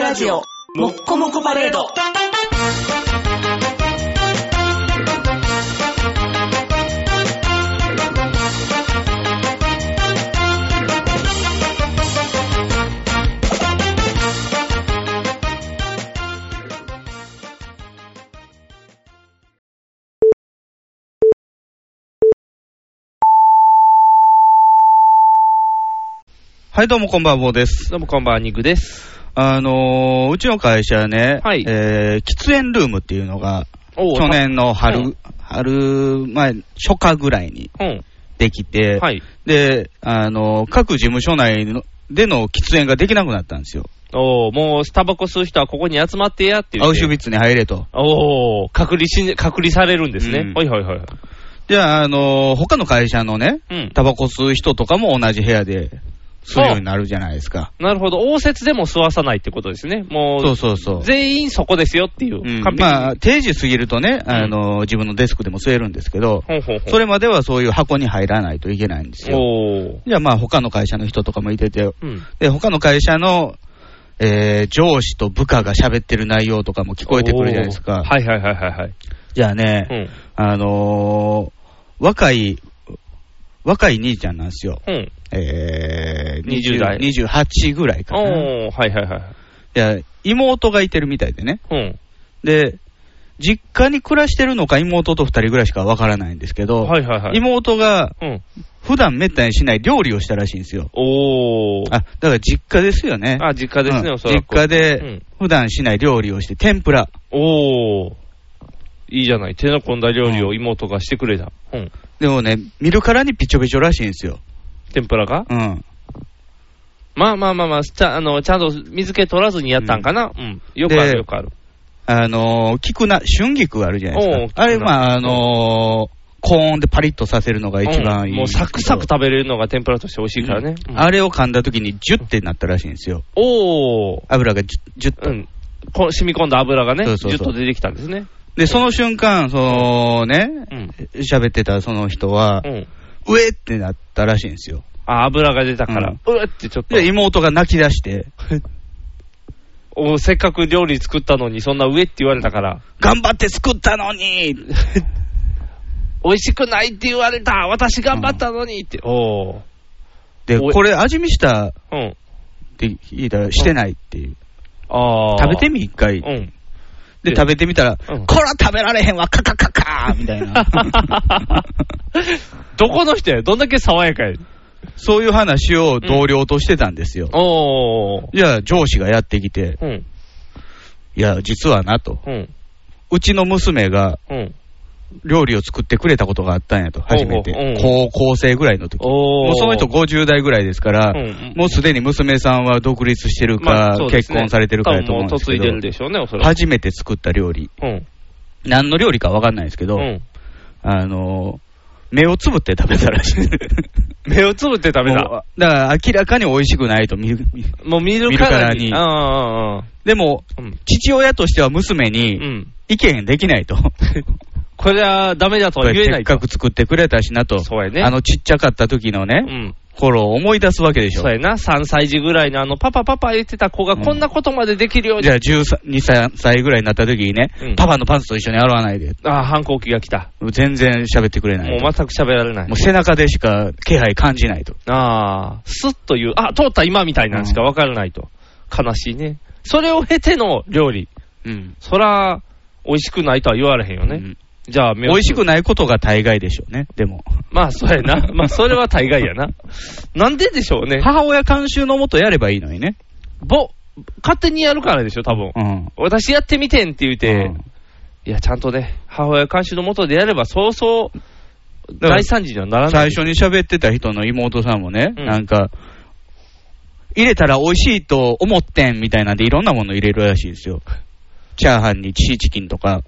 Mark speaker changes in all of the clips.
Speaker 1: ラジオ、もっこもこパレード。
Speaker 2: はい、どうもこんばんは、坊です。
Speaker 3: どうもこんばんは、肉です。
Speaker 2: あのー、うちの会社ね、
Speaker 3: はい
Speaker 2: えー喫煙ルームっていうのが、
Speaker 3: お
Speaker 2: 去。年の春、
Speaker 3: う
Speaker 2: 春前、初夏ぐらいに
Speaker 3: うん。
Speaker 2: できて、
Speaker 3: はい。
Speaker 2: で、あのー各事務所内のでの喫煙ができなくなったんですよ。
Speaker 3: おーもう、タバコ吸う人はここに集まってやって言
Speaker 2: ア
Speaker 3: っ
Speaker 2: ウ
Speaker 3: て。
Speaker 2: シュビッツに入れと。
Speaker 3: おお隔離し、隔離されるんですね。
Speaker 2: うん
Speaker 3: はいはいはい。
Speaker 2: じゃあ、あのー他の会社のね、
Speaker 3: うん。
Speaker 2: タバコ吸う人とかも同じ部屋で吸うようになるじゃないですか。
Speaker 3: なるほど。応接でも吸わさないってことですね。もう、
Speaker 2: そうそうそう。
Speaker 3: 全員そこですよっていう。
Speaker 2: うん
Speaker 3: 完璧に
Speaker 2: まあ、定時過ぎるとね、あのー自分のデスクでも吸えるんですけど、
Speaker 3: ほんほんほん。
Speaker 2: それまではそういう箱に入らないといけないんですよ。
Speaker 3: おー
Speaker 2: じゃあまあ他の会社の人とかもいてて、
Speaker 3: うん。
Speaker 2: で、他の会社の、えー上司と部下が喋ってる内容とかも聞こえてくるじゃないです
Speaker 3: お
Speaker 2: か
Speaker 3: ー。はいはいはいはいはい。
Speaker 2: じゃあね、
Speaker 3: うん。
Speaker 2: あのー若い、若い兄ちゃんなんですよ。
Speaker 3: うん。
Speaker 2: えー、
Speaker 3: 20代
Speaker 2: 28ぐらいかな。い
Speaker 3: おーはいはいはい。
Speaker 2: や、妹がいてるみたいでね。
Speaker 3: うん。
Speaker 2: で、実家に暮らしてるのか妹と二人ぐらいしかわからないんですけど、
Speaker 3: はいはいはい。
Speaker 2: 妹が
Speaker 3: うん。
Speaker 2: 普段めったにしない料理をしたらしいんですよ。
Speaker 3: おー
Speaker 2: あ、だから実家ですよね。
Speaker 3: あ、実家ですね、
Speaker 2: うん
Speaker 3: おそらく。
Speaker 2: 実家
Speaker 3: う
Speaker 2: で
Speaker 3: ん。
Speaker 2: 普段しない料理をして、天ぷら。
Speaker 3: おーいいじゃない。手の込んだ料理を妹がしてくれた。うん。
Speaker 2: でもね、見るからにピチョピチョらしいんですよ。
Speaker 3: 天ぷらが
Speaker 2: うん。
Speaker 3: まあまあまあまあ、ちゃあのちゃんと水気取らずにやったんかな。うん。よくあ
Speaker 2: で
Speaker 3: るよくある。
Speaker 2: あのー、菊菜、春菊あるじゃない
Speaker 3: おう
Speaker 2: です
Speaker 3: 菊
Speaker 2: か。
Speaker 3: 菜
Speaker 2: あれ、まあ、あのー、高温でパリッとさせるのが一番いい、
Speaker 3: うんもうサクサク食べれるのが天ぷらとして美味しいからね。うん
Speaker 2: あれを噛んだ時にジュッてなったらしいんですよ。
Speaker 3: おー
Speaker 2: 油がジュッジュッと。
Speaker 3: うん。こ染み込んだ油がね、
Speaker 2: そうそうそう
Speaker 3: ぎゅっと出てきたんですね。
Speaker 2: で、その瞬間、そのね
Speaker 3: う、ん。
Speaker 2: 喋ってたその人は
Speaker 3: う、ん。
Speaker 2: うえってなったらしいんですよ。
Speaker 3: あ、油が出たから、うわってちょっと
Speaker 2: で、妹が泣き出 して、
Speaker 3: お、せっかく料理作ったのに、そんな上って言われたから、
Speaker 2: 頑張って作ったのに
Speaker 3: 美味しくないって言われた、私頑張ったのにって、おー
Speaker 2: で、
Speaker 3: おい
Speaker 2: これ味見したっ
Speaker 3: うん。
Speaker 2: て聞いたら、してないっていう。
Speaker 3: ああ。
Speaker 2: 食べてみ、一回。
Speaker 3: うん。
Speaker 2: で、食べてみたら、
Speaker 3: うん
Speaker 2: こら食べられへんわ、カカカカーみたいな。
Speaker 3: どこの人やどんだけ爽やかや。
Speaker 2: そういう話を同僚としてたんですよ。
Speaker 3: おー。
Speaker 2: じゃあ、上司がやってきて、
Speaker 3: うん、
Speaker 2: いや、実はなと。
Speaker 3: うん、
Speaker 2: うちの娘が
Speaker 3: うん。
Speaker 2: 料理を作ってくれたことがあったんやと、初めて。
Speaker 3: おう
Speaker 2: 高
Speaker 3: お
Speaker 2: 校生ぐらいの時。も
Speaker 3: お
Speaker 2: う
Speaker 3: ー。
Speaker 2: その人50代ぐらいですから、
Speaker 3: うん
Speaker 2: もうすでに娘さんは独立してるか、
Speaker 3: まあそうです
Speaker 2: 結
Speaker 3: ね
Speaker 2: 婚されてるかやと思うんですけ
Speaker 3: 多分もう嫁いで
Speaker 2: ど、
Speaker 3: るでしょうね、おそらく。
Speaker 2: 初めて作った料理。
Speaker 3: うん。
Speaker 2: 何の料理かわかんないですけど、
Speaker 3: うん。
Speaker 2: あのー、目をつぶって食べたらしい。
Speaker 3: 目をつぶって食べた。
Speaker 2: もうだから明らかに美味しくないと見る。
Speaker 3: もう見る
Speaker 2: 見る
Speaker 3: か
Speaker 2: から
Speaker 3: ら
Speaker 2: に
Speaker 3: に。ああああああ
Speaker 2: でも、
Speaker 3: うん。
Speaker 2: 父親としては娘
Speaker 3: う
Speaker 2: に
Speaker 3: ん。
Speaker 2: 意見できないと。
Speaker 3: これはダメだとは言え
Speaker 2: せ
Speaker 3: な
Speaker 2: っ
Speaker 3: いと。
Speaker 2: かく作ってくれたしなと。
Speaker 3: そうやね。
Speaker 2: あのちっちゃかった時の
Speaker 3: う
Speaker 2: ね、
Speaker 3: ん。
Speaker 2: 頃を思い出すわけでしょ
Speaker 3: そう。やな。3歳児ぐらいのあの、パパパパ言ってた子がこんなことまでできるように
Speaker 2: じ。ゃあ12歳歳ぐらいになった時にね、
Speaker 3: うん
Speaker 2: パパのパンツと一緒に洗わないで。
Speaker 3: ああ、反抗期が来た。
Speaker 2: 全然喋ってくれな
Speaker 3: も
Speaker 2: いうと。も。
Speaker 3: 全く喋られないう
Speaker 2: 背中でしか気配感じないと。
Speaker 3: ああ、スッという、あ、通った今みたいなんしか分からないと。悲しいね。それを経ての料理。
Speaker 2: うん。
Speaker 3: そら、美味しくないとは言われへんよね。
Speaker 2: うん
Speaker 3: じゃあ、
Speaker 2: 美味し
Speaker 3: く。
Speaker 2: くないことが大概でしょうね、でも。
Speaker 3: まあ、そうや な。まあ、それは大概やな。なんででしょうね。
Speaker 2: 母親監修のもとやればいいのにね。
Speaker 3: ぼ、勝手にやるからでしょ、多分。
Speaker 2: うん。
Speaker 3: 私やってみてんって言うて、
Speaker 2: うん
Speaker 3: いや、ちゃんとね、母親監修のもとでやれば、そうそう、
Speaker 2: だから
Speaker 3: 大惨事にはならない。
Speaker 2: 最初に喋ってた人の妹さんもね、
Speaker 3: うん
Speaker 2: なんか、入れたら美味しいと思ってんみたいなんで、いろんなもの入れるらしいですよ。チャーハンにチーチキンとか。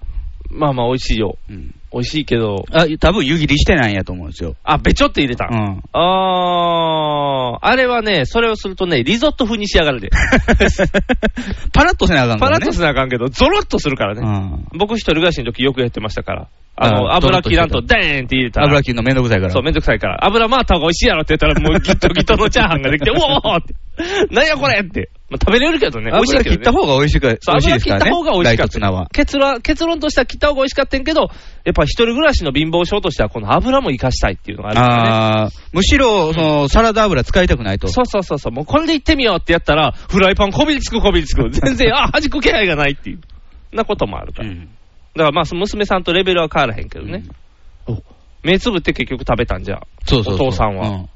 Speaker 3: まあまあ、美味しいよ。
Speaker 2: うん
Speaker 3: 美味しいけど、
Speaker 2: あ、多分湯切りしてないんやと思うんですよ。
Speaker 3: あ、べちょって入れた。
Speaker 2: うん。
Speaker 3: あー、あれはね、それをするとね、リゾット風に仕上がるで。
Speaker 2: パラッとせなあかんか
Speaker 3: パ
Speaker 2: ら
Speaker 3: ラ
Speaker 2: ね。
Speaker 3: ッとせなあかんけど、ゾロッとするから
Speaker 2: う
Speaker 3: ね。
Speaker 2: ん。
Speaker 3: 僕一人暮らしの時よくやってましたから。あの、
Speaker 2: あゾロ
Speaker 3: 油
Speaker 2: ッと
Speaker 3: 切らんと、デーンって入れたら。
Speaker 2: 油切るのめんどくさいから。
Speaker 3: そう、めんどくさいから。油回った方が美味しいやろって言ったら、もうギットギトのチャーハンが できて、おおって。なんやこれって。まあ食べれるけどね、美味しい
Speaker 2: 油
Speaker 3: けど、ね。
Speaker 2: 切った方が美味しいか、美
Speaker 3: そう
Speaker 2: 味しい
Speaker 3: 油
Speaker 2: です
Speaker 3: 切
Speaker 2: か
Speaker 3: っ
Speaker 2: らね。
Speaker 3: た方が美味しか
Speaker 2: ライ
Speaker 3: っ
Speaker 2: トツナ
Speaker 3: た
Speaker 2: は。。
Speaker 3: 結論結論としては切った方が美味しかったんけど、やっぱ一人暮らしの貧乏症としては、この油も生かしたいっていうのがあるからね。
Speaker 2: ああー、むしろ、その、サラダ油使いたくないと。
Speaker 3: そうそうそうそう、もうこれで行ってみようってやったら、フライパンこびりつくこびりつく。全然、あ、弾く気配がないっていう。なこともあるか
Speaker 2: う
Speaker 3: ら。
Speaker 2: ん。
Speaker 3: だからまあ、その娘さんとレベルは変わらへんけどね。目つぶって結局食べたんじゃ。
Speaker 2: そうそうそう。
Speaker 3: お父さんは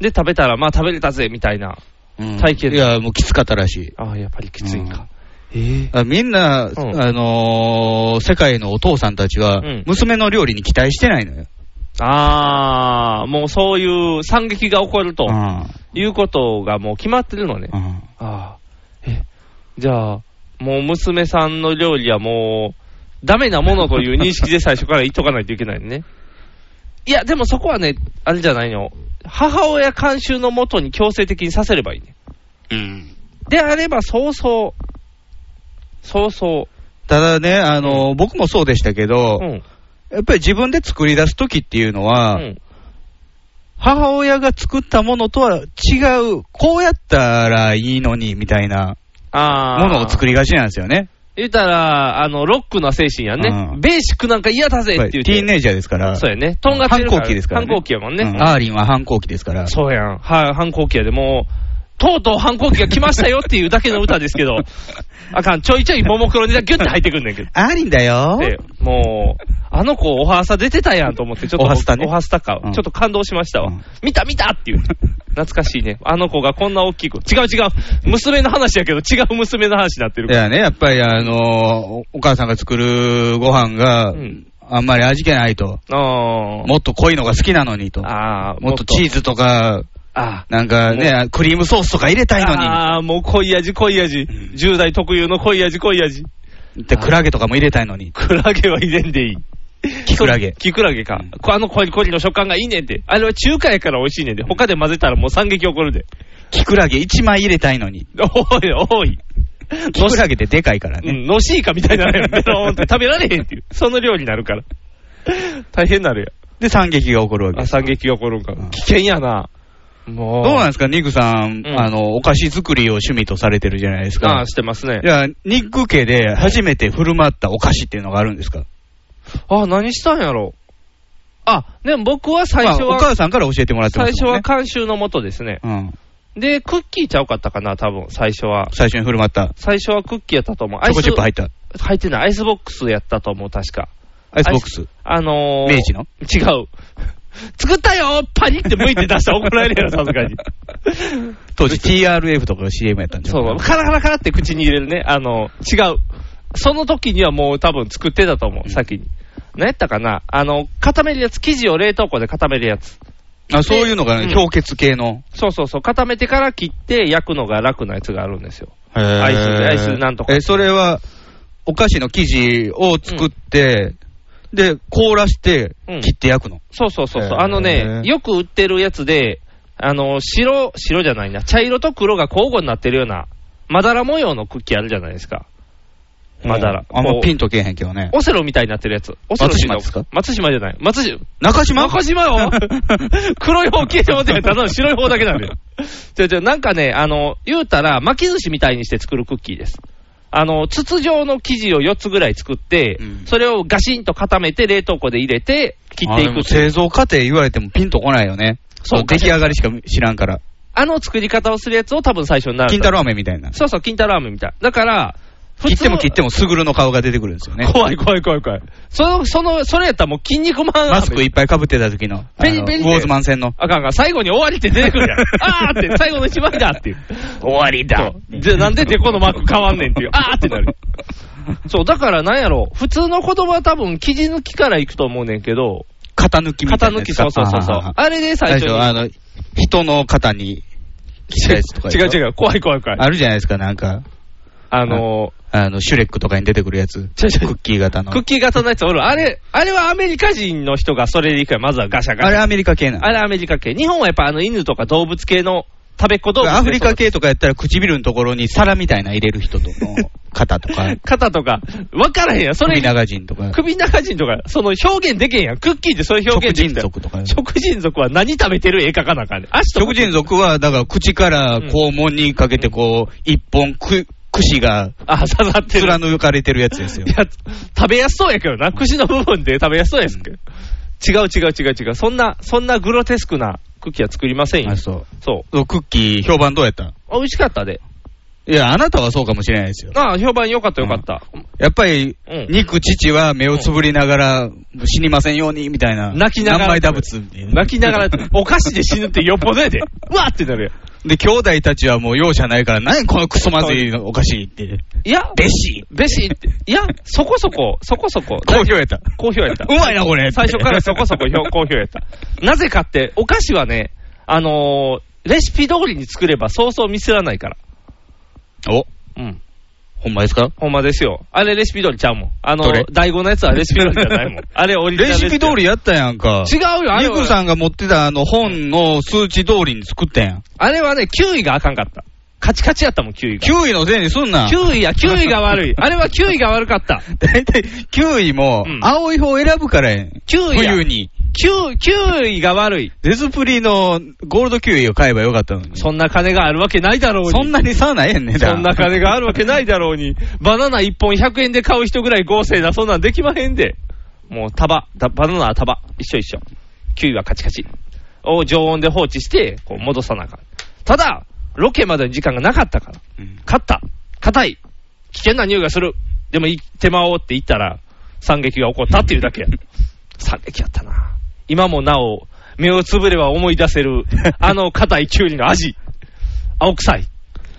Speaker 3: で、食べたら、まあ食べれたぜ、みたいな。
Speaker 2: うん。うん
Speaker 3: 体験
Speaker 2: いや、もうきつかったらしい。
Speaker 3: ああ、やっぱりきついか。
Speaker 2: あみんな、
Speaker 3: ん
Speaker 2: あのー世界のお父さんたちは
Speaker 3: うん、
Speaker 2: 娘の料理に期待してないのよ。
Speaker 3: ああ、もうそういう惨劇が起こると
Speaker 2: うん
Speaker 3: いうことがもう決まってるのね。
Speaker 2: うん
Speaker 3: ああ、え、じゃあ、もう娘さんの料理はもう、ダメなものという認識で最初から言っとかないといけないね。 いや、でもそこはね、あれじゃないの。母親監修のもとに強制的にさせればいいね。
Speaker 2: うん。
Speaker 3: であれば、そうそう。そうそ
Speaker 2: ただね、あのー僕もそうでしたけ
Speaker 3: う。
Speaker 2: ど
Speaker 3: う、ん。
Speaker 2: やっぱり自分で作り出すときっていうの
Speaker 3: う
Speaker 2: は、
Speaker 3: ん。
Speaker 2: 母親が作ったものとは違う、こうやったらいいのにみたいな
Speaker 3: ああ。
Speaker 2: ものを作りがちなんですよね。
Speaker 3: 言うたら、あの、ロックな精神やんね。
Speaker 2: うん
Speaker 3: ベーシックなんか嫌だぜ
Speaker 2: やっぱ
Speaker 3: って
Speaker 2: り
Speaker 3: 言う
Speaker 2: ティーン
Speaker 3: て。
Speaker 2: ネイジャーですから、
Speaker 3: そうやね。とんがってるか
Speaker 2: 反
Speaker 3: ら。
Speaker 2: 抗期ですからね
Speaker 3: 反抗期やもんね。
Speaker 2: うんアーリンは反抗期ですから、
Speaker 3: そうやん。はい、反抗期やで。もう、とうとう反抗期が来ましたよっていうだけの歌です けど、あかん。ちょいちょいももクロにだギュッて入ってくんねんけど。
Speaker 2: アーリンだよ、
Speaker 3: で、もう、あの子、オハーサ出てたやんと思って、ちょっと、
Speaker 2: オハスタね
Speaker 3: オハスタか。
Speaker 2: うん
Speaker 3: ちょっと感動しましたわ。
Speaker 2: うん
Speaker 3: 見た見たっていう。懐かしいね。あの子がこんな大きく。違う違う。娘の話やけど、違う娘の話になってる
Speaker 2: い。やね、やっぱり、あのーお母さんが作るご飯が
Speaker 3: うん
Speaker 2: あんまり味気ないと、
Speaker 3: あー
Speaker 2: もっと濃いのが好きなのにと、
Speaker 3: あー。
Speaker 2: もっとチーズとか、
Speaker 3: あ
Speaker 2: なんかね、クリームソースとか入れたいの
Speaker 3: ああ、もう濃い味、濃い味。
Speaker 2: ん
Speaker 3: 10代特有の濃い味、濃い味。
Speaker 2: に、でクラゲとかも入れたいのに、
Speaker 3: クラゲは入れんでいい。
Speaker 2: キクラゲ。
Speaker 3: キクラゲか
Speaker 2: うん。
Speaker 3: こあのコリコリの食感がいいねんて。あれは中華やから美味しいねんで。他で混ぜたらもう惨劇起こるで。
Speaker 2: キクラゲ1枚入れたいのに、
Speaker 3: 多い、多 い。
Speaker 2: キクラゲってでかいから
Speaker 3: う
Speaker 2: ね。
Speaker 3: ん、のしいかみたいになる やん。ベローンって食べられへんっていう。その料理になるから。大変なる
Speaker 2: で、惨劇が起こるわけ
Speaker 3: やん。あ、。惨劇が起こるんか
Speaker 2: う。ん
Speaker 3: 危険やな。も
Speaker 2: ど
Speaker 3: う。
Speaker 2: うなん
Speaker 3: ん
Speaker 2: ですか、ニグさん、
Speaker 3: うん
Speaker 2: あの、お菓子作りを趣味とされてるじ ゃないです
Speaker 3: あ
Speaker 2: か
Speaker 3: あ、。してますね
Speaker 2: じ。ゃあ、ニック家で初めて振る舞ったお菓子っていうのがあるんですか
Speaker 3: あ、何したんやろ。あ、でも僕は最
Speaker 2: まあ
Speaker 3: 初
Speaker 2: お
Speaker 3: は、
Speaker 2: 母さんから教えてもらってま
Speaker 3: 最
Speaker 2: す
Speaker 3: 初
Speaker 2: もん
Speaker 3: は
Speaker 2: ね。
Speaker 3: 監修のもとですね。
Speaker 2: うん。
Speaker 3: で、クッキーちゃうかったかな、多分最初は。
Speaker 2: 最初に振る舞った。
Speaker 3: 最初はクッキーやったと思う。
Speaker 2: チョコチップ入
Speaker 3: 入
Speaker 2: った。
Speaker 3: 入ってない。アイスボックスやったと思う、確か。
Speaker 2: アイスボックス。
Speaker 3: あのー、
Speaker 2: 明治の
Speaker 3: 違う。 作ったよパリって向いて出したら怒られ るやろ、さすがに。
Speaker 2: 当時 TRF とかが CM やったんじゃ
Speaker 3: そ、
Speaker 2: ないう
Speaker 3: カラカラカラって口に入れるね。あの、違う。その時にはもう多分作ってたと
Speaker 2: う
Speaker 3: 思う、
Speaker 2: ん
Speaker 3: 先に。何やったかなあの、固めるやつ。生地を冷凍庫で固めるやつ。
Speaker 2: あそういうのが、
Speaker 3: う
Speaker 2: ね、
Speaker 3: ん
Speaker 2: 氷結系の。
Speaker 3: そうそうそう。固めてから切って焼くのが楽なやつがあるんですよ。
Speaker 2: ア
Speaker 3: イスアイスなんとか
Speaker 2: え、それは、お菓子の生地を作って、で、凍らして
Speaker 3: うん、
Speaker 2: 切って焼くの。
Speaker 3: そうそうそうそう、
Speaker 2: へー
Speaker 3: あのね、よく売ってるやつで、あの白、白じゃないな、茶色と黒が交互になってるような、まだら模様のクッキーあるじゃないですか、まだら、
Speaker 2: あん
Speaker 3: こ
Speaker 2: ま
Speaker 3: う
Speaker 2: ピンとけえへんけどね。
Speaker 3: オセロみたいになってるやつ、オセロ
Speaker 2: 松島ですか
Speaker 3: 松島じゃない、松島、
Speaker 2: 中島
Speaker 3: 中島 よ、黒い方消えてもってただの白い方だけなんだよ。 じゃじゃなんかね、あの言うたら、巻き寿司みたいにして作るクッキーです。あの筒状の生地を4つぐらい作って、
Speaker 2: うん
Speaker 3: それをガシンと固めて、冷凍庫で入れて、切ってい
Speaker 2: あ
Speaker 3: く
Speaker 2: でも
Speaker 3: っていう
Speaker 2: 製造過程言われてもピンとこないよね。
Speaker 3: そう
Speaker 2: そう、出来上がりしか知らんから。
Speaker 3: あの作り方をするやつを多分最初になる。
Speaker 2: 金太郎飴みたいな。
Speaker 3: そうそう、金太郎飴みたい。だから、
Speaker 2: 切っても切って
Speaker 3: も。
Speaker 2: もすぐるの顔が出てくるんですよね。
Speaker 3: 怖い怖い怖い怖い。その、その、それやったらもう筋肉マン飴
Speaker 2: マスクいっぱい被ってた時の、あ
Speaker 3: ペリ
Speaker 2: のウ
Speaker 3: ペリで
Speaker 2: ォーズマン戦の。
Speaker 3: あかんあかん、最後に終わりって出てくるやん。 あーって、最後の一枚だっていう。終わりだ。じゃあなんでデコのマーク変わんね んっていう。あーってなる。そう、だからなんやろ、普通の子供は多分生地抜きからいくと思うねんけど、
Speaker 2: 型抜きみた
Speaker 3: 型
Speaker 2: いな
Speaker 3: 抜
Speaker 2: や
Speaker 3: き、
Speaker 2: つ
Speaker 3: そ
Speaker 2: か。
Speaker 3: うそうそうそう。あ
Speaker 2: あー
Speaker 3: れで
Speaker 2: 最
Speaker 3: 最初
Speaker 2: 初、
Speaker 3: に。
Speaker 2: あの、人の肩に、切ったやつとかでし
Speaker 3: 違
Speaker 2: ょ
Speaker 3: う違う、怖い怖い怖い。
Speaker 2: あるじゃないですか、なんか。
Speaker 3: あの、
Speaker 2: あの、シュレックとかに出てくるやつ。
Speaker 3: ちょちょ
Speaker 2: クッキー型の
Speaker 3: ク。ッキー型のやつおる。あれ、あれはアメリカ人の人がそれで行くやん。まずはガシャガシャ。
Speaker 2: あれアメリカ系な
Speaker 3: あれアメリカ系。日本はやっぱあの犬とか動物系の食べっ子動物
Speaker 2: アフリカ系とかやったら唇のところに皿みたいな入れる人との肩とか、
Speaker 3: 肩とか、わからへんやん。 それ
Speaker 2: 首、長人とか、
Speaker 3: 首長人とか、その表現できへんやん。クッキーってそういう表
Speaker 2: 食
Speaker 3: 現で
Speaker 2: 人
Speaker 3: きたら
Speaker 2: 族とか。
Speaker 3: 食人族は何食べてる絵描かなあかんねん。足と
Speaker 2: 食人族は、だから口から肛門にかけてこう、一本く、串が
Speaker 3: あ、刺さってる。
Speaker 2: 貫かれてるやつですよ
Speaker 3: い。や、食べやすそうやけどな。串の部分で食べやすそうですけど。違う違う違う違う。そんな、そんなグロテスクなクッキーは作りませんよ
Speaker 2: あ、。そう。
Speaker 3: そう。
Speaker 2: そうクッキー評判どうやった
Speaker 3: あ美味しかったで。
Speaker 2: いや、あなたはそうかもしれないですよ。
Speaker 3: ああ、評判良かった良かった。
Speaker 2: やっぱり、
Speaker 3: うん
Speaker 2: 肉、父は目をつぶりながら、死にませんように、みたいな。
Speaker 3: 泣きながら
Speaker 2: 何枚打仏っていう
Speaker 3: 泣きながら、お菓子で死ぬってよっぽ どやで。うわーってなるやん。
Speaker 2: で、兄弟たちはもう容赦ないから、何このクソまずいのおかしいって。
Speaker 3: いや、
Speaker 2: 弟子
Speaker 3: べしって、いや、そこそこ、そこそこ、
Speaker 2: 好評やった。う
Speaker 3: 好評やった。
Speaker 2: まいな、これ。
Speaker 3: 最初からそこそこ評好評やった。なぜかって、お菓子はね、あのーレシピ通りに作ればそうそうミスらないから。
Speaker 2: お、
Speaker 3: うん。
Speaker 2: ほんまですか
Speaker 3: ほんまですよ。あれレシピ通りちゃうもん。あの
Speaker 2: どれ、
Speaker 3: 第5のやつはレシピ通りじゃな いもん。あれオリジナル
Speaker 2: レ
Speaker 3: ですよ
Speaker 2: シピ通りやったやんか。
Speaker 3: 違うよ、あれ
Speaker 2: ニク
Speaker 3: は。
Speaker 2: さんが持ってたあの本の数値通りに作ったやん。
Speaker 3: あれはね、9位があかんかった。カチカチやったもん、9位が。
Speaker 2: 9位のせいにすんな。
Speaker 3: 9位や、9位が悪い。あれは9位が悪かった。
Speaker 2: 大体9位も
Speaker 3: うん、
Speaker 2: 青い方を選ぶからやん。
Speaker 3: 9位や
Speaker 2: 冬。に。
Speaker 3: 9, 9位が悪い。
Speaker 2: デスプリのゴールド9位を買えばよかったのに。
Speaker 3: そんな金があるわけないだろうに。
Speaker 2: そんなに差ないやんね、
Speaker 3: そんな金があるわけないだろうに、バナナ1本100円で買う人ぐらい合成だ、そんなんできまへんで。もう束、だバナナは束、一緒一緒。キウイはカチカチ。を常温で放置して、こう戻さなあかん。ただ、ロケまでの時間がなかったから。
Speaker 2: うん
Speaker 3: 買った。硬い。危険な匂いがする。でも、い手間をって言ったら、惨劇が起こったっていうだ けや。惨劇やったな。今もなお、目をつぶれば思い出 せる、あの硬いキュウリの味。青臭い。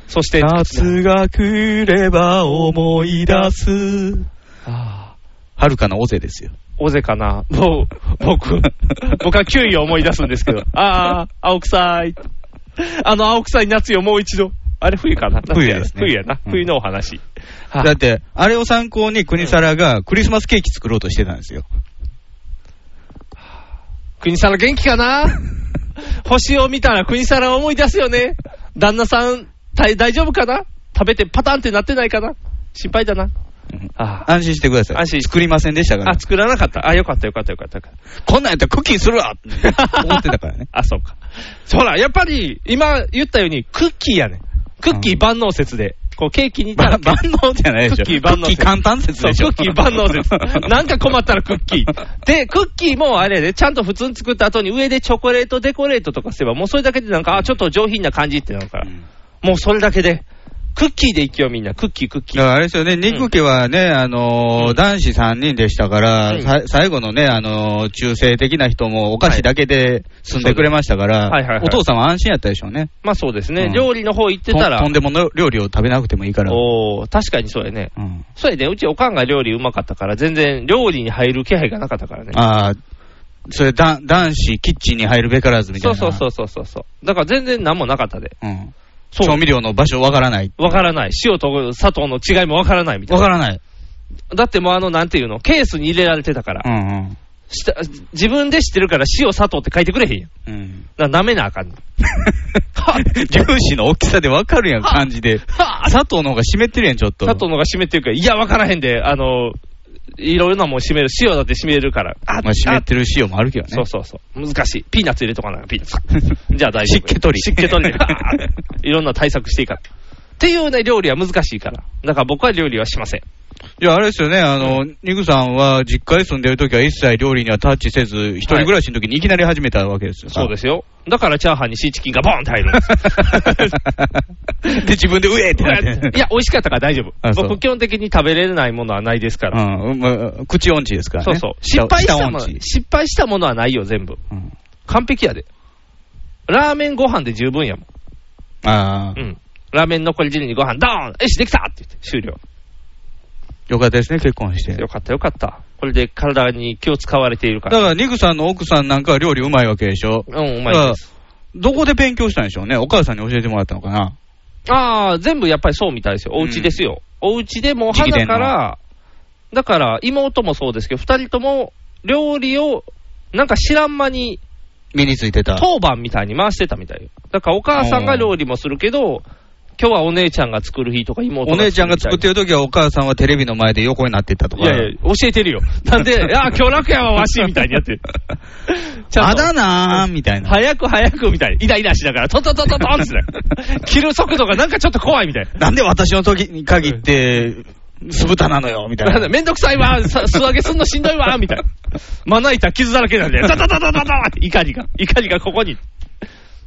Speaker 3: そして、
Speaker 2: 夏が来れば思い出す。
Speaker 3: あー
Speaker 2: はるかな尾瀬ですよ。
Speaker 3: 尾瀬かな、もう僕、僕は9位を思い出すんですけど、ああ、青臭い、あの青臭い夏よ、もう一度、あれ、冬かな、
Speaker 2: 冬ですね
Speaker 3: 冬やな、
Speaker 2: うん
Speaker 3: 冬のお話、は
Speaker 2: だって、あれを参考に国皿がクリスマスケーキ作ろうとしてたんですよ。
Speaker 3: 国皿元気 かな、星を見たら国皿を思い出すよね、旦那さん、大大丈夫かな、食べてパタンってなってないかな、心配だな、
Speaker 2: うん
Speaker 3: あ
Speaker 2: 安心してください。
Speaker 3: 安心
Speaker 2: 作りませんでしたから
Speaker 3: あ、。作らなかった、あ、よかった、よかった、よかった。よかった。
Speaker 2: こんなんやったらクッキーするわって思ってたからね
Speaker 3: あ、そうか。ほら、やっぱり、今言ったように、クッキーやねん。クッキー万能説で、こう、ケーキにいた
Speaker 2: ば
Speaker 3: ら、
Speaker 2: 万能じゃないでしょ。
Speaker 3: クッキー万能
Speaker 2: クッキー簡単説
Speaker 3: そう
Speaker 2: でしょ。
Speaker 3: クッキー万能 説。なんか困ったらクッキー。で、クッキーもあれやで、ちゃんと普通に作った後に上でチョコレートデコレートとかすれば、もうそれだけでなんか、あ、ちょっと上品な感じってなるから、
Speaker 2: うん
Speaker 3: もうそれだけで、クッキーでいきようみんな、クッキークッキ
Speaker 2: だ
Speaker 3: ー。
Speaker 2: からあれですよね、肉家はね、あのー
Speaker 3: うん
Speaker 2: 男子3人でしたから、
Speaker 3: うん
Speaker 2: さ最後のね、あのー中性的な人もお菓子だけで済んでくれましたから、
Speaker 3: はいはいはい
Speaker 2: お父さんは安心やったでしょうね。
Speaker 3: まあそうですね、
Speaker 2: うん
Speaker 3: 料理の方行ってたら
Speaker 2: ととん、でもの料理を食べなくてもいいから。
Speaker 3: おー、確かにそうやね。
Speaker 2: うん
Speaker 3: そうやね、うちおかんが料理うまかったから、全然料理に入る気配がなかったからね。
Speaker 2: ああ、それだ、男子キッチンに入るべからずみたい
Speaker 3: そう
Speaker 2: な。
Speaker 3: そうそうそうそうそう。だから全然何もなかったで。
Speaker 2: うん。
Speaker 3: そう
Speaker 2: 調味料の場所わからない。
Speaker 3: わからない。塩と砂糖の違いもわからないみたい
Speaker 2: わ
Speaker 3: な。
Speaker 2: からない。
Speaker 3: だってもうあの、なんていうの、ケースに入れられてたから、
Speaker 2: うん
Speaker 3: した自分で知ってるから塩、砂糖って書いてくれへんやん。
Speaker 2: うん。うん。
Speaker 3: だから舐めなあかんねん。
Speaker 2: 粒子の大きさでわかるやん、感じで。
Speaker 3: はあ
Speaker 2: 砂糖の方が湿ってるやん、ちょっと。
Speaker 3: 砂糖の方が湿ってるから、いや、わからへんで、あの、いろいろなもん湿る。塩だって湿れるから。あ
Speaker 2: まあ、湿ってる塩もあるけどね。
Speaker 3: そうそうそう。難しい。ピーナッツ入れとかな、ピーナッ ツ。じゃあ大丈夫。
Speaker 2: 湿気取り
Speaker 3: 湿 気取りで。はあいろんな対策していいから。っていうね、料理は難しいから。だから僕は料理はしません。
Speaker 2: いや、あれですよね、あの、ニグさんは実家に住んでるときは一切料理にはタッチせず、一人暮らしのときにいきなり始めたわけですよ。。
Speaker 3: そうですすよ。だからチャーハンにシーチキンがボーンって入るんです
Speaker 2: で、自分で、うえーってなって。
Speaker 3: いや、美味しかったから大丈
Speaker 2: あそ
Speaker 3: 夫。
Speaker 2: う
Speaker 3: 僕、基本的に食べれないものはないですから。
Speaker 2: うん、まあ、口音痴ですから
Speaker 3: そう
Speaker 2: ね。
Speaker 3: そう。失敗したもの、
Speaker 2: 下音痴
Speaker 3: 失敗したものはないよ、全部。
Speaker 2: うん
Speaker 3: 完璧やで。ラーメンご飯で十分やもん。
Speaker 2: ああ
Speaker 3: う、ん。ラーメン残り汁にご飯、ドーンよし、できたって言って終了。
Speaker 2: よかったですね、結婚して。だ
Speaker 3: よかった、よかった。これで体に気を使われているから。
Speaker 2: から、ニグさんの奥さんなんかは料理うまいわけでしょ。
Speaker 3: うん、うまいです。
Speaker 2: どこで勉強したんでしょうね。お母さんに教えてもらったのかな。
Speaker 3: ああ、全部やっぱりそうみたいですよ。お家ですよ。お家でもう
Speaker 2: 直伝
Speaker 3: 肌
Speaker 2: の
Speaker 3: から、だから妹もそうですけど、二人とも料理をなんか知らん間に
Speaker 2: 身についてた。
Speaker 3: 当番みたいに回してたみたいよ。だからお母さんが料理もするけど、今日はお姉ちゃんが作る日とか妹
Speaker 2: お姉ちゃんが作って
Speaker 3: る
Speaker 2: る時はお母さんはテレビの前で横になってたと
Speaker 3: み
Speaker 2: か。
Speaker 3: たいないやいや、教えてるよ。なんで、ああ、今日楽やわ、わしみたいに やってる。ちゃん
Speaker 2: あ
Speaker 3: と
Speaker 2: だなーみたいな。
Speaker 3: 早く早くみたいな。イライラしながら、トントントントントンってな切る速度がなんかちょっと怖いみたいな。
Speaker 2: なんで私の時に限って、酢豚なのよみたい
Speaker 3: なんだ
Speaker 2: な。
Speaker 3: めんどくさいわ、さ素揚げすんのしんどいわ、みたいな。まな板傷だらけなんで、ダダダダダダ怒りが、怒りがここに。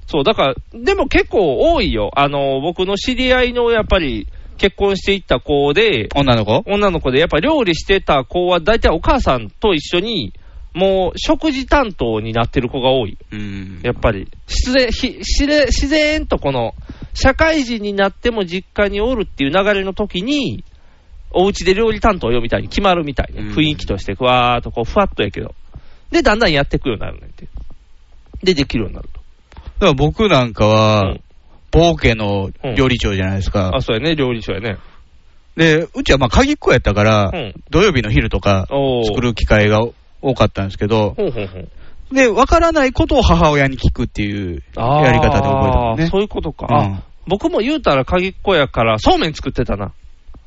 Speaker 3: そう、だから、でも結構多いよ。あの、僕の知り合いのやっぱり結婚していった子で、
Speaker 2: 女の子
Speaker 3: 女の子で、やっぱ料理してた子は大体お母さんと一緒に、もう食事担当になってる子が多い。
Speaker 2: うん
Speaker 3: やっぱり、失礼ひ自然自然とこの、社会人になっても実家におるっていう流れの時に、お家で料理担当よみたいに決まるみたいな、
Speaker 2: うん
Speaker 3: 雰囲気として、ふわーっとこう、ふわっとやけど、で、だんだんやっていくようになるねんて。で、できるようになると。
Speaker 2: だから僕なんか
Speaker 3: う
Speaker 2: は
Speaker 3: ん、
Speaker 2: ボーケの料理長じゃないですか
Speaker 3: あ、。そうやね、料理長やね。
Speaker 2: で、うちはまあ鍵っ子やったから
Speaker 3: うん、
Speaker 2: 土曜日の昼とか
Speaker 3: おー
Speaker 2: 作る機会が多かったんですけど、
Speaker 3: ほうほうほう。
Speaker 2: で、わからないことを母親に聞くっていう
Speaker 3: あー
Speaker 2: やり方で覚えたもんね。
Speaker 3: そういうことか。
Speaker 2: う
Speaker 3: あ
Speaker 2: ん
Speaker 3: 僕も言うたら鍵っ子やから、そうめん作ってたな。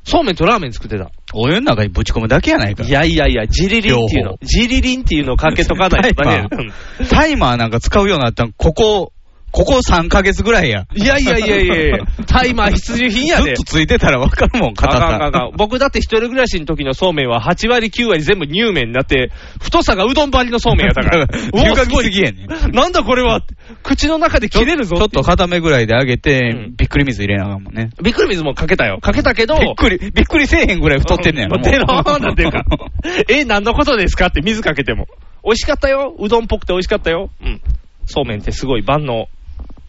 Speaker 3: そうめんとラーメン作ってた。
Speaker 2: お湯の中にぶち込むだけやないか
Speaker 3: い。やいやいや、ジリリンっていう
Speaker 2: 両方
Speaker 3: の。ジリリンっていうのをかけとかないとダメ や
Speaker 2: タイ
Speaker 3: ん。
Speaker 2: タイマーなんか使うようになったん、ここ、ここ3ヶ月ぐらいや。
Speaker 3: いやいやいやいや いや、タイマー必需品や
Speaker 2: ず
Speaker 3: で
Speaker 2: っと。ついてたらわかるもん、
Speaker 3: あ
Speaker 2: 片
Speaker 3: かんあかんあ
Speaker 2: さ。。
Speaker 3: かん僕だって一人暮らしの時のそうめんは8割9割全部乳麺になって、太さがうどん張りのそうめんやったから
Speaker 2: 牛
Speaker 3: うわ
Speaker 2: 角すぎやねん。
Speaker 3: なんだこれは口の中で切れるぞ
Speaker 2: ちょっと固めぐらいで揚げて、
Speaker 3: うん
Speaker 2: びっくり水入れなあかんもんね。
Speaker 3: びっくり水もかけたよ。かけたけど、
Speaker 2: びっくり、びっくりせえへんぐらい太ってんねやろ。。
Speaker 3: うんてろーんなんていうか え、何のことですかって水かけても。美味しかったよ。うどんっぽくて美味しかったよ。うん。そうめんってすごい万能。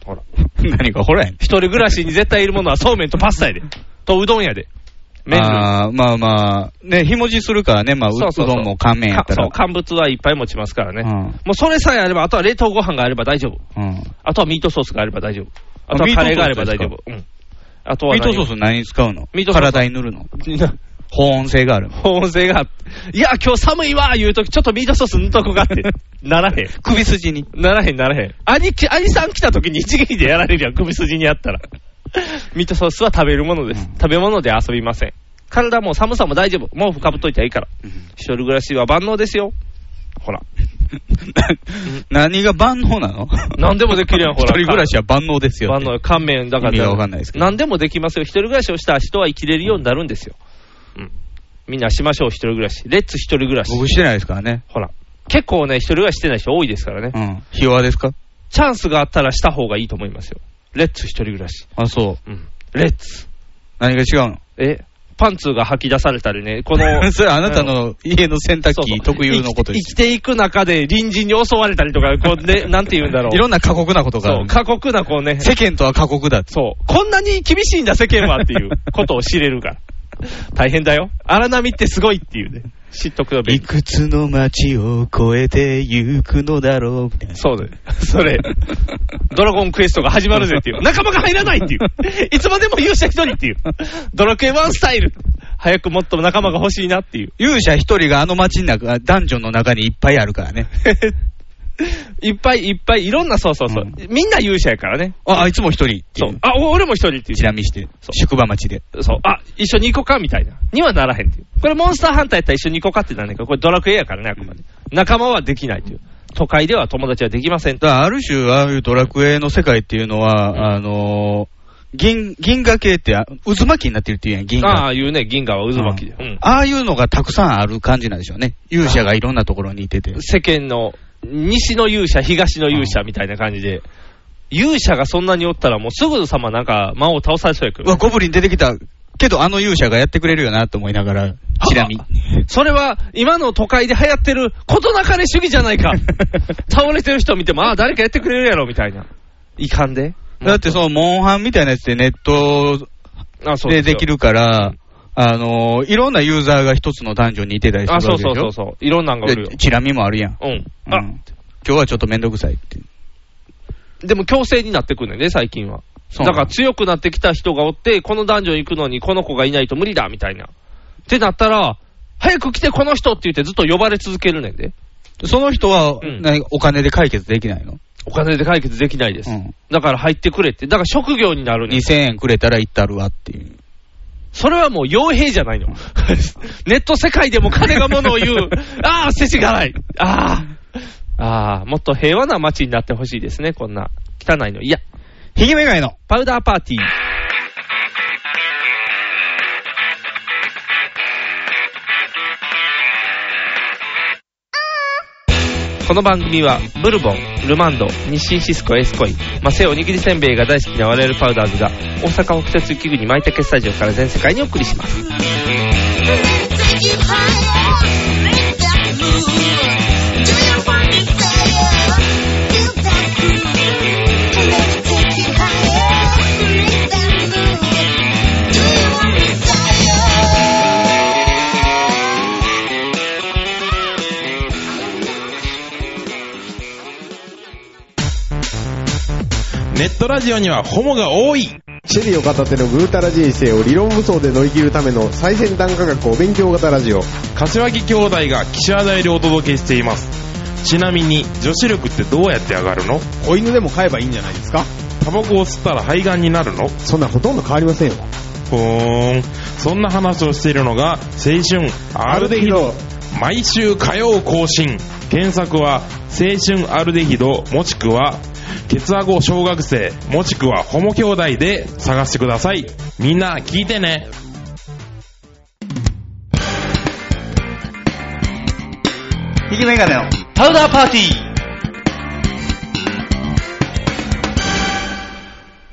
Speaker 3: ほら。
Speaker 2: 何かほらやん。
Speaker 3: 一人暮らしに絶対いるものはそうめんとパスタやで。とうどんやで。麺類。
Speaker 2: あーまあまあ、ね、日持ちするからね、まあ、う
Speaker 3: そうそうそう
Speaker 2: うどんも乾麺やった
Speaker 3: かそ
Speaker 2: ら
Speaker 3: う、。乾物はいっぱい持ちますからね。
Speaker 2: うん
Speaker 3: もうそれさえあれば、あとは冷凍ご飯があれば大丈夫。
Speaker 2: うん
Speaker 3: あとはミートソースがあれば大丈夫。
Speaker 2: あ
Speaker 3: あとはカレーがあれば
Speaker 2: ミー
Speaker 3: 大
Speaker 2: トソー
Speaker 3: 丈夫。うん。あとは
Speaker 2: ミートソー
Speaker 3: ス
Speaker 2: ス何に使うの
Speaker 3: ミートソース
Speaker 2: 体に塗るの保温性があるの
Speaker 3: 保温性があって、いや、今日寒いわー言うとき、ちょっとミートソース塗っとこうかって。 ならへん。
Speaker 2: 首筋に。
Speaker 3: ならへん、ならへん。兄貴、兄さん来たときに一撃でやられるやん、首筋にあったら。 ミートソースは食べるものです。食べ物で遊びません。体も寒さも大丈夫。毛布かぶっといたらいいから。一人暮らしは万能ですよ。ほら。
Speaker 2: 何が万能なの
Speaker 3: 何でもでき るやんほら
Speaker 2: 一人暮らしは万能ですよ。
Speaker 3: 万能、乾麺だから。
Speaker 2: 意味がわかんないですけど
Speaker 3: 何でもできますよ。一人暮らしをした人は生きれるようになるんですよ。うん。みんなしましょう、一人暮らし。レッツ一人暮らし。
Speaker 2: 僕してないですからね。
Speaker 3: ほら。結構ね、一人暮らししてない人多いですからね。
Speaker 2: うん。ひ弱ですか
Speaker 3: チャンスがあったらした方がいいと思いますよ。レッツ一人暮らし。
Speaker 2: あ、そう。
Speaker 3: うん。レッツ。
Speaker 2: 何が違うの
Speaker 3: えパンツが吐き出されたりね、この。
Speaker 2: それあなたの家の洗濯
Speaker 3: そうそう
Speaker 2: 機特有のことで
Speaker 3: 生き
Speaker 2: す。
Speaker 3: て生きていく中で隣人に襲われたりとか、こうね、なんて言うんだろう。
Speaker 2: いろんな過酷なことがあ
Speaker 3: そう、
Speaker 2: る。
Speaker 3: 過酷なこうね、
Speaker 2: 世間とは過酷だって。
Speaker 3: そう。こんなに厳しいんだ、世間はっていうことを知れる から。大変だよ。荒波ってすごいっていうね。知っとくのべ
Speaker 2: い
Speaker 3: き。
Speaker 2: くつの街を越えて行くのだろう、みたいな。
Speaker 3: そうだよ。それ、ドラゴンクエストが始まるぜっていう。仲間が入らないっていう。いつまでも勇者一人っていう。ドラクエ1スタイル。早くもっと仲間が欲しいなっていう。
Speaker 2: 勇者一人があの街の中、あダンジョンの中にいっぱいあるからね。
Speaker 3: いっぱいいっぱい、いろんな、そうそうそう。
Speaker 2: う
Speaker 3: みんな勇者やからね。
Speaker 2: あ、あいつも一人って
Speaker 3: そ
Speaker 2: いうう。。
Speaker 3: あ、お俺も一人っていう
Speaker 2: チ。ラ見して、
Speaker 3: そう
Speaker 2: 宿場町で。
Speaker 3: そう、あ、一緒に行こうかみたいな。にはならへんっていう。これモンスターハンターやったら一緒に行こうかってなんねんけど、これドラクエやからね、あくまで。仲間はできないという。都会では友達はできませんと。
Speaker 2: だからある種、ああいうドラクエの世界っていうのは、
Speaker 3: ん
Speaker 2: あのー銀、銀河系ってあ渦巻きになってるっていうやん、銀河。
Speaker 3: ああいうね、銀河は渦巻きで。うん。
Speaker 2: ああいうのがたくさんある感じなんでしょうね。勇者がいろんなところにいてて。
Speaker 3: 世間の西の勇者、東の勇者みたいな感じで。勇者がそんなにおったら、もうすぐさまなんか魔王を倒されそうやけ
Speaker 2: うわ、
Speaker 3: ど。
Speaker 2: ゴブリン出てきた。けど、あの勇者がやってくれるよなと思いながら、チラ見。
Speaker 3: それは今の都会で流行ってることなかれ主義じゃないか。倒れてる人見ても、ああ、誰かやってくれるやろみたいな。いかんで。
Speaker 2: だって、その、モンハンみたいなやつでネット
Speaker 3: あそう
Speaker 2: で
Speaker 3: です
Speaker 2: で
Speaker 3: よ
Speaker 2: きるから、あのーいろんなユーザーが一つのダンジョンにいてたりする
Speaker 3: あ、
Speaker 2: わけで
Speaker 3: そう
Speaker 2: しょ
Speaker 3: そうそうそう。いろんなんがおるよ
Speaker 2: で。チラ見もあるやん。
Speaker 3: う
Speaker 2: う
Speaker 3: ん。
Speaker 2: ん
Speaker 3: あ、
Speaker 2: 今日はちょっとめんどくさいって。
Speaker 3: でも強制になってくるねんね、最近は。
Speaker 2: そう
Speaker 3: だから強くなってきた人がおって、このダンジョン行くのにこの子がいないと無理だみたいな。ってなったら、早く来てこの人って言ってずっと呼ばれ続けるねんで。
Speaker 2: その人は、
Speaker 3: うん
Speaker 2: 何お金で解決できないの、
Speaker 3: お金で解決できないです。
Speaker 2: うん
Speaker 3: だから入ってくれって。だから職業になるねん
Speaker 2: ?2000 円くれたら行ったるわっていう。
Speaker 3: それはもう傭兵じゃないの。 ネット世界でも金が物を 言う。ああ、世知がない。ああ。ああ、もっと平和な街になってほしいですね、こんな。汚いの。いや、
Speaker 2: ひげめがいの
Speaker 3: パウダーパーティー。この番組は、ブルボン、ルマンド、日清シスコ、エスコイ、マセオおにぎりせんべいが大好きな我々パウダーズが、大阪北鉄器具に舞茸スタジオから全世界にお送りします。
Speaker 4: Take you higher, make that move. Do your one desire, feel that groove. Let it take you higher, make that move. Do your one desire.
Speaker 5: ネットラジオにはホモが多い
Speaker 6: シェリーを片手のぐうたら人生を理論武装で乗り切るための最先端科学お勉強型ラジオ。
Speaker 5: 柏木兄弟が岸和田よりお届けしていますちなみに女子力ってどうやって上がるの
Speaker 6: 子犬でも飼えばいいんじゃないですか
Speaker 5: タバコを吸ったら肺がんになるの
Speaker 6: そんなほとんど変わりませんよ。
Speaker 5: ふーんそんな話をしているのが青春アルデヒド毎週火曜更新検索は青春アルデヒドもしくはケツアゴ小学生もしくはホモ兄弟で探してくださいみんな聞いてね
Speaker 2: ひげめがいの
Speaker 3: パウダーパーティー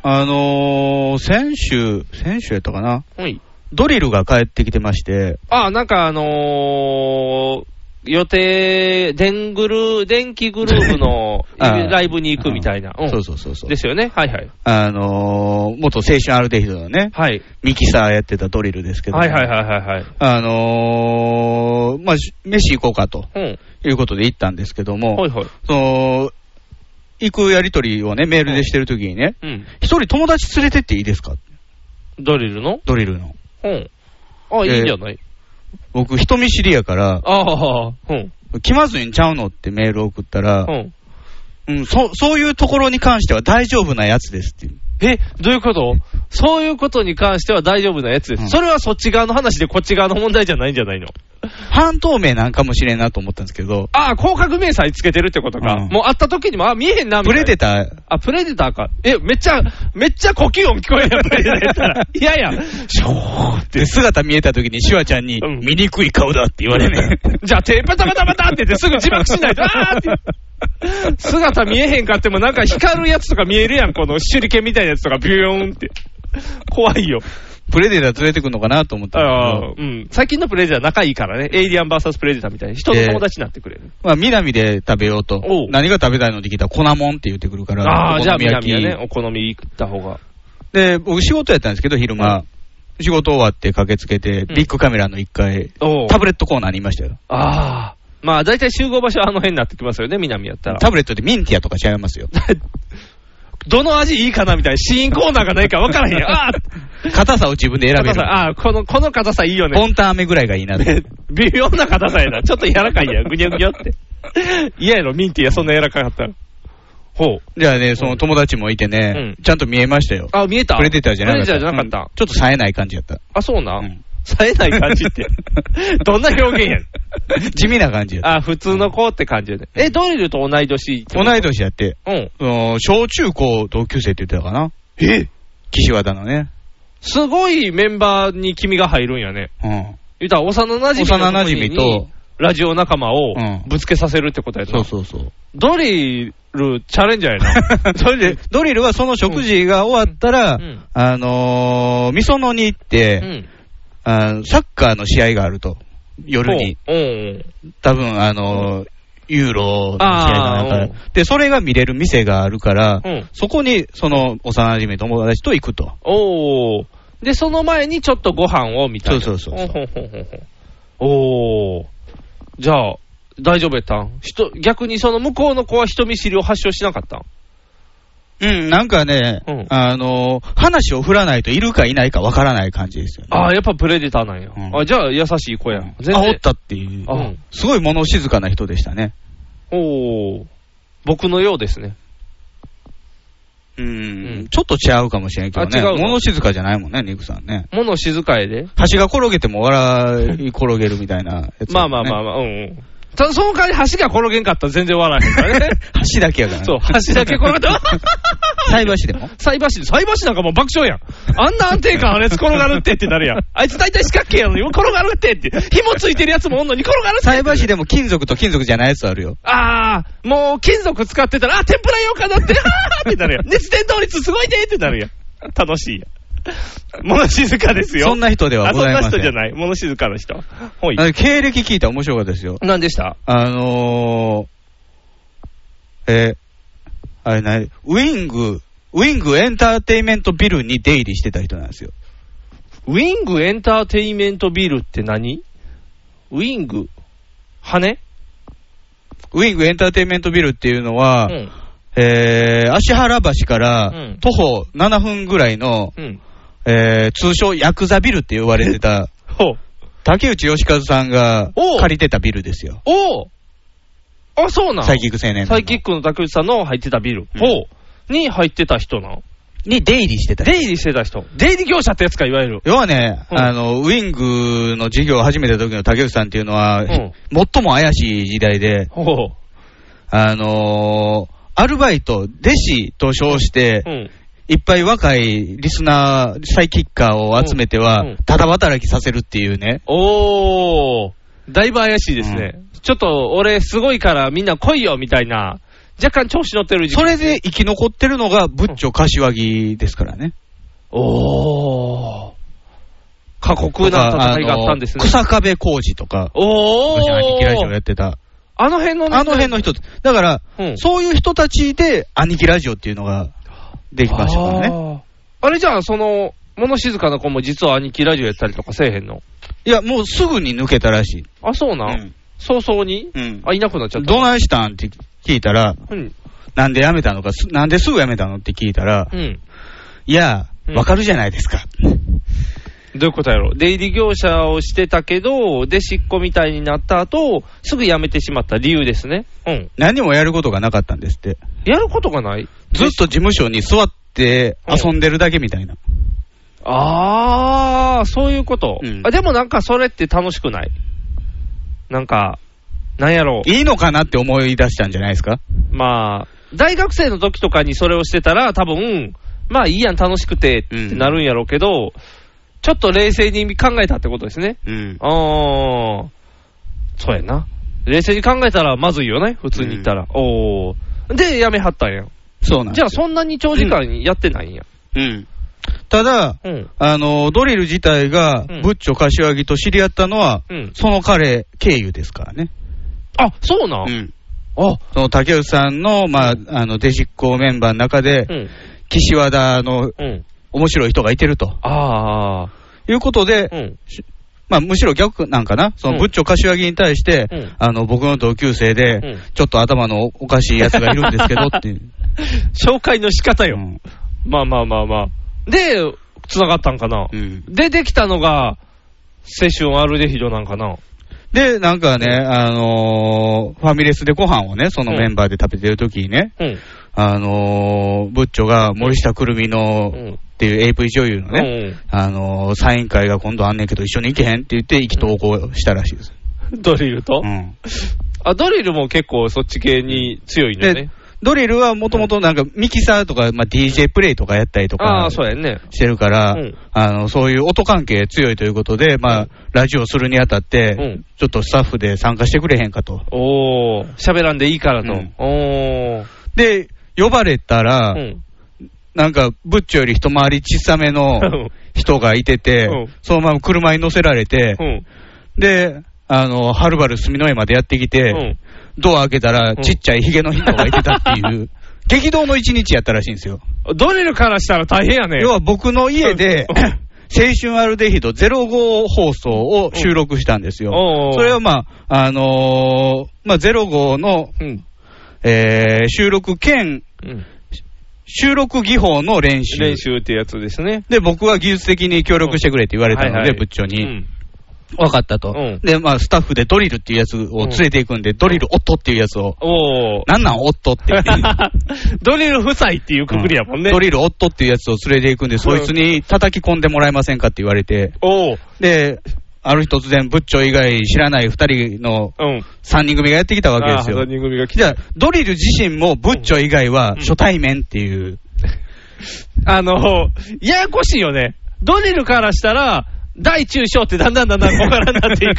Speaker 2: あのー、先週、先週やったかな
Speaker 3: はい。
Speaker 2: ドリルが帰ってきてまして、
Speaker 3: あ、なんかあのー、予定、デングル、電気グループの
Speaker 2: あー
Speaker 3: ライブに行くみたいな。
Speaker 2: そうそ
Speaker 3: そ
Speaker 2: うそうそう
Speaker 3: で。すよね。はいはい。
Speaker 2: あのー、元青春アルデヒドのね、
Speaker 3: はい。
Speaker 2: ミキサーやってたドリルですけど、
Speaker 3: はいはいはいはいはい。
Speaker 2: あのー、まあ、し飯行こうかと
Speaker 3: うん。
Speaker 2: いうことで行ったんですけども、
Speaker 3: はいはい。
Speaker 2: その、行くやりとりをね、メールでしてるときにね、
Speaker 3: うん。
Speaker 2: 一人友達連れてっていいですか
Speaker 3: ドリルの
Speaker 2: ドリルの。
Speaker 3: うん。あ、
Speaker 2: えー
Speaker 3: いいんじゃない
Speaker 2: 僕、人見知りやから、
Speaker 3: ああ、うん。
Speaker 2: 気まずいんちゃうのってメール送ったら
Speaker 3: う、ん。
Speaker 2: うん、そそういうところに関しては大丈夫なやつですっていう。
Speaker 3: え、どういうことそういうことに関しては大丈夫なやつです。
Speaker 2: うん
Speaker 3: それはそっち側の話でこっち側の問題じゃないんじゃないの
Speaker 2: 半透明なんかもしれんなと思ったんですけど、
Speaker 3: ああ、広角迷彩つけてるってことか。
Speaker 2: うん
Speaker 3: もう会った時にも、あ、見えへんな、み
Speaker 2: プ
Speaker 3: たいな。
Speaker 2: レデター、
Speaker 3: あ、プレデターか。え、めっちゃ、めっちゃ呼吸音聞こえる、プレデターやったら。 いやいや、ショーって。
Speaker 2: で姿見えたときにシュワちゃんに、
Speaker 3: うん
Speaker 2: 醜い顔だって言われね。
Speaker 3: じゃあ手パタパタパタって言ってすぐ自爆しないと、あーって。姿見えへんかってもなんか光るやつとか見えるやん、この手裏剣みたいなやつとかビューンって。怖いよ。
Speaker 2: プレデター連れてくんのかなと思ったん
Speaker 3: あ
Speaker 2: だ
Speaker 3: ーうん。最近のプレデター仲いいからね。エイリアン VS プレデターみたいに人の友達になってくれる。
Speaker 2: けど、まあ、南で食べようと
Speaker 3: おう、
Speaker 2: 何が食べたいのって聞いたら粉もんって言ってくるから、
Speaker 3: ああー、じゃあ
Speaker 2: お好み焼
Speaker 3: 南
Speaker 2: き
Speaker 3: やね。お好み行った方が。
Speaker 2: で、僕仕事やったんですけど、昼間。
Speaker 3: う
Speaker 2: 仕事終わって駆けつけて、
Speaker 3: ん
Speaker 2: ビッグカメラの1階、
Speaker 3: お
Speaker 2: タブレットコーナーにいましたよ。
Speaker 3: ああ。まあ大体集合場所はあの辺になってきますよね、南やったら。
Speaker 2: タブレットってミンティアとか違い ますよ。
Speaker 3: どの味いいかなみたいな、試飲コーナーがないか分からへんよ。あ
Speaker 2: 硬さを自分で
Speaker 3: あ
Speaker 2: 選べ
Speaker 3: 硬さ、
Speaker 2: る。
Speaker 3: ああ、この、この硬さいいよ
Speaker 2: ボ
Speaker 3: ね。
Speaker 2: ンターメぐらいがいいなって。
Speaker 3: 微妙な硬さやな。ちょっと柔らかいやん。ぐにゃぐにゃって。嫌やろ、ミンティア、そんな柔らかかったら。ほう。
Speaker 2: じゃあね、その友達もいてね
Speaker 3: う、ん
Speaker 2: ちゃんと見えましたよ。
Speaker 3: あ、見えた
Speaker 2: プレデターじゃなかった。
Speaker 3: プレデターじゃなかった。
Speaker 2: うんちょっと冴えない感じやった。
Speaker 3: あ、そうな。
Speaker 2: うん
Speaker 3: 冴えない感 じって。どんな表現やん。
Speaker 2: 地味な感じやった。
Speaker 3: あ、普通の子って感じやね。え、ドリルと同い年
Speaker 2: 同い年やって、
Speaker 3: うん。
Speaker 2: その小中高同級生って言ってたかな。
Speaker 3: え
Speaker 2: 岸和田のね。
Speaker 3: すごいメンバーに君が入るんやね。
Speaker 2: うん。
Speaker 3: 言うたら幼馴染みの
Speaker 2: 幼馴染
Speaker 3: とこに
Speaker 2: と、
Speaker 3: ラジオ仲間を
Speaker 2: うん
Speaker 3: ぶつけさせるってことやな。
Speaker 2: そうそうそう。
Speaker 3: ドリルチャレンジャー やな。
Speaker 2: それで、ドリルはその食事が終わったら、
Speaker 3: うんうん
Speaker 2: あのー、みそのに行って、
Speaker 3: うん。
Speaker 2: あのサッカーの試合があると。夜に。
Speaker 3: ほう。うん。
Speaker 2: 多分、あのー、ユーロの試合かなんか
Speaker 3: あー
Speaker 2: で。で、それが見れる店があるから、
Speaker 3: うん
Speaker 2: そこに、その、幼馴染み友達と行くと。
Speaker 3: おー。で、その前にちょっとご飯をみたいな。
Speaker 2: そうそうそうそう
Speaker 3: ほんほんほんほんほんおー。じゃあ、大丈夫やったん人逆にその向こうの子は人見知りを発症しなかったん
Speaker 2: うん、なんかね、
Speaker 3: うん
Speaker 2: あの、話を振らないといるかいないかわからない感じですよね。
Speaker 3: ああ、やっぱプレデターなんや。
Speaker 2: うん
Speaker 3: あじゃあ、優しい子やん。全然
Speaker 2: 煽ったっていう
Speaker 3: あうん。
Speaker 2: すごい物静かな人でしたね。
Speaker 3: おー。僕のようですね。
Speaker 2: うん、
Speaker 3: うん
Speaker 2: ちょっと違うかもしれんけどね。
Speaker 3: あ違うの
Speaker 2: 物静かじゃないもんね、ニクさんね。
Speaker 3: 物静かやで。
Speaker 2: 橋が転げても笑い転げるみたいなやつ、
Speaker 3: まあま あまあ
Speaker 2: あ。
Speaker 3: まあ、うんうん。ただ、その代わり橋が転げんかったら全然笑えへんから ね。
Speaker 2: 橋だけやからね。
Speaker 3: そう、橋だけ転がった。
Speaker 2: 菜箸でも
Speaker 3: 菜箸、菜箸なんかもう爆笑やん。あんな安定感あるやつ転がるってってなるやん。 あいつ大体四角形やのに転がるってって。紐ついてるやつもおんのに転がるって。
Speaker 2: 菜箸でも金属と金属じゃないやつあるよ。
Speaker 3: あー、もう金属使ってたら、あ、天ぷら用かなって、 あーってなるやん。熱伝導率すごいねってなるやん。楽しいやん。物静かですよ。
Speaker 2: そんな人では
Speaker 3: あ、
Speaker 2: ご
Speaker 3: そ
Speaker 2: ざ
Speaker 3: ん
Speaker 2: いま
Speaker 3: な
Speaker 2: せん。
Speaker 3: 人じゃない。物静かな人。ほい。
Speaker 2: あ経歴聞いたら面白かったですよ。
Speaker 3: 何でした
Speaker 2: あのー、えーあれ何ウィング、ウィングエンターテイメントビルに出入りしてた人なんですよ。
Speaker 3: ウィングエンターテイメントビルって何ウィング羽
Speaker 2: ウィングエンターテイメントビルっていうのは、
Speaker 3: うん。
Speaker 2: えー、芦原橋か
Speaker 3: う
Speaker 2: ら
Speaker 3: ん
Speaker 2: 徒歩7分ぐらいの、
Speaker 3: うん。
Speaker 2: えー通称ヤクザビルって言われてた、
Speaker 3: ほう。
Speaker 2: 竹内義和さんが
Speaker 3: おう
Speaker 2: 借りてたビルですよ。
Speaker 3: おおあ、そうなん
Speaker 2: サイキック青年団の
Speaker 3: サイキックの竹内さんの入ってたビル。
Speaker 2: うん
Speaker 3: ほう。に入ってた人なの。
Speaker 2: に出入りしてた人
Speaker 3: 出入りしてた人。出入り業者ってやつか、いわゆる。
Speaker 2: 要はね、
Speaker 3: うん
Speaker 2: あの、ウィングの事業を始めた時の竹内さんっていうのは、
Speaker 3: ん
Speaker 2: 最も怪しい時代で、
Speaker 3: ほう。
Speaker 2: あのーアルバイト、弟子と称して、
Speaker 3: うん。
Speaker 2: いっぱい若いリスナー、サイキッカーを集めては、
Speaker 3: うんうん
Speaker 2: ただ働きさせるっていうね。
Speaker 3: おー。だいぶ怪しいですね。
Speaker 2: う
Speaker 3: ちょっと、俺、すごいからみんな来いよ、みたいな。若干調子乗ってる時期。
Speaker 2: それで生き残ってるのが、ブッチョ柏木ですからね。
Speaker 3: おー。過酷な戦いがあったんですね。
Speaker 2: とかあの草壁工事とか、
Speaker 3: おー。
Speaker 2: 昔兄貴ラジオやってた。
Speaker 3: あの辺のね
Speaker 2: あの辺の人、だから、
Speaker 3: うん
Speaker 2: そういう人たちで、兄貴ラジオっていうのができましたからね。
Speaker 3: ね。あれじゃあ、その、物静かな子も実は兄貴ラジオやったりとかせえへんの
Speaker 2: いや、もうすぐに抜けたらしい。
Speaker 3: あ、そうなん、
Speaker 2: うん
Speaker 3: 早々に、
Speaker 2: うん
Speaker 3: あ、いなくなっちゃった。
Speaker 2: どないしたんって聞いたら、
Speaker 3: うん。
Speaker 2: なんで辞めたのか、すなんですぐ辞めたのって聞いたら、
Speaker 3: うん。
Speaker 2: いや
Speaker 3: う、ん
Speaker 2: わかるじゃないですか。
Speaker 3: どういうことやろ出入り業者をしてたけど、弟子っ子みたいになった後、すぐ辞めてしまった理由ですね。うん。
Speaker 2: 何もやることがなかったんですって。
Speaker 3: やることがない
Speaker 2: ずっと事務所に座って遊んでるだけみたいな。
Speaker 3: あー、そういうこと、
Speaker 2: うん
Speaker 3: あ。でもなんかそれって楽しくないなんか、なんやろう。
Speaker 2: いいのかなって思い出したんじゃないですか
Speaker 3: まあ、大学生の時とかにそれをしてたら、多分まあいいやん、楽しくてってなるんやろうけど、ちょっと冷静に考えたってことですね。
Speaker 2: うん。
Speaker 3: あー、そうやな。冷静に考えたらまずいよね、普通に言ったら。おー。で、やめはったんやん。
Speaker 2: そうなん
Speaker 3: じゃあ
Speaker 2: ですよ
Speaker 3: そんなに長時間やってないんや。
Speaker 2: うん。ただ、
Speaker 3: うん。
Speaker 2: あの、ドリル自体が、
Speaker 3: うん
Speaker 2: ブッチョ柏木と知り合ったのは、
Speaker 3: うん
Speaker 2: その彼経由ですからね。
Speaker 3: あ、そうなん、
Speaker 2: うん
Speaker 3: あ、
Speaker 2: その竹内さんの、まあ、あの、弟子っ子メンバーの中で、
Speaker 3: うん。
Speaker 2: 岸和田の
Speaker 3: うん。
Speaker 2: 面白い人がいてると
Speaker 3: あ
Speaker 2: いうことで、
Speaker 3: ー。うん。
Speaker 2: まあ、むしろ逆なんかな、その
Speaker 3: うん
Speaker 2: ブッチョ柏木に対して、
Speaker 3: うん
Speaker 2: あの僕の同級生で、
Speaker 3: うん
Speaker 2: ちょっと頭のおかしいやつがいるんですけどって いう、
Speaker 3: 紹介の仕方よ。
Speaker 2: うん
Speaker 3: まあまあまあまあ。で、繋がったんかな。
Speaker 2: うん
Speaker 3: で、できたのが、青春アルデヒドなんかな。
Speaker 2: で、なんかね、あのーファミレスでご飯をね、その
Speaker 3: うん
Speaker 2: メンバーで食べてる時にね、
Speaker 3: うん。
Speaker 2: あのーブッチョが森下くるみの、
Speaker 3: うん
Speaker 2: っていう AV 女優のね、
Speaker 3: ね、
Speaker 2: あのーサイン会が今度あんねんけど、一緒に行けへんって言って、意気投合したらしいです。
Speaker 3: ドリルと、
Speaker 2: うん
Speaker 3: あ、ドリルも結構そっち系に強いのよ
Speaker 2: で
Speaker 3: ね。、
Speaker 2: ドリルはもともとなんかミキサーとか、まあ、DJ プレイとかやったりと
Speaker 3: あ
Speaker 2: か
Speaker 3: あ、そうやんね。
Speaker 2: してるから、
Speaker 3: うん
Speaker 2: あのそういう音関係強いということで、まあラジオするにあたって、
Speaker 3: うん
Speaker 2: ちょっとスタッフで参加してくれへんかと。
Speaker 3: おー、喋らんでいいからと。
Speaker 2: うん
Speaker 3: おー、
Speaker 2: で、呼ばれたら、
Speaker 3: うん。
Speaker 2: なんか、ブッチョより一回り小さめの
Speaker 3: うん
Speaker 2: 人がいてて、
Speaker 3: うん
Speaker 2: そのまま車に乗せられて、
Speaker 3: うん。
Speaker 2: で、あの、はるばる隅の絵までやってきて、
Speaker 3: うん
Speaker 2: ドア開けたら、
Speaker 3: ん
Speaker 2: ちっちゃいヒゲの人がいてたって いう、激動の一日やったらしいんですよ。
Speaker 3: ドリルからしたら大変やね。
Speaker 2: 要は僕の家で
Speaker 3: うん、
Speaker 2: 青春アルデヒド05放送を収録したんですよ。
Speaker 3: おうおう
Speaker 2: それはまあ、あのーまあ、05の、
Speaker 3: うん。
Speaker 2: えー収録兼
Speaker 3: うん。
Speaker 2: 収録技法の練習。
Speaker 3: 練習ってやつですね。
Speaker 2: で、僕は技術的に協力してくれって言われたので、
Speaker 3: はいはい
Speaker 2: 部長に。
Speaker 3: うん
Speaker 2: 分かったと。
Speaker 3: うん
Speaker 2: で、まあ、スタッフでドリルっていうやつを連れていくんで、ドリルおっとっていうやつを、
Speaker 3: おー。
Speaker 2: なんなんおっとって言って。
Speaker 3: ドリル夫妻って いうくくりやもんね。
Speaker 2: ドリルおっとっていうやつを連れていくんで、そいつに叩き込んでもらえませんかって言われて、
Speaker 3: おー。
Speaker 2: で、ある日突然、ブッチョ以外知らない二人の
Speaker 3: うん。
Speaker 2: 三人組がやってきたわけです
Speaker 3: あ
Speaker 2: よ
Speaker 3: ー。三人組が来
Speaker 2: じ
Speaker 3: た。
Speaker 2: ゃあ、ドリル自身もブッチョ以外は初対面っていう。
Speaker 3: あの、ややこしいよね。ドリルからしたら、大中小ってだんだんだんだん小柄になってい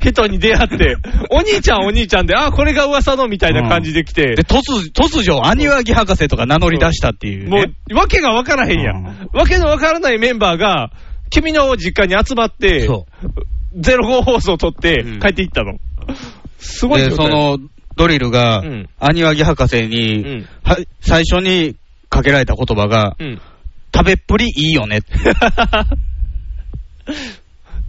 Speaker 3: く人に出会って、お兄ちゃんお兄ちゃんで、あ、これが噂のみたいな感じで来て
Speaker 2: で、、突突如、アニワギ博士とか名乗り出したっていう、
Speaker 3: も
Speaker 2: ね。
Speaker 3: う、わけがわからへんや
Speaker 2: うん
Speaker 3: ん。わけのわからないメンバーが、君の実家に集まって、
Speaker 2: そ
Speaker 3: ゼロ号放送撮って
Speaker 2: うん
Speaker 3: 帰っていったの。すごい
Speaker 2: で、
Speaker 3: 状態
Speaker 2: その、ドリルが
Speaker 3: うん、
Speaker 2: アニワギ博士
Speaker 3: う
Speaker 2: に、
Speaker 3: ん。
Speaker 2: は最初にかけられた言葉が、
Speaker 3: うん。
Speaker 2: 食べっぷりいいよねって。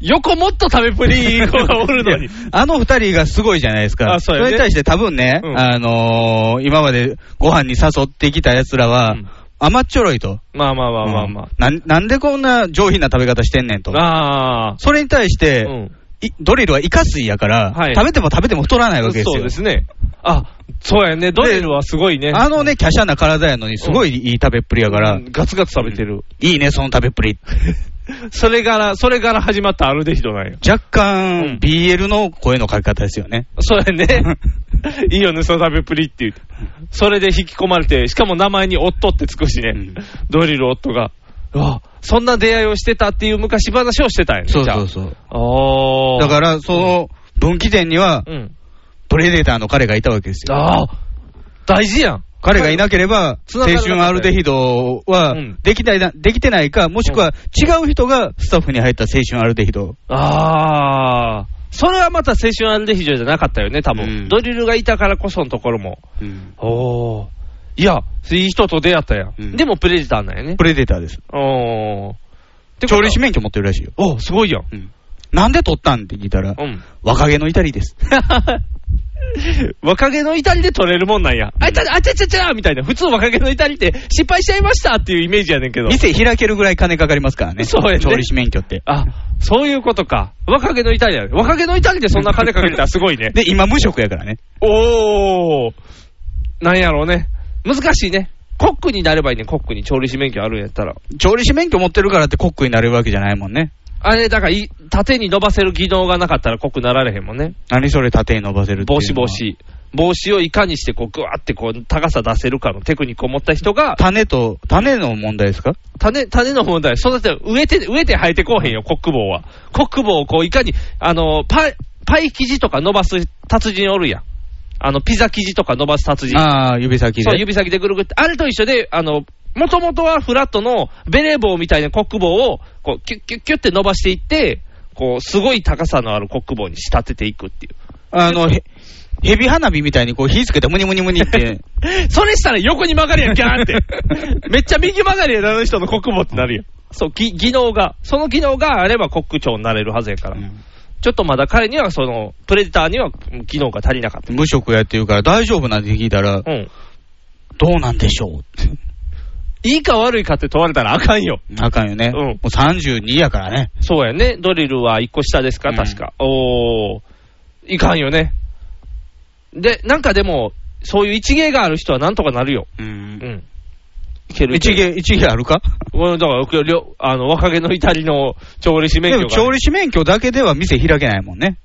Speaker 3: 横もっと食べっぷりいい子がおる のに。
Speaker 2: あの二人がすごいじゃないですか。
Speaker 3: あそうやね
Speaker 2: れに対して多分ね、
Speaker 3: うん
Speaker 2: あのー今までご飯に誘ってきた奴らは、
Speaker 3: うん
Speaker 2: 甘っちょろいと。
Speaker 3: まあまあまあまあま
Speaker 2: うんなん。なんでこんな上品な食べ方してんねんと
Speaker 3: あ。。ああ。
Speaker 2: それに対して、
Speaker 3: うん
Speaker 2: いドリルはイカ水やから、
Speaker 3: はい
Speaker 2: 食べても食べても太らないわけですよ。
Speaker 3: そうですね。あ、そうやね。ドリルはすごいね。
Speaker 2: あのね、華奢な体やのに、すごいいい食べっぷりやから、
Speaker 3: うんガツガツ食べてる。
Speaker 2: いいね、その食べっ ぷり。
Speaker 3: それから、それから始まったアルデヒドなんよ。
Speaker 2: 若
Speaker 3: う
Speaker 2: 干
Speaker 3: ん、
Speaker 2: BL の声の書き方ですよね。
Speaker 3: そうや ね。いいよね、その食べっぷりっていう。それで引き込まれて、しかも名前に夫ってつくしね。
Speaker 2: うん
Speaker 3: ドリル夫が。うわそんな出会いをしてたっていう昔話をしてたんやね。
Speaker 2: そう
Speaker 3: じゃあ
Speaker 2: そうそう。
Speaker 3: あー
Speaker 2: だから、その分岐点には、
Speaker 3: うん。
Speaker 2: プレデターの彼がいたわけですよ。
Speaker 3: ああ、大事やん。
Speaker 2: 彼がいなければ、
Speaker 3: 繋
Speaker 2: 青
Speaker 3: がらなかった
Speaker 2: 春アルデヒドは
Speaker 3: うん
Speaker 2: できないな、できてないか、もしくは違う人がスタッフに入った青春アルデヒド。
Speaker 3: ああ、それはまた青春アンデヒジョじゃなかったよね、多分、
Speaker 2: うん
Speaker 3: ドリルがいたからこそのところも。おー。いや、いい人と出会ったやん。
Speaker 2: うん
Speaker 3: でもプレジターなんやね
Speaker 2: プ。レデターです。
Speaker 3: おー。ってこと
Speaker 2: 調
Speaker 3: は
Speaker 2: 理師免許持ってるらしいよ。
Speaker 3: おすごいやん。
Speaker 2: なんで取ったんって聞いたら、
Speaker 3: うん。
Speaker 2: 若気の至りです。
Speaker 3: 若気の至りで取れるもんなんや。あいた、あちゃちゃちゃみたいな。普通若気の至りって失敗しちゃいましたっていうイメージやねんけど。
Speaker 2: 店開けるぐらい金かかりますからね。
Speaker 3: そうやね
Speaker 2: 調理師免許って。
Speaker 3: あ、そういうことか。若気の至りやね。若気の至りでそんな金かけれたらすご いね。
Speaker 2: で、今無職やからね。
Speaker 3: おー、なんやろうね、難しいね、コックになればいいね、コックに調理師免許あるんやったら、
Speaker 2: 調理師免許持ってるからってコックになれるわけじゃないもんね。
Speaker 3: あれ、だからい、縦に伸ばせる技能がなかったらコックになられへんもんね、
Speaker 2: 何それ縦に伸ばせるっていうのは
Speaker 3: 帽子、帽。子、帽子をいかにして、こう、ぐわってこう高さ出せるかのテクニックを持った人が、
Speaker 2: 種と、種の問題ですか
Speaker 3: 種種の問題、育て、植えて、植えて生えてこうへんよ、コック帽は。コック帽をこう、いかに、あの、パイ、パイ生地とか伸ばす達人おるやん。あの、ピザ生地とか伸ばす達人。
Speaker 2: ああ、指先で。
Speaker 3: そう、指先でぐるぐるって、あれと一緒で、あの、もともとはフラットのベレー帽みたいなコック帽を、こう、キュッキュッキュッって伸ばしていって、こう、すごい高さのあるコック帽に仕立てていくっていう。
Speaker 2: あの、へ、ヘビ花火みたいにこう火つけてムニムニムニって、
Speaker 3: それしたら横に曲がるやん、ギャー ンって。めっちゃ右曲がりやん、あの人のコック帽ってなるよ。そう、技技能が、その技能があればコック長になれるはずやから。ちょっとまだ彼には、その、プレデターには技能が足りなかった。
Speaker 2: 無職やって言うから大丈夫なんて聞いたら、
Speaker 3: うん。
Speaker 2: どうなんでしょうって。
Speaker 3: いいか悪いかって問われたらあかんよ。
Speaker 2: あかんよね。
Speaker 3: うん
Speaker 2: もう32やからね。
Speaker 3: そうやね。ドリルは1個下ですか、
Speaker 2: うん
Speaker 3: 確か。おー。いかんよね。で、なんかでも、そういう一芸がある人はなんとかなるよ。うん。いける。
Speaker 2: 一。芸、一芸あるか
Speaker 3: うん、だから、りょあの、若気の至りの調理師免
Speaker 2: で
Speaker 3: 許
Speaker 2: も
Speaker 3: が。
Speaker 2: 調理師免許だけでは店開けないもんね。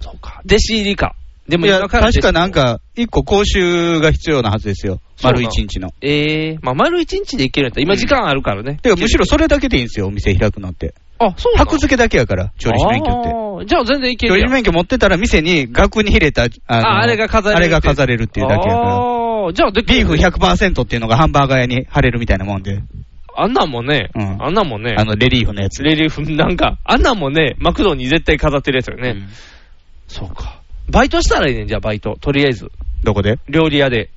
Speaker 3: そうか。弟子入りか。でも
Speaker 2: いや、
Speaker 3: 今ら弟子
Speaker 2: 確かなん。か、一個講習が必要なはずですよ。
Speaker 3: そうな
Speaker 2: 丸
Speaker 3: の
Speaker 2: 一日の。
Speaker 3: ええまあ、丸一日でいけるんやったら、今時間あるからね。
Speaker 2: てか、むしろそれだけでいいんですよ、お店開くのって。
Speaker 3: あ、そうなの
Speaker 2: 箔付けだけやから、調理師免許って。
Speaker 3: あーじゃあ全然いけ
Speaker 2: 調
Speaker 3: る
Speaker 2: 理
Speaker 3: や
Speaker 2: 師
Speaker 3: ん。
Speaker 2: 免許持ってたら、店に額に入れた、あの
Speaker 3: あ、あれが飾れる。
Speaker 2: あれが飾れるっていうだけやから。
Speaker 3: ああ、じゃあでき
Speaker 2: ビー
Speaker 3: る
Speaker 2: フ100%っていうのがハンバーガー屋に貼れるみたいなもんで、
Speaker 3: あんなんもね、
Speaker 2: うん
Speaker 3: あんなんもね。
Speaker 2: あの、レリーフのやつ。
Speaker 3: レリーフ、なんか、あんなんもね、マクドに絶対飾ってるやつよね。
Speaker 2: うん
Speaker 3: そうか。バイトしたらいいねん、じゃあバイト。とりあえず。
Speaker 2: どこで
Speaker 3: 料理屋で。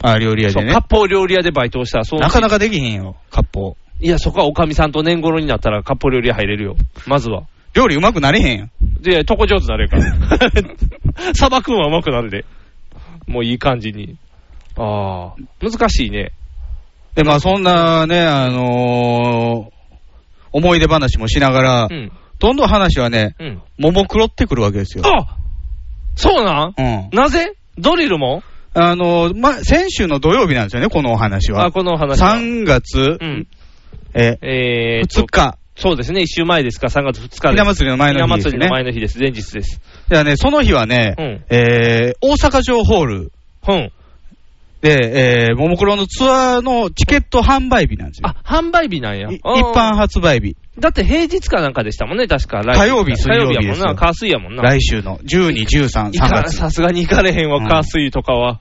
Speaker 2: あ、料理屋
Speaker 3: そう、
Speaker 2: でね。
Speaker 3: 割烹料理屋でバイトをしたら、その
Speaker 2: なかなかできへんよ、割烹。
Speaker 3: いや、そこはおかみさんと年頃になったら、割烹料理屋入れるよ。まずは。
Speaker 2: 料理うまくなれへんよ。
Speaker 3: で、とこ上手なれる から。サバくんはうまくなるで。もういい感じに。ああ、難しいね。
Speaker 2: で、まあそんなね、あのー思い出話もしながら、
Speaker 3: うん。
Speaker 2: どんどん話はね、
Speaker 3: うん。
Speaker 2: ももくろってくるわけですよ。
Speaker 3: あそうなん
Speaker 2: うん。
Speaker 3: なぜドリルも
Speaker 2: あのーまあ、先週の土曜日なんですよね、このお話は
Speaker 3: あ、。このお話は。
Speaker 2: 3月、
Speaker 3: うん。
Speaker 2: え、
Speaker 3: えーと
Speaker 2: 2日、
Speaker 3: そうですね、1週前ですか、3月2日
Speaker 2: ひ
Speaker 3: です。
Speaker 2: な祭りの前の日です
Speaker 3: ひな祭りの
Speaker 2: ね。
Speaker 3: 前の日です、前日です。
Speaker 2: じゃあね、その日はね、
Speaker 3: うん
Speaker 2: えー大阪城ホール
Speaker 3: うん。
Speaker 2: で、えー、ももクロのツアーのチケット販売日なんですよ。
Speaker 3: あ、販売日なんや。
Speaker 2: い一
Speaker 3: あー
Speaker 2: 般発売日、
Speaker 3: だって平日かなんかでしたもんね、確か。来
Speaker 2: 火曜日水曜日
Speaker 3: 火やもんな、
Speaker 2: ですよ
Speaker 3: 火水やもんな。
Speaker 2: 来週の12、13、3
Speaker 3: いか
Speaker 2: 月。
Speaker 3: さすがに行かれへんわ、
Speaker 2: うん
Speaker 3: 火水とかは。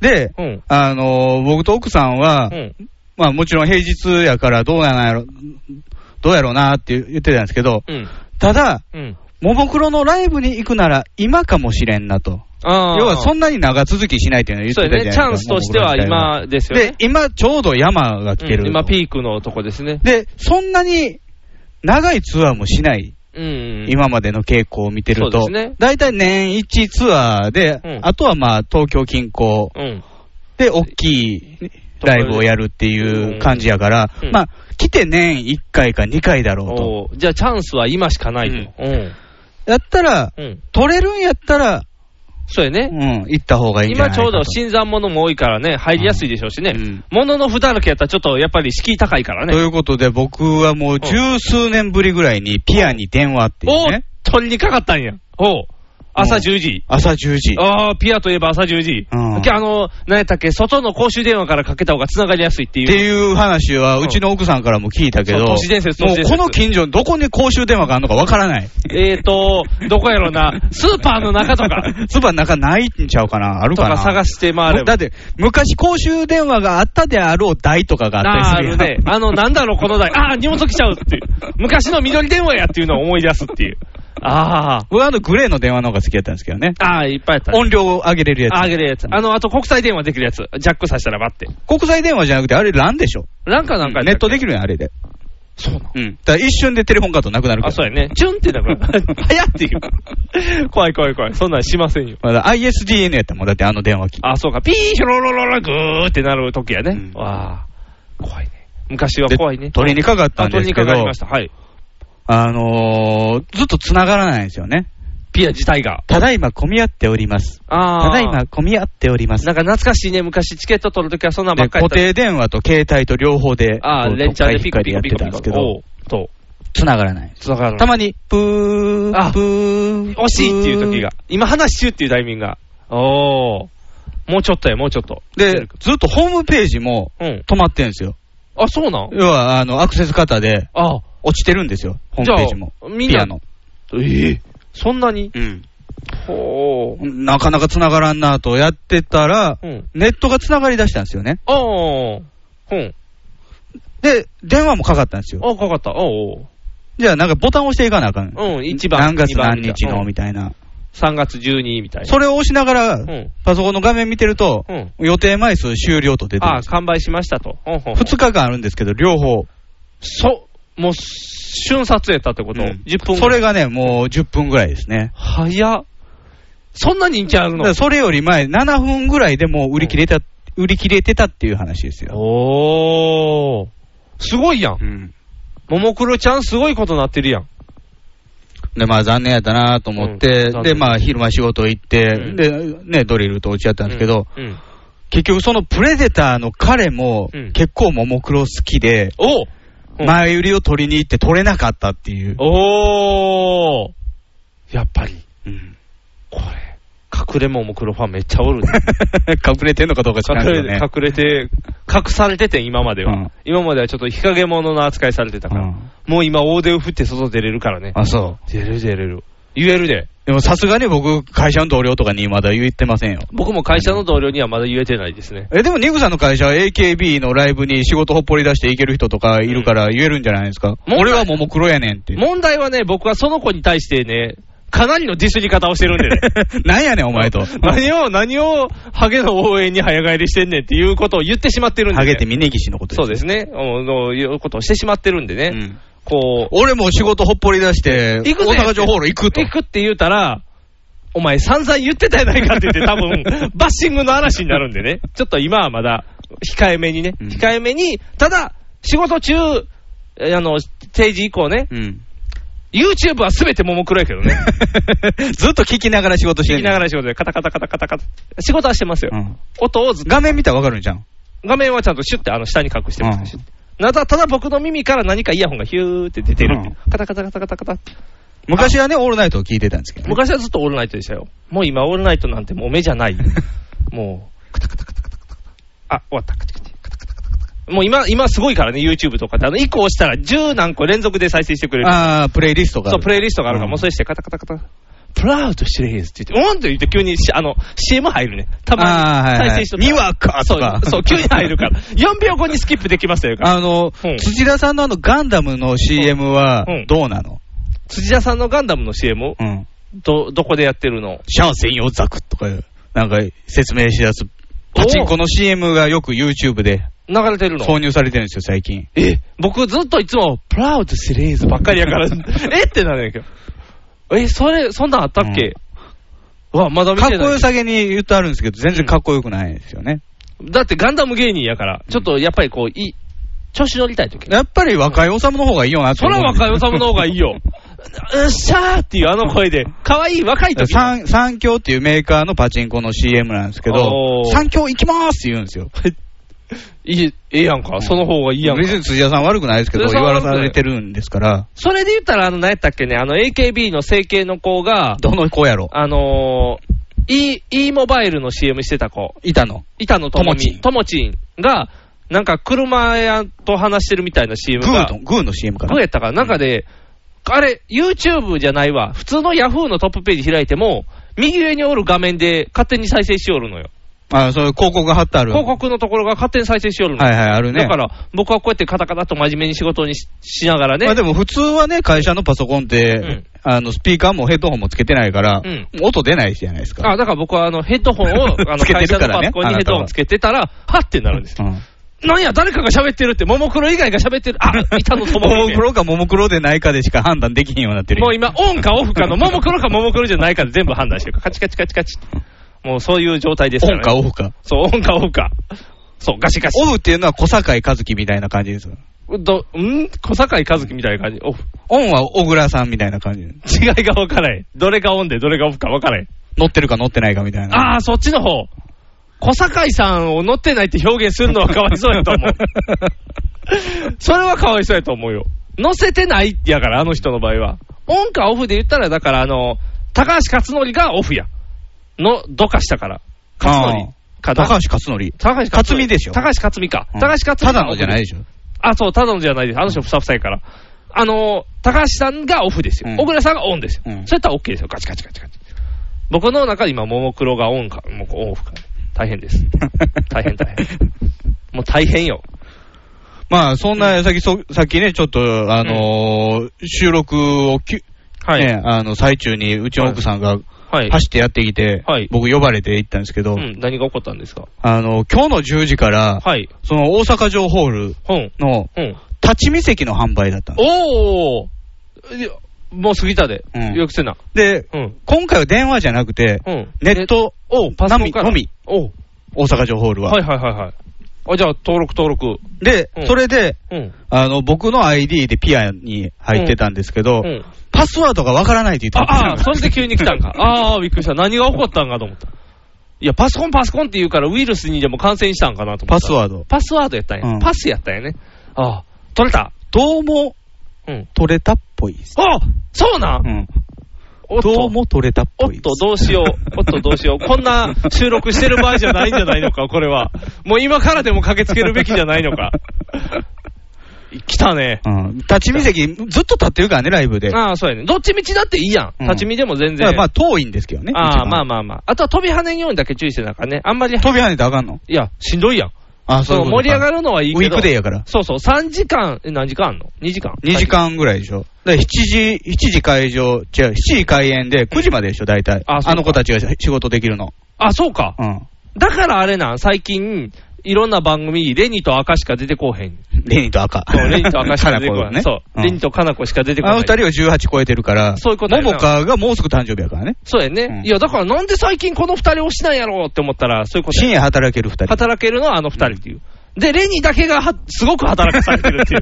Speaker 2: で、
Speaker 3: うん。
Speaker 2: あのー僕と奥さんは、
Speaker 3: うん。
Speaker 2: まあもちろん平日やからどうなんやろ、どうやろうなって言ってたんですけど、
Speaker 3: うん。
Speaker 2: ただ、
Speaker 3: うん。
Speaker 2: ももクロのライブに行くなら今かもしれんなと。
Speaker 3: ああ。
Speaker 2: 要はそ
Speaker 3: ん
Speaker 2: んなに長続きしないっていうのを言って
Speaker 3: そう
Speaker 2: たじゃない
Speaker 3: や
Speaker 2: で
Speaker 3: ね、
Speaker 2: す
Speaker 3: チ
Speaker 2: か。
Speaker 3: ャンスとしては今ですよ
Speaker 2: で
Speaker 3: ね。、
Speaker 2: 今ちょうど山が来てる。
Speaker 3: うん今ピークのとこですね。
Speaker 2: で、そんなに長いツアーもしない、
Speaker 3: うん。。
Speaker 2: 今までの傾向を見てる
Speaker 3: そ
Speaker 2: と
Speaker 3: うですね、
Speaker 2: 大体、年1ツアーで、
Speaker 3: うん
Speaker 2: あとはまあ東京近郊
Speaker 3: うん。
Speaker 2: で大きいライブをやるっていう感じやから、
Speaker 3: うん
Speaker 2: まあ、来て年1回か2回だろうと。
Speaker 3: おうじゃあチャンスは今しかないと。うん。
Speaker 2: やったら、
Speaker 3: うん。
Speaker 2: 取れるんやったら、
Speaker 3: そうや
Speaker 2: う
Speaker 3: ね。
Speaker 2: ん、行った方がいいんじゃ
Speaker 3: 今
Speaker 2: ないか
Speaker 3: ち
Speaker 2: と
Speaker 3: ょうど新参者も多いからね、入りやすいでしょうしね
Speaker 2: うん。
Speaker 3: 物の札だらけやったらちょっとやっぱり敷居高いから
Speaker 2: とい
Speaker 3: ね。
Speaker 2: うことで、僕はもう十数年ぶりぐらいにピアに電話っていう
Speaker 3: おう
Speaker 2: ね、
Speaker 3: 取りにかかったんや。おう朝10時。
Speaker 2: 朝10時。
Speaker 3: ああ、ピアといえば朝10時。
Speaker 2: うん
Speaker 3: けあの、何やったっけ、外の公衆電話からかけた方が繋がりやすいってい
Speaker 2: って
Speaker 3: う。
Speaker 2: いう話は、
Speaker 3: うん
Speaker 2: うちの奥さんからも聞いたけど、
Speaker 3: そう
Speaker 2: もう
Speaker 3: 都市伝説都市伝説
Speaker 2: この近所にどこに公衆電話があるのかわから ない。
Speaker 3: えーと、どこやろな、スーパーの中とか、
Speaker 2: スーパーの中ないんちゃうかなある
Speaker 3: と
Speaker 2: かな
Speaker 3: か探して回れ
Speaker 2: だ
Speaker 3: ば。
Speaker 2: って、昔公衆電話があったであろう台とかがあ
Speaker 3: あ
Speaker 2: った
Speaker 3: あ
Speaker 2: り
Speaker 3: る
Speaker 2: するや
Speaker 3: ね
Speaker 2: ん。。
Speaker 3: あの、なんだろう、この台。ああ、荷物来ちゃうっていう。昔の緑電話やっていうのを思い出すっていう。ああ。
Speaker 2: 僕はあのグレーの電話の方が好きだったんですけどね。
Speaker 3: ああ、いっぱいやったね。
Speaker 2: 音量を上げれるや
Speaker 3: ああげるやつ。あの、あと国際電話できるやつ。ジャックさしたらばって。
Speaker 2: つ。国際電話じゃなくて、あれ欄でしょ。
Speaker 3: なんかなんかやったっけ
Speaker 2: ネットできるやん、あれで。
Speaker 3: そうなの
Speaker 2: うん。だから一瞬でテレフォンカードなくなるか
Speaker 3: あ、
Speaker 2: ら。
Speaker 3: そうやね。チュンってなくなる。 早っていう。怖い怖い怖い。そんなんしませんよ。
Speaker 2: まだ ISDN やったもん、だってあの電話機。
Speaker 3: あ、そうか。ピーヒョロロロログーってなる時やね。
Speaker 2: うん
Speaker 3: わあ、怖いね。昔は
Speaker 2: で
Speaker 3: 怖いね。
Speaker 2: 取りにかかった
Speaker 3: あ
Speaker 2: んで
Speaker 3: 取
Speaker 2: す
Speaker 3: り
Speaker 2: け
Speaker 3: にか
Speaker 2: ど
Speaker 3: かり、ました。はい。
Speaker 2: あのーずっと繋がらないんですよね。
Speaker 3: ピア自体が。
Speaker 2: ただいま混み合っております。
Speaker 3: あ
Speaker 2: た
Speaker 3: あ。
Speaker 2: だいま混み合っております。
Speaker 3: なんか懐かしいね。昔チケット取るときはそんなんば
Speaker 2: で
Speaker 3: っかりや
Speaker 2: 固
Speaker 3: った。
Speaker 2: 定電話と携帯と両方で、
Speaker 3: ああ、
Speaker 2: こう
Speaker 3: レンチャーでピコピ
Speaker 2: ど
Speaker 3: コ
Speaker 2: っか
Speaker 3: ピ
Speaker 2: 一回で
Speaker 3: コ
Speaker 2: やってたん
Speaker 3: ピ
Speaker 2: です
Speaker 3: コ
Speaker 2: け
Speaker 3: ピ
Speaker 2: ど、
Speaker 3: コ。と。
Speaker 2: 繋がらない。
Speaker 3: つながる。
Speaker 2: たまに、プー、
Speaker 3: あ
Speaker 2: プー、
Speaker 3: 惜しいっていう時が。。今話中っていうタイミングが。おお。もうちょっとや、もうちょっと。
Speaker 2: で、ずっとホームページも
Speaker 3: うん。
Speaker 2: 止まってるんですよ。
Speaker 3: あ、そうなん
Speaker 2: 要は、あの、アクセス型で
Speaker 3: ああ。
Speaker 2: 落ちてるんですよ、ホー
Speaker 3: じゃ
Speaker 2: ム
Speaker 3: あ
Speaker 2: ページも。
Speaker 3: みんな
Speaker 2: ピアノ。
Speaker 3: ええ。そんなに
Speaker 2: うん。
Speaker 3: ほう。
Speaker 2: なかなか繋がらんなとやってたら、
Speaker 3: うん。
Speaker 2: ネットが繋がり出したんですよね。
Speaker 3: ああ。うん。
Speaker 2: で、電話もかかったんですよ。
Speaker 3: ああ、かかった。おお。
Speaker 2: じゃあ、なんかボタン押していかなあかん。
Speaker 3: うん、1番。
Speaker 2: 何月何日の
Speaker 3: うん
Speaker 2: みたいな。
Speaker 3: 3月12みたいな。
Speaker 2: それを押しながら、
Speaker 3: うん。
Speaker 2: パソコンの画面見てると、
Speaker 3: うん。
Speaker 2: 予定枚数終了と出てるん
Speaker 3: あ
Speaker 2: で
Speaker 3: あ、
Speaker 2: す。
Speaker 3: 完売しましたと。うんうんうん
Speaker 2: 2日間あるんですけど、両方。
Speaker 3: そう、もう、瞬殺やったってこと、
Speaker 2: うん
Speaker 3: 10分
Speaker 2: それがね、もう10分ぐらいですね。
Speaker 3: 早っ。そんな人気ある
Speaker 2: だ
Speaker 3: の
Speaker 2: からそれより前、7分ぐらいでもう売り切れた、売り切れてたっていう話ですよ。
Speaker 3: おー。すごいやん
Speaker 2: う。ん。
Speaker 3: ももクロちゃんすごいことなってるやん。
Speaker 2: で、まあ残念やったなと思って、
Speaker 3: うん残念
Speaker 2: で、まあ昼間仕事行って、
Speaker 3: うん
Speaker 2: で、ね、ドリルと落ち合ったんですけど、
Speaker 3: うん。うん
Speaker 2: 結局そのプレデターの彼も
Speaker 3: うん
Speaker 2: 結構ももクロ好きで、
Speaker 3: おううん
Speaker 2: 前売りを取りに行って取れなかったっていう。
Speaker 3: おー。やっぱり、
Speaker 2: うん、
Speaker 3: これ、隠れももクロファンめっちゃおるね。
Speaker 2: 隠れてんのかどうか知らんけ
Speaker 3: 隠
Speaker 2: ど
Speaker 3: れ
Speaker 2: ね。
Speaker 3: 隠れて、隠されてて、今までは、
Speaker 2: うん
Speaker 3: 今まではちょっと日陰者の扱いされてたから、
Speaker 2: うん
Speaker 3: もう今、大手を振って外出れるからね、
Speaker 2: あ、そう。
Speaker 3: 出れる出れる、言えるで、
Speaker 2: でもさすがに僕、会社の同僚とかにまだ言ってませんよ。
Speaker 3: 僕も会社の同僚にはまだ言えてないですね、
Speaker 2: え、でもニグさんの会社は AKB のライブに仕事ほっぽり出して行ける人とかいるから言えるんじゃないですか。
Speaker 3: うん
Speaker 2: 俺はももクロやねんって。
Speaker 3: 問題はね、僕はその子に対してね、かなりのディスり方をしてるんでね。
Speaker 2: なんやねんお前と。
Speaker 3: 何を、何を、ハゲの応援に早返りしてんねんっていうことを言ってしまってるんで、
Speaker 2: ハ
Speaker 3: ね。
Speaker 2: ゲて峯岸のこと
Speaker 3: そうですね。うんのいうことをしてしまってるんでね。
Speaker 2: うん
Speaker 3: こう、
Speaker 2: 俺も仕事ほっぽり出して、大
Speaker 3: 行くぜ
Speaker 2: 阪城ホール行くと。
Speaker 3: 行くって言うたら、 お前散々言ってたやないかって言って、多分バッシングの嵐になるんでね。ちょっと今はまだ控えめにね、
Speaker 2: うん
Speaker 3: 控えめに、ただ、仕事中、えあの、定時以降ね、
Speaker 2: うん。
Speaker 3: YouTube はすべてももクロやけ どね。
Speaker 2: ずっと聞きながら仕事して
Speaker 3: 聞
Speaker 2: る。
Speaker 3: きながら仕事で、カタカタカタカタカタ。仕事はしてますよ。
Speaker 2: うん
Speaker 3: 音をず
Speaker 2: 画面見たらわかるんじゃん。
Speaker 3: 画面はちゃんとシュッてあの下に隠してます、
Speaker 2: うん
Speaker 3: シュッてなたただ僕の耳から何かイヤホンがヒューって出てるっていう、カタカタカタカタカタって。
Speaker 2: 昔はね、オールナイトを聞いてたんですけどね。
Speaker 3: 昔はずっとオールナイトでしたよ。もう今、オールナイトなんてもう目じゃ ない。もう、カタカタカタカタカタカタ。あ、終わった。カタカタカタカタカタカタもう今、今すごいからね、YouTube とかって、あの、1個押したら10何個連続で再生してくれる。
Speaker 2: ああ、プレイリストがあ
Speaker 3: そ
Speaker 2: る。
Speaker 3: う、プレイリストがあるから、
Speaker 2: うん
Speaker 3: もうそれしてカタカタカタ。プラウドシリーズって言って、うんって言って急にし、あの、CM 入るね。た
Speaker 2: あー
Speaker 3: ま
Speaker 2: はいはい
Speaker 3: に再生しとったら
Speaker 2: にわか
Speaker 3: そ
Speaker 2: とか
Speaker 3: う、そう、急に入 るから。4秒後にスキップできますよ。
Speaker 2: あの、
Speaker 3: うん
Speaker 2: 土田さんのあのガンダムの CM は
Speaker 3: うん
Speaker 2: どうなの
Speaker 3: 辻田さんのガンダムの CM、
Speaker 2: うん。
Speaker 3: ど、どこでやってるの
Speaker 2: シャア専用ザクとか、なんか説明しだす。パチンコの CM がよく YouTube で
Speaker 3: 流れてるの
Speaker 2: 挿入されてるんですよ、最近。
Speaker 3: え、僕ずっといつも、プラウドシリーズばっかり やから、えってなるんやけど。え、それ、そんなんあったっけ、うわ、まだ見
Speaker 2: かって
Speaker 3: ない。
Speaker 2: こよさげに言ってあるんですけど、全然かっこよくないですよね。
Speaker 3: だってガンダム芸人やから、ちょっとやっぱりこう、いい、調子乗りたいとき。
Speaker 2: やっぱり若いおさむの方がいいよなと
Speaker 3: そ
Speaker 2: 思
Speaker 3: ら
Speaker 2: うんです
Speaker 3: 若いおさむの方がい いよ。うっしゃーっていうあの声で、可愛い若い時の
Speaker 2: 三三強っていうメーカーのパチンコの CM なんですけど
Speaker 3: お、ー
Speaker 2: 三強行きますって言うんですよ。
Speaker 3: いい、ええやんか。その方がいいやんか。
Speaker 2: 別に辻田さん悪くないですけど、
Speaker 3: 辻田
Speaker 2: 言わ
Speaker 3: さん悪く
Speaker 2: さ
Speaker 3: ない
Speaker 2: れてるんですから、
Speaker 3: それで言ったら、あの、何やったっけね、あの、AKB の整形の子が、
Speaker 2: どの子やろ
Speaker 3: あのー、E、E モバイルの CM してた子、
Speaker 2: いたの。
Speaker 3: 板野友美、
Speaker 2: と
Speaker 3: ともちんが、なんか車屋と話してるみたいな CM
Speaker 2: グー
Speaker 3: が
Speaker 2: の、、グーの CM か
Speaker 3: グー
Speaker 2: な。
Speaker 3: やったから、中で、あれ、YouTube じゃないわ、普通の Yahoo のトップページ開いても、右上におる画面で勝手に再生しおるのよ。
Speaker 2: あ、そういう広告が貼ってある。
Speaker 3: 広告のところが勝手に再生しおるの
Speaker 2: はいはい、あるね。
Speaker 3: だから、僕はこうやってカタカタと真面目に仕事にししながらね、
Speaker 2: まあでも普通はね、会社のパソコンって、
Speaker 3: ん
Speaker 2: あのスピーカーもヘッドホンもつけてないから、
Speaker 3: うん
Speaker 2: 音出ないじゃないですか。
Speaker 3: あだから僕はあのヘッドホン をあの
Speaker 2: つけて
Speaker 3: 会
Speaker 2: る
Speaker 3: 社
Speaker 2: から
Speaker 3: のパ
Speaker 2: ね
Speaker 3: ソコンにヘッドホンつけてたら、はってなるんですよ。
Speaker 2: うん
Speaker 3: なんや、誰かが喋ってるって、ももクロ以外が喋ってる、あ 板野
Speaker 2: も
Speaker 3: 友
Speaker 2: も
Speaker 3: 美
Speaker 2: クロかももクロでないかでしか判断できへんようになってる。
Speaker 3: もう今、オンかオフかの、ももクロかももクロじゃないかで全部判断してるから、カチカチカチカチ。もうそういう状態です
Speaker 2: オ
Speaker 3: から、
Speaker 2: ン
Speaker 3: ね。
Speaker 2: か
Speaker 3: オフ。
Speaker 2: オフか。
Speaker 3: そう、オンかオフか。そう、ガシガシ。
Speaker 2: オフっていうのは小堺一樹みたいな感じですよ。
Speaker 3: どん小坂井和樹みたいな感じ。オフ。
Speaker 2: オンは小倉さんみたいな感じ。
Speaker 3: 違いが分からへん。どれがオンでどれがオフか分からへん。
Speaker 2: 乗ってるか乗ってないかみたいな。
Speaker 3: あー、そっちの方。小坂井さんを乗ってないって表現するのはかわいそうやと 思う。それはかわいそうやと思うよ。乗せてないやから、あの人の場合は。オンかオフで言ったら、だから、あの、高橋克典がオフや。の、どかしたから。克典かな。
Speaker 2: 高橋克典。
Speaker 3: 高橋
Speaker 2: 克美でしょ
Speaker 3: 高橋克美か。
Speaker 2: うん
Speaker 3: 高橋克美
Speaker 2: ただのじゃない
Speaker 3: い。
Speaker 2: でしょ。
Speaker 3: あ、そう、ただのじゃないです。あの人ふさふさやから。あの、高橋さんがオフですよ
Speaker 2: う。ん
Speaker 3: 小倉さんがオンですよ。
Speaker 2: うん
Speaker 3: そうやったら OK ですよ。ガチガチガチガチ。僕の中で今、ももクロがオンか、もうオンオフか。大 変です。 大変大変。もう大変よ。
Speaker 2: まあ、そんな、さっき、そさっきね、ちょっと、あのー収録をきゅ、
Speaker 3: はい。
Speaker 2: ね、あの、最中に、うちの奥さんが
Speaker 3: はい。
Speaker 2: 走ってやってきて、
Speaker 3: はい
Speaker 2: 僕呼ばれて行ったんですけど、
Speaker 3: うん、何が起こったんですか
Speaker 2: あの、今日の10時から、
Speaker 3: はい。
Speaker 2: その大阪城ホール
Speaker 3: うん。
Speaker 2: の
Speaker 3: うん。
Speaker 2: 立ち見席の販売だったんで
Speaker 3: おおもう過ぎたで。
Speaker 2: うん
Speaker 3: よくせな。
Speaker 2: す。で、
Speaker 3: うん。
Speaker 2: 今回は電話じゃなくて、
Speaker 3: うん。
Speaker 2: ネット、
Speaker 3: おパソコンから
Speaker 2: のみ、
Speaker 3: おう
Speaker 2: 大阪城ホールは。
Speaker 3: はいはいはいはい。あ、じゃあ、登録登録。
Speaker 2: で、
Speaker 3: うん
Speaker 2: それで、
Speaker 3: うん。
Speaker 2: あの、僕の ID でピアに入ってたんですけど、
Speaker 3: うん。
Speaker 2: パスワードがわからないって言って
Speaker 3: ああ、
Speaker 2: た
Speaker 3: それで急に来たんか。ああ、びっくりした。何が起こったんかと思った。いや、パソコンパソコンって言うから、ウイルスにでも感染したんかなと思
Speaker 2: パ
Speaker 3: った。
Speaker 2: スワード。
Speaker 3: パスワードやったんや。
Speaker 2: うん
Speaker 3: パスやったんやね。ああ、取れた。
Speaker 2: どうも
Speaker 3: うん。
Speaker 2: 取れたっぽいです。
Speaker 3: ああ、そうなん、
Speaker 2: うん
Speaker 3: おっと
Speaker 2: どうも取れたっ
Speaker 3: お
Speaker 2: ぽい
Speaker 3: っ
Speaker 2: です。
Speaker 3: と、どうしよう。おっと、どうしよう。こんな収録してる場合じゃないんじゃないのか、これは。もう今からでも駆けつけるべきじゃない のか。来たね。
Speaker 2: うん、立ち見席、ずっと立ってるからね、ライブで。
Speaker 3: ああ、そうやね。どっちみちだっていいやん。
Speaker 2: うん
Speaker 3: 立ち見でも全
Speaker 2: だから
Speaker 3: 然。
Speaker 2: まあ遠いんですけどね。
Speaker 3: ああ、まあ
Speaker 2: あ。
Speaker 3: まあまあ。あとは飛び跳ねんようにだけ注意してなんかね。あんまり、
Speaker 2: 飛び跳ねてあかんの
Speaker 3: いや、しんどいやん。
Speaker 2: あ
Speaker 3: そう盛り上が
Speaker 2: る
Speaker 3: るのはいい
Speaker 2: ウィ
Speaker 3: け
Speaker 2: ー
Speaker 3: ど。
Speaker 2: クデーやから。
Speaker 3: そうそう、3時間、え何時間あんの ?2 時間。
Speaker 2: 2時。間ぐらいでしょ。だから7時、7時会場、違う、7時開演で9時まででしょ、大体。
Speaker 3: あそうか
Speaker 2: あの子たちが仕事できるの。
Speaker 3: あ、そうか。
Speaker 2: うん。
Speaker 3: だからあれなん、最近、いろんな番組、レニと赤しか出てこうへん。
Speaker 2: レニーと赤。
Speaker 3: そう、レニと赤しか出てこない。
Speaker 2: ね。
Speaker 3: そう、
Speaker 2: ん
Speaker 3: レニとカナコしか出てこ
Speaker 2: あ
Speaker 3: ない。
Speaker 2: の二人は18超えてるから、
Speaker 3: そういうことやな
Speaker 2: モモカがもうすぐ誕生日やからね。
Speaker 3: そうやね。
Speaker 2: うん
Speaker 3: いや、だからなんで最近この二人推しなんやろうって思ったら、そういうことや
Speaker 2: 深夜働ける二人。
Speaker 3: 働けるのはあの二人っていう。で、レニーだけがはすごく働かされてるってい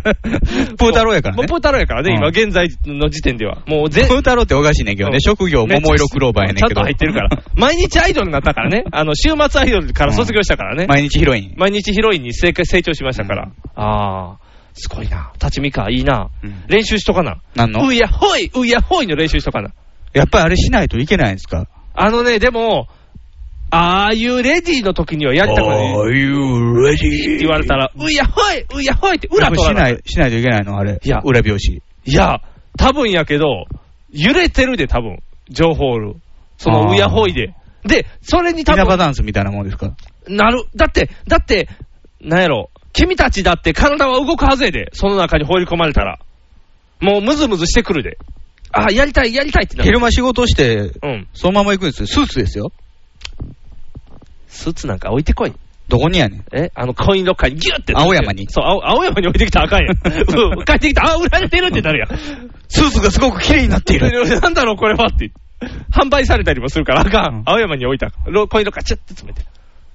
Speaker 3: う。
Speaker 2: プータローやからね
Speaker 3: もうプータローやからね、
Speaker 2: うん
Speaker 3: 今現在の時点では。も
Speaker 2: プ
Speaker 3: う 全
Speaker 2: ー太郎っておかしいねんけど
Speaker 3: う
Speaker 2: ね、
Speaker 3: ん
Speaker 2: 職業、桃色クローバーやねんけど。
Speaker 3: ちゃんと入ってるから。 毎日アイドルになったからね。あの、週末アイドルから卒業したからね。
Speaker 2: 毎日ヒロイン。
Speaker 3: 毎日ヒロインに成成長しましたから。
Speaker 2: うん
Speaker 3: ああ、すごいな。立ち見か、いいな。
Speaker 2: うん
Speaker 3: 練習しとかな。
Speaker 2: なんの
Speaker 3: うやほい、うやほいの練習しとかな。
Speaker 2: やっぱりあれしないといけないんですか
Speaker 3: あのね、でも、ああいうレディーの時にはやったからね。
Speaker 2: Are you ready?
Speaker 3: って言われたら、 うやほい、うやほいって裏
Speaker 2: やっぱ
Speaker 3: 取
Speaker 2: し
Speaker 3: ら
Speaker 2: な
Speaker 3: ない。
Speaker 2: い、しないといけないの、あれ。
Speaker 3: いや
Speaker 2: 裏表紙。
Speaker 3: いや、多分やけど、揺れてるで、多分情報ール。その
Speaker 2: あー
Speaker 3: うやほいで。で、それに多
Speaker 2: 稲葉
Speaker 3: 分
Speaker 2: ダンスみたいなもんですか
Speaker 3: なる。だって、だって、なんやろ。君たちだって体は動くはずやで。その中に放り込まれたら。もうムズムズしてくるで。あー、やりたい、やりたいってなる。
Speaker 2: 昼間仕事して、
Speaker 3: うん。
Speaker 2: そのまま行くんですよ。スーツですよ。
Speaker 3: スーツなんか置いてこい。
Speaker 2: どこにやねん。
Speaker 3: え、あの、コインロッカーにギュって。
Speaker 2: 青山に
Speaker 3: そう、青青山に置いてきたらあか んやん。うん帰ってきた、あー、売られてるってなるやん。
Speaker 2: スーツがすごく綺麗になっている。
Speaker 3: なんだろう、これはって。販売されたりもするから、あか
Speaker 2: うん
Speaker 3: ん。青山に置いたら。ロコインロッカーチュッて詰めて。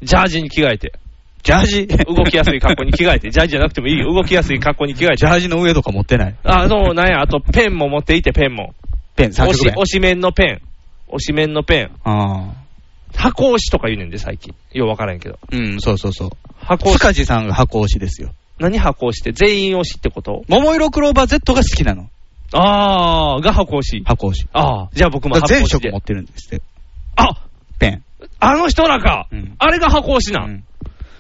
Speaker 3: ジャージに着替えて。
Speaker 2: ジャー ジ
Speaker 3: 動きやすい格好に着替えて。ジャージじゃなくてもいいよ。動きやすい格好に着替え
Speaker 2: ジ
Speaker 3: て。
Speaker 2: ャージの上とか持ってない。
Speaker 3: あの、なんや、あとペンも持っていて、ペンも。
Speaker 2: ペン、三
Speaker 3: 押
Speaker 2: 色
Speaker 3: し、
Speaker 2: ペン
Speaker 3: 押。し面のペン。押し面のペン。
Speaker 2: あ
Speaker 3: 箱押しとか言うねんで、最近。ようわからんけど。
Speaker 2: あ。うん、そうそうそう。
Speaker 3: 箱押し。
Speaker 2: 塚地さんが箱推しですよ。
Speaker 3: 何箱押しって全員押しってこと
Speaker 2: 桃色クローバー Z が好きなの。
Speaker 3: あー、が箱押し。
Speaker 2: 箱推し。
Speaker 3: あー、じゃあ僕も
Speaker 2: だから
Speaker 3: 箱
Speaker 2: 全
Speaker 3: 押し
Speaker 2: 色
Speaker 3: で
Speaker 2: 持っ。てるんですって。
Speaker 3: あ、
Speaker 2: ペン。
Speaker 3: あの人らか
Speaker 2: うん。
Speaker 3: あれが箱押しな。
Speaker 2: うんん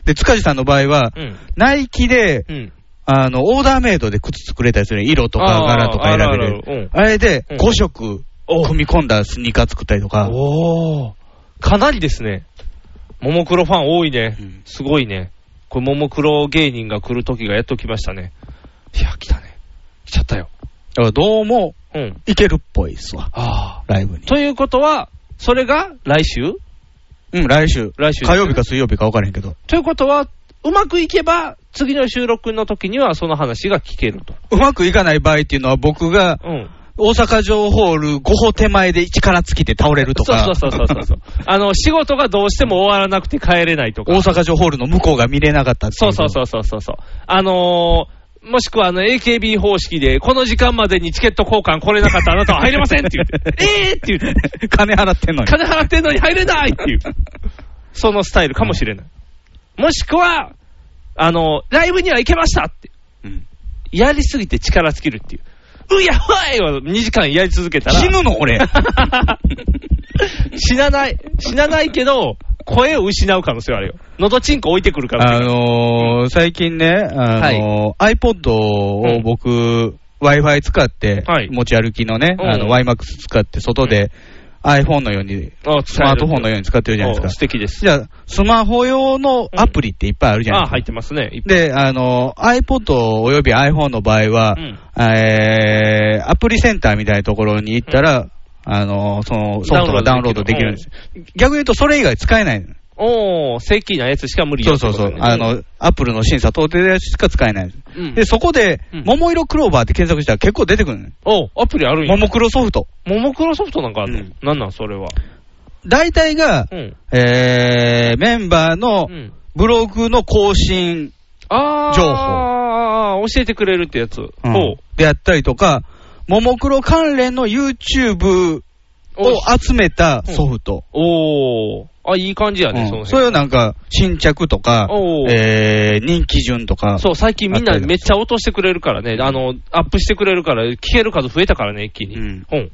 Speaker 2: で、塚地さんの場合は、
Speaker 3: うん。
Speaker 2: ナイキで、
Speaker 3: うん。
Speaker 2: あの、オーダーメイドで靴作れたりするね色とか
Speaker 3: あー
Speaker 2: 柄とか選べ
Speaker 3: あるあるあるう
Speaker 2: る
Speaker 3: ん。
Speaker 2: あれで
Speaker 3: うん
Speaker 2: 5色組み込んだスニーカー作ったりとか、
Speaker 3: おお、かなりですね。ももクロファン多いね
Speaker 2: うん。
Speaker 3: すごいね。これ、ももクロ芸人が来る時がやっと来ましたね。いや、来たね。来ちゃったよ。
Speaker 2: だからどうも
Speaker 3: うん。
Speaker 2: いけるっぽいっすわ、
Speaker 3: あ
Speaker 2: ライブに
Speaker 3: あ。。ということは、それが来週
Speaker 2: うん、来週。
Speaker 3: 来週ですね
Speaker 2: 火曜日か水曜日か分からへんけど。
Speaker 3: ということは、うまくいけば、次の収録の時にはその話が聞けると。
Speaker 2: うまくいかない場合っていうのは僕が
Speaker 3: うん。
Speaker 2: 大阪城ホール5歩手前で力尽きて倒れると
Speaker 3: そう
Speaker 2: か。
Speaker 3: そうそうそうそうそう。あの、仕事がどうしても終わらなくて帰れないと か。
Speaker 2: 大阪城ホールの向こうが見れなかったってい
Speaker 3: そうそうそうそうそうそう。あのー、もしくはあの AKB 方式で、この時間までにチケット交換来れなかったあなたは入れませんって言って、えーって言っ て、
Speaker 2: 金払ってんのに。
Speaker 3: 金払ってんのに入れないっていう、そのスタイルかもしれない。もしくは、あのーライブには行けましたって、
Speaker 2: うん
Speaker 3: やりすぎて力尽きるっていう。うやばいを2時間やり続けたら。
Speaker 2: 死ぬの 俺。
Speaker 3: 死なない。死なないけど、声を失う可能性はあるよ。喉チンコ置いてくる可能性が
Speaker 2: あ
Speaker 3: ある
Speaker 2: のー、最近ね、あのー iPod を僕、Wi-Fi 使って、
Speaker 3: はい
Speaker 2: 持ち歩きのね、
Speaker 3: うん
Speaker 2: あの YMAX 使って、外で、iPhone のように、
Speaker 3: あ
Speaker 2: スマートフォンのように使ってるじゃないで
Speaker 3: お
Speaker 2: す
Speaker 3: 素
Speaker 2: か。
Speaker 3: 敵です。
Speaker 2: じゃあ、スマホ用のアプリっていっぱいあるじゃない
Speaker 3: あ
Speaker 2: ですか。
Speaker 3: 入ってますね。いっ
Speaker 2: で、あのー、iPod および iPhone の場合は、
Speaker 3: うん
Speaker 2: えーアプリセンターみたいなところに行ったら、あのーそのソフトがダウンロードできるんですよ。逆に言うと、それ以外使えないの。
Speaker 3: おー、正規なやつしか無理
Speaker 2: そ
Speaker 3: よ
Speaker 2: うそうそう。あ、の、アップルの審査通ってるやつしか使えない。
Speaker 3: うん
Speaker 2: で、そこで
Speaker 3: うん、
Speaker 2: 桃色クローバーって検索したら結構出てくるのよ。
Speaker 3: おーアプリあるんや。
Speaker 2: 桃黒ソフト。
Speaker 3: ももクロソフトなんかあるの、
Speaker 2: うん
Speaker 3: なんなんそれは。
Speaker 2: 大体が
Speaker 3: う、ん。
Speaker 2: えー、メンバーの
Speaker 3: うん。
Speaker 2: ブログの更新、
Speaker 3: あー、
Speaker 2: 情報
Speaker 3: あー教えてくれるってやつ。
Speaker 2: うん
Speaker 3: ほう
Speaker 2: であったりとか、桃黒関連の YouTube を集めたソフト。
Speaker 3: おー。あ、いい感じやね、そ
Speaker 2: うん
Speaker 3: の
Speaker 2: そうい
Speaker 3: 辺。
Speaker 2: うなんか、新着とか
Speaker 3: お、ー
Speaker 2: えー、人気順とか。
Speaker 3: そう、最近みん
Speaker 2: あっ
Speaker 3: な
Speaker 2: たりだ
Speaker 3: めっちゃ落としてくれるからね、あの、アップしてくれるから、聞ける数増えたからね、一気に。
Speaker 2: うん
Speaker 3: うん。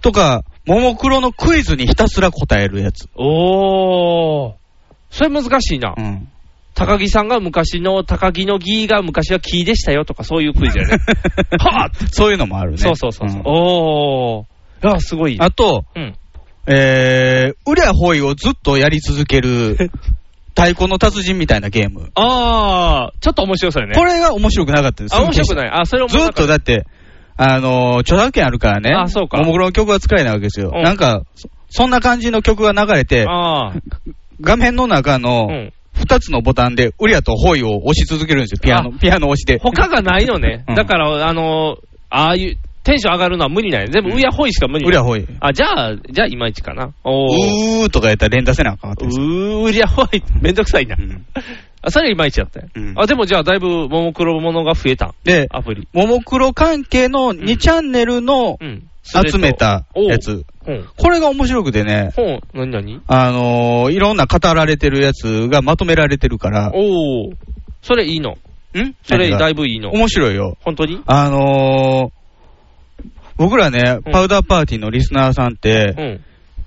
Speaker 2: とか、桃黒のクイズにひたすら答えるやつ。
Speaker 3: おー。それ難しいな。
Speaker 2: うん。
Speaker 3: 高木さんが昔の、高木のギーが昔は木でしたよとか、そういうクイズやね。はあ
Speaker 2: そういうのもあるね。
Speaker 3: そうそうそうそ
Speaker 2: ん
Speaker 3: う。おー。あ、すごい。
Speaker 2: あと、
Speaker 3: うん。
Speaker 2: えー、ウリャホイをずっとやり続け る、太鼓の達人みたいなゲーム。
Speaker 3: あー、ちょっと面白そうやね。
Speaker 2: これが面白くなかったです。。
Speaker 3: あ、面白くないい。あ、それ面白
Speaker 2: ずっとだって、あのー、著作権あるからね。
Speaker 3: あそうか
Speaker 2: ももクロの曲は使えないわけですよ。
Speaker 3: うん
Speaker 2: なんか、そそんな感じの曲が流れて、
Speaker 3: あー。
Speaker 2: 画面の中の
Speaker 3: うん。
Speaker 2: フ二つのボタンで、ウリアとホイを押し続けるんですよ、ピアノ、ピアノ押しで。
Speaker 3: 他がないよね
Speaker 2: う。ん
Speaker 3: だから、あの、ああいう、テンション上がるのは無理なんや。全部、うやほいしか無理
Speaker 2: ウリアホイ。
Speaker 3: あ、じゃあ、じゃあ、いまいちかな。おー。
Speaker 2: うーとかやったら連打せなあかんわけです。
Speaker 3: うーりゃほい。めんどくさいな
Speaker 2: うん。
Speaker 3: あ、それいまいちやったよ
Speaker 2: うん
Speaker 3: あ、でもじゃあ、だいぶ、ももクロものが増えたん。
Speaker 2: で、
Speaker 3: アプリ。
Speaker 2: ももクロ関係の2チャンネルの
Speaker 3: うん。
Speaker 2: 集めたやつ。
Speaker 3: おー。
Speaker 2: これが面白くてね、
Speaker 3: ほん。ほん。なになに
Speaker 2: あのーいろんな語られてるやつがまとめられてるから、
Speaker 3: おー。それいいの。
Speaker 2: ん
Speaker 3: それだ
Speaker 2: 何
Speaker 3: い
Speaker 2: が
Speaker 3: ぶいいの。
Speaker 2: 面白いよ。
Speaker 3: 本当に
Speaker 2: あのー僕らね、
Speaker 3: うん
Speaker 2: パウダーパーティーのリスナーさんっ
Speaker 3: う
Speaker 2: て、
Speaker 3: ん。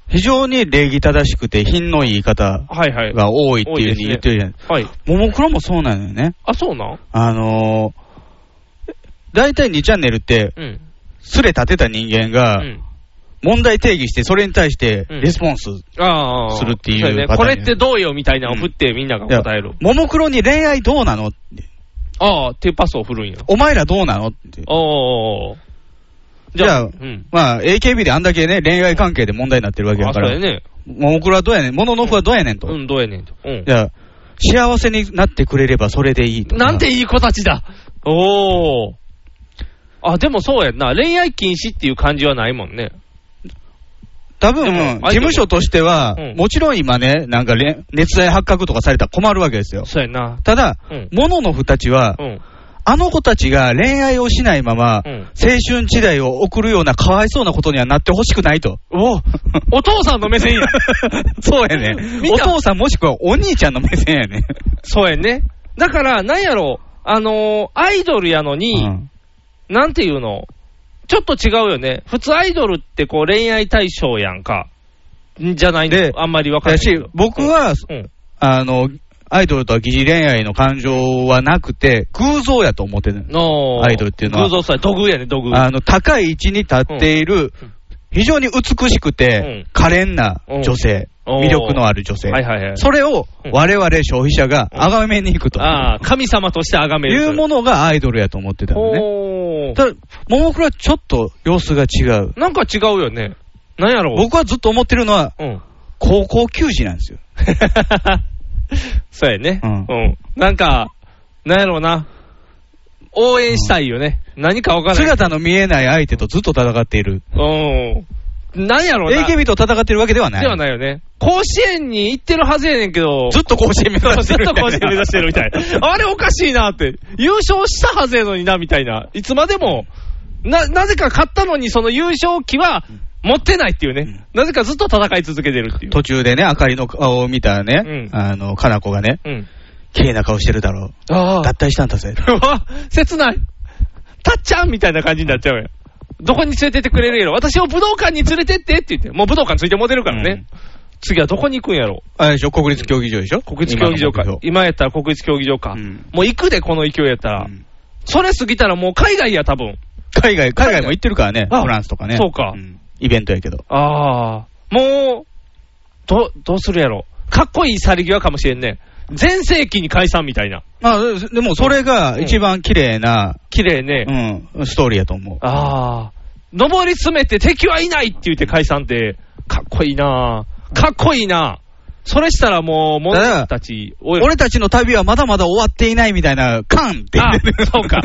Speaker 2: 非常に礼儀正しくて品のいい方
Speaker 3: はいはい。
Speaker 2: が多いっていうふうに言ってるじゃない
Speaker 3: はい。
Speaker 2: ももクロもそうなのよね。
Speaker 3: あ、そうなん
Speaker 2: あのー、大体2チャンネルって、
Speaker 3: うん。
Speaker 2: すれ立てた人間
Speaker 3: う
Speaker 2: が、
Speaker 3: ん。
Speaker 2: 問題定義して、それに対して、
Speaker 3: うん
Speaker 2: レスポンス。
Speaker 3: ああ。
Speaker 2: するっていう
Speaker 3: そね
Speaker 2: パター
Speaker 3: こ
Speaker 2: ンや
Speaker 3: れってどうよみたいなのを振ってみんなが答える。
Speaker 2: ももクロに恋愛どうなの
Speaker 3: ああ、っていうパスを振るんや。
Speaker 2: お前らどうなのって。
Speaker 3: おー。
Speaker 2: じゃあ
Speaker 3: うん。
Speaker 2: まあ、AKB であんだけね、恋愛関係で問題になってるわけ
Speaker 3: あ、
Speaker 2: だ
Speaker 3: そ
Speaker 2: か
Speaker 3: う
Speaker 2: ら
Speaker 3: や、ね。
Speaker 2: ももクロはどうやねん、もののふはどうやねんと。
Speaker 3: うん、どうやねんと。うん
Speaker 2: じ。ゃあ、幸せになってくれればそれでいいとか。
Speaker 3: なんていい子たちだおー。あ、でもそうやんな。恋愛禁止っていう感じはないもんね。
Speaker 2: 多
Speaker 3: でも
Speaker 2: 分、事
Speaker 3: アイドル
Speaker 2: 務所としては、
Speaker 3: うん
Speaker 2: もちろん今ね、なんかれ熱愛発覚とかされたら困るわけですよ。
Speaker 3: そうやんな。
Speaker 2: ただ、
Speaker 3: うん。
Speaker 2: もののふたちは、
Speaker 3: うん。
Speaker 2: あの子たちが恋愛をしないまま、
Speaker 3: うん
Speaker 2: 青春時代を送るようなかわいそうなことにはなってほしくないと。
Speaker 3: おお父さんの目線や。
Speaker 2: そうやね。
Speaker 3: 見
Speaker 2: お
Speaker 3: た
Speaker 2: 父さんもしくはお兄ちゃんの目線やね。
Speaker 3: そうやね。だから、なんやろ、あのーアイドルやのに、
Speaker 2: うん
Speaker 3: なんていうの、ちょっと違うよね。普通アイドルってこう恋愛対象やんか。んじゃない
Speaker 2: で
Speaker 3: のあんまりわかん
Speaker 2: だ
Speaker 3: ないけ
Speaker 2: し
Speaker 3: ど。、
Speaker 2: 僕は、
Speaker 3: うん。
Speaker 2: あの、アイドルとは疑似恋愛の感情はなくて、偶像やと思ってる。
Speaker 3: の
Speaker 2: アイドルっていうのは
Speaker 3: 偶像さ、土偶やね、土偶。
Speaker 2: あの、高い位置に立っている
Speaker 3: うん、
Speaker 2: 非常に美しくて
Speaker 3: うん、
Speaker 2: 可憐な女性、
Speaker 3: おー
Speaker 2: 魅力のある女性。
Speaker 3: はいはいはい。
Speaker 2: それを
Speaker 3: うん
Speaker 2: 我々消費者が崇めに行くと。
Speaker 3: ああ、神様として崇める。
Speaker 2: いうものがアイドルやと思ってたのね。
Speaker 3: おー
Speaker 2: ただ、ももクロはちょっと様子が違う。
Speaker 3: なんか違うよね。なんやろ。
Speaker 2: 僕はずっと思ってるのは、
Speaker 3: うん。
Speaker 2: 高校球児なんですよ。
Speaker 3: そうやね。
Speaker 2: う
Speaker 3: うんん。なんか、なんやろうな。応援したいよね。何かわからない。
Speaker 2: 姿の見えない相手とずっと戦っている。
Speaker 3: うん。なんやろうな。
Speaker 2: AKB と戦ってるわけではない。
Speaker 3: ではないよね。甲子園に行ってるはずやねんけど、
Speaker 2: ずっと甲子園目指してる。
Speaker 3: ずっと甲子園目指してるみたい。な。あれおかしいなって。優勝したはずやのにな、みたいな。いつまでも、な、なぜか勝ったのに、その優勝旗は持ってないっていうね。なぜかずっと戦い続けてるっていう。
Speaker 2: 途中でね、明かりの顔を見たね、
Speaker 3: うん
Speaker 2: あの、かなこがね、
Speaker 3: うん。
Speaker 2: 綺麗な顔してるだろう。
Speaker 3: あ
Speaker 2: 脱退したんだぜ。
Speaker 3: うわ、 切ない。たっちゃんみたいな感じになっちゃうやん。どこに連れてってくれるやろ。私を武道館に連れてってって言って。もう武道館ついてもうてるからね。次はどこに行くんやろ。
Speaker 2: あれでしょ国立競技場でしょ
Speaker 3: 国立競技場か
Speaker 2: 今の。目標
Speaker 3: 今やったら国立競技場か。
Speaker 2: うん
Speaker 3: もう行くで、この勢いやったら。
Speaker 2: うん
Speaker 3: それ過ぎたらもう海外や、多分。
Speaker 2: 海外、海外も行ってるからね。
Speaker 3: あ
Speaker 2: フランスとかね。
Speaker 3: そうか
Speaker 2: んイベントやけど。
Speaker 3: ああ。もう、ど、どうするやろ。かっこいい去り際かもしれんね。全盛期に解散みたいな。
Speaker 2: まあ、ででもそれが一番綺麗な、
Speaker 3: 綺麗ね。
Speaker 2: うん、ストーリーやと思う。
Speaker 3: ああ、登り詰めて敵はいないって言って解散って、かっこいいなぁかっこいいなぁそれしたらもう、モンスターたち、おい
Speaker 2: 俺たちの旅はまだまだ終わっていないみたいな、カンって言
Speaker 3: あ
Speaker 2: ってる。
Speaker 3: そ うか。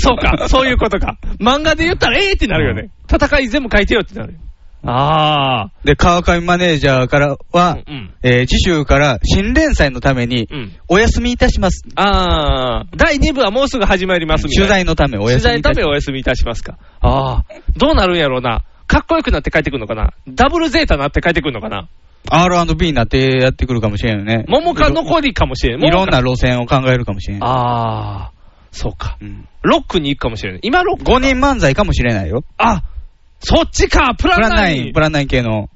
Speaker 3: そうか。そういうことか。漫画で言ったら、ええってなるよね。戦い全部書いてよってなる。ああ。
Speaker 2: で、川上マネージャーからは、
Speaker 3: うん。
Speaker 2: えー次週から新連載のために
Speaker 3: う、ん。
Speaker 2: お休みいたします。
Speaker 3: ああ。第2部はもうすぐ始まりますみた
Speaker 2: 取
Speaker 3: いな。
Speaker 2: 材のためお
Speaker 3: 取
Speaker 2: 休
Speaker 3: 材
Speaker 2: みい
Speaker 3: のた
Speaker 2: たし
Speaker 3: め
Speaker 2: ます。
Speaker 3: お休みいたしますか。ああ。どうなるんやろうな。かっこよくなって帰ってくるのかな。ダブルゼータなって帰ってくるのかな。
Speaker 2: R&B になってやってくるかもしれんよね。
Speaker 3: 桃か残りかもしれん。
Speaker 2: いろん
Speaker 3: 桃
Speaker 2: な路線を考えるかもしれん。
Speaker 3: ああ、そうか
Speaker 2: う。ん、
Speaker 3: ロックに行くかもしれない。今ロック。
Speaker 2: 5人漫才かもしれないよ。
Speaker 3: あそっちかプ
Speaker 2: プ
Speaker 3: ラ
Speaker 2: ラ
Speaker 3: ン
Speaker 2: ン
Speaker 3: ナ
Speaker 2: ナ
Speaker 3: イ
Speaker 2: イ
Speaker 3: ン
Speaker 2: ン、プランナイン系の。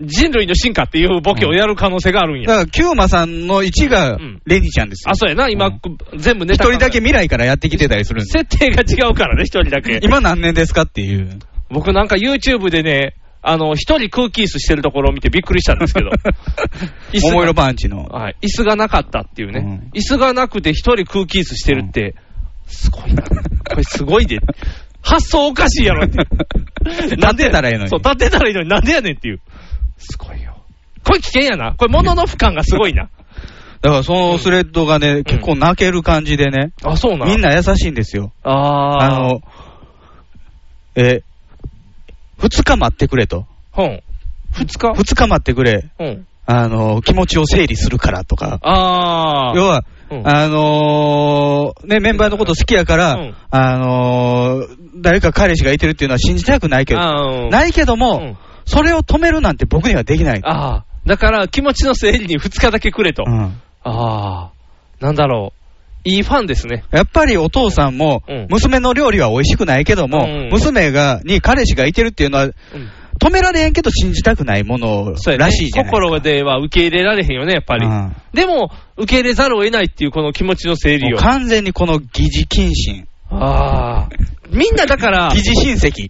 Speaker 3: 人類の進化っていうボケをやる可能性があるん
Speaker 2: だ
Speaker 3: や。
Speaker 2: から、キューマさんの1が
Speaker 3: うん
Speaker 2: レニちゃんですよ
Speaker 3: あ、。そうやな。今、
Speaker 2: うん
Speaker 3: 全部ネ
Speaker 2: 一
Speaker 3: タ考え。
Speaker 2: 人だけ未来からやってきてたりするんですよ。
Speaker 3: 設定が違うからね、一人だけ。
Speaker 2: 今何年ですかっていう。。
Speaker 3: 僕なんか YouTube でね、あの、一人空気椅子してるところを見てびっくりしたんですけど椅子が
Speaker 2: 桃色パンチの。
Speaker 3: はい。椅子がなかったっていうね。
Speaker 2: う
Speaker 3: 椅子がなくて一人空気椅子してるって、すごいな。これすご いで。発想おかしいやろって。
Speaker 2: 立ってたらええのに
Speaker 3: そう、立ってたらいいの になんでやねんっていう。すごいよ。これ危険やな。これ物の負感がすごいな。
Speaker 2: だからそのスレッドがね、結構泣ける感じでね、
Speaker 3: あ、そうなん
Speaker 2: みん。な優しいんですよ。あ
Speaker 3: あー。
Speaker 2: の、え、二日待ってくれと。
Speaker 3: うん。二日
Speaker 2: 二日待ってくれ。
Speaker 3: うん。
Speaker 2: あの、気持ちを整理するからとか。
Speaker 3: あー。
Speaker 2: 要は、
Speaker 3: うん
Speaker 2: あのーね、メンバーのこと好きやから、
Speaker 3: うん
Speaker 2: あのー誰か彼氏がいてるっていうのは信じたくないけど、
Speaker 3: あーうん
Speaker 2: ないけども、
Speaker 3: うん
Speaker 2: それを止めるなんて僕にはできない。
Speaker 3: あー。だから、気持ちの整理に二日だけくれと。
Speaker 2: うん
Speaker 3: あー。なんだろう。いいファンですね。
Speaker 2: やっぱりお父さんも
Speaker 3: うん、
Speaker 2: 娘の料理は美味しくないけども、
Speaker 3: うん
Speaker 2: 娘が、に彼氏がいてるっていうのは、
Speaker 3: うん。
Speaker 2: 止められへんけど信じたくないもの
Speaker 3: そうやね
Speaker 2: らしいじゃない
Speaker 3: 心では受け入れられへんよね、やっぱり。
Speaker 2: うん
Speaker 3: でも、受け入れざるを得ないっていうこの気持ちの整理
Speaker 2: もう。
Speaker 3: を
Speaker 2: 完全にこの疑似謹慎。
Speaker 3: ああ。みんなだから
Speaker 2: 疑、似親戚。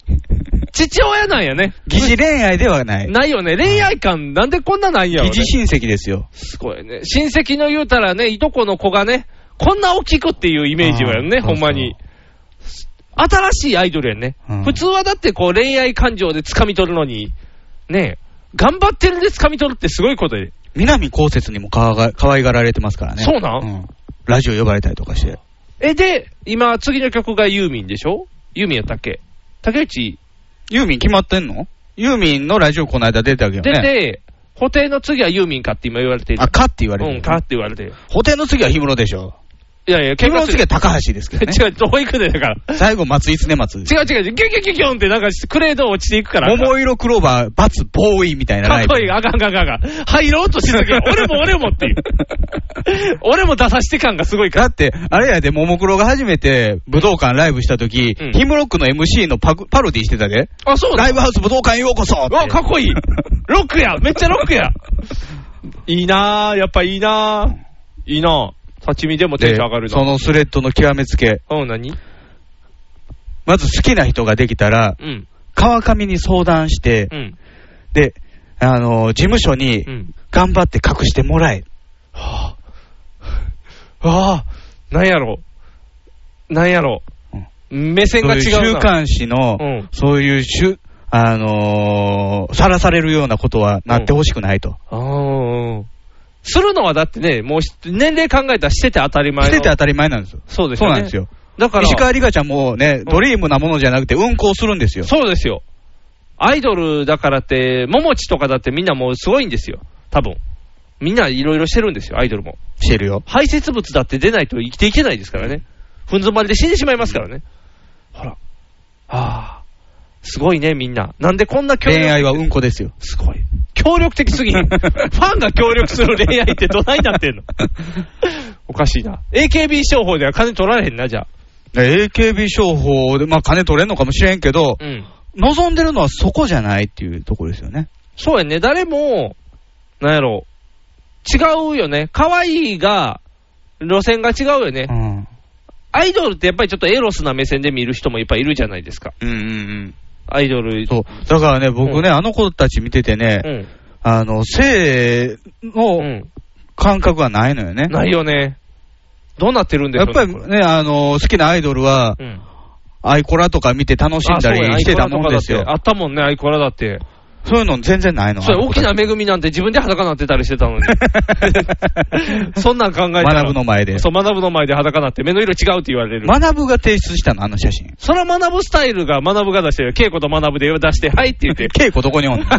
Speaker 3: 父親なんやね。
Speaker 2: 疑似恋愛ではない。
Speaker 3: ないよね。恋愛感なんでこんなないんやろ、
Speaker 2: 疑
Speaker 3: ね。
Speaker 2: 似親戚ですよ。
Speaker 3: すごいね。親戚の言うたらね、いとこの子がね、こんな大きくっていうイメージはね、
Speaker 2: あー
Speaker 3: ほんまに。新しいアイドルやんね。
Speaker 2: うん
Speaker 3: 普通はだってこう恋愛感情で掴み取るのに、ね、頑張ってるで掴み取るってすごいことで。
Speaker 2: 南こうせつにもかわが可愛がられてますからね。
Speaker 3: そうなん
Speaker 2: んラジオ呼ばれたりとかして。
Speaker 3: え、で、今、次の曲がユーミンでしょユーミンやったっけ竹内
Speaker 2: ユーミン決まってんのユーミンのラジオこの間出たけど
Speaker 3: 出
Speaker 2: ね。
Speaker 3: て、布袋の次はユーミンかって今言われてる。
Speaker 2: あ、かって言われて
Speaker 3: う
Speaker 2: る。
Speaker 3: ん、かって言われてる。
Speaker 2: 補填の次は氷室でしょ。
Speaker 3: いやいや、
Speaker 2: 氷室の次は
Speaker 3: は
Speaker 2: 高橋ですけどね。
Speaker 3: 違う、どこ行くねんだから。
Speaker 2: 最後、松井常松。
Speaker 3: 違う違う違う、ギュギュギュギュンってなんかクレード落ちていくから。
Speaker 2: 桃色クローバー、バツ、ボーイみたいな
Speaker 3: か
Speaker 2: ラ
Speaker 3: っ
Speaker 2: イ
Speaker 3: こ
Speaker 2: ブ。
Speaker 3: いい、あかんあかんあかんあかん。入ろうとしすぎ る。俺も俺もっていう。俺も出さして感がすごいから。
Speaker 2: だって、あれやで、ももクロが初めて武道館ライブしたとき、
Speaker 3: うん
Speaker 2: ヒムロックの MC のパクパロディしてたで。
Speaker 3: あ、そうだ
Speaker 2: ライ。ブハウス武道館へようこそっ
Speaker 3: うわ、かってこいい。ロックや。めっちゃロックや。いいなぁ、やっぱいいなぁ。いいなぁ。立ち見でもテンション上が る
Speaker 2: でそ
Speaker 3: な。
Speaker 2: のスレッドの極めつけ。
Speaker 3: うん、何
Speaker 2: まず好きな人ができたら、
Speaker 3: うん。
Speaker 2: 川上に相談して、
Speaker 3: うん。
Speaker 2: で、あのー事務所に
Speaker 3: うん。
Speaker 2: 頑張って隠してもらえ。
Speaker 3: はぁ。はぁ。なんやろ。なんやろ。目線が違
Speaker 2: そういう週
Speaker 3: うな。
Speaker 2: 刊誌の、
Speaker 3: うん
Speaker 2: そういうしゅ、あのー、さらされるようなことはなってほしくないと。
Speaker 3: あーするのはだってね、もうし年齢考えたらしてて当たり前
Speaker 2: し
Speaker 3: の。
Speaker 2: てて当たり前なんですよ。
Speaker 3: そうです
Speaker 2: そう
Speaker 3: よ
Speaker 2: な
Speaker 3: ね。
Speaker 2: んですよ。
Speaker 3: だから、
Speaker 2: 石川里香ちゃんもね、ドリームなものじゃなくて運行するんですよ。
Speaker 3: そうですよ。アイドルだからって、桃地とかだってみんなもうすごいんですよ。多分。みんないろいろしてるんですよ、アイドルも。
Speaker 2: してるよ。
Speaker 3: 排泄物だって出ないと生きていけないですからね。ふんぞまりで死んでしまいますからね。ほら。ああ。すごいね、みんな。なんでこんな協
Speaker 2: 恋
Speaker 3: 力、
Speaker 2: 愛はうんこですよ。
Speaker 3: すごい。協力的すぎ ん。ファンが協力する恋愛ってどないなってんのおかしいな。AKB 商法では金取られへんな、じゃあ。
Speaker 2: AKB 商法で、まあ金取れんのかもしれんけど、
Speaker 3: うん。
Speaker 2: 望んでるのはそこじゃないっていうところですよね。
Speaker 3: そうやね、誰も、なんやろ、違うよね。可愛いが、路線が違うよね
Speaker 2: う。ん。
Speaker 3: アイドルってやっぱりちょっとエロスな目線で見る人もいっぱいいるじゃないですか。
Speaker 2: うんうんうん。
Speaker 3: アイドル。
Speaker 2: そう。だからね、僕ね、あの子たち見ててね、
Speaker 3: うん。
Speaker 2: あの、性
Speaker 3: う
Speaker 2: の
Speaker 3: ん。
Speaker 2: 感覚がないのよね。
Speaker 3: ないよね。どうなってるんでし
Speaker 2: や
Speaker 3: ょう
Speaker 2: っぱり
Speaker 3: これ
Speaker 2: ね、あの、好きなアイドルは、
Speaker 3: うん。
Speaker 2: アイコラとか見て楽しんだりしてたもんですよ
Speaker 3: あ。そうやアイコラとかだってあったもんね、アイコラだって。
Speaker 2: そういうの全然ないの。
Speaker 3: そうや、大きな
Speaker 2: 目
Speaker 3: 恵みなんて自分で裸になってたりし てたのに。そんなん考えたら。
Speaker 2: 学ぶの前で。
Speaker 3: そう、学ぶの前で裸になって目の色違うって言われる。
Speaker 2: 学ぶが提出したの、あの写真。
Speaker 3: そら学ぶスタイルが学ぶが出してる。稽古と学ぶで出して、はいって言って。
Speaker 2: 稽古どこにおんの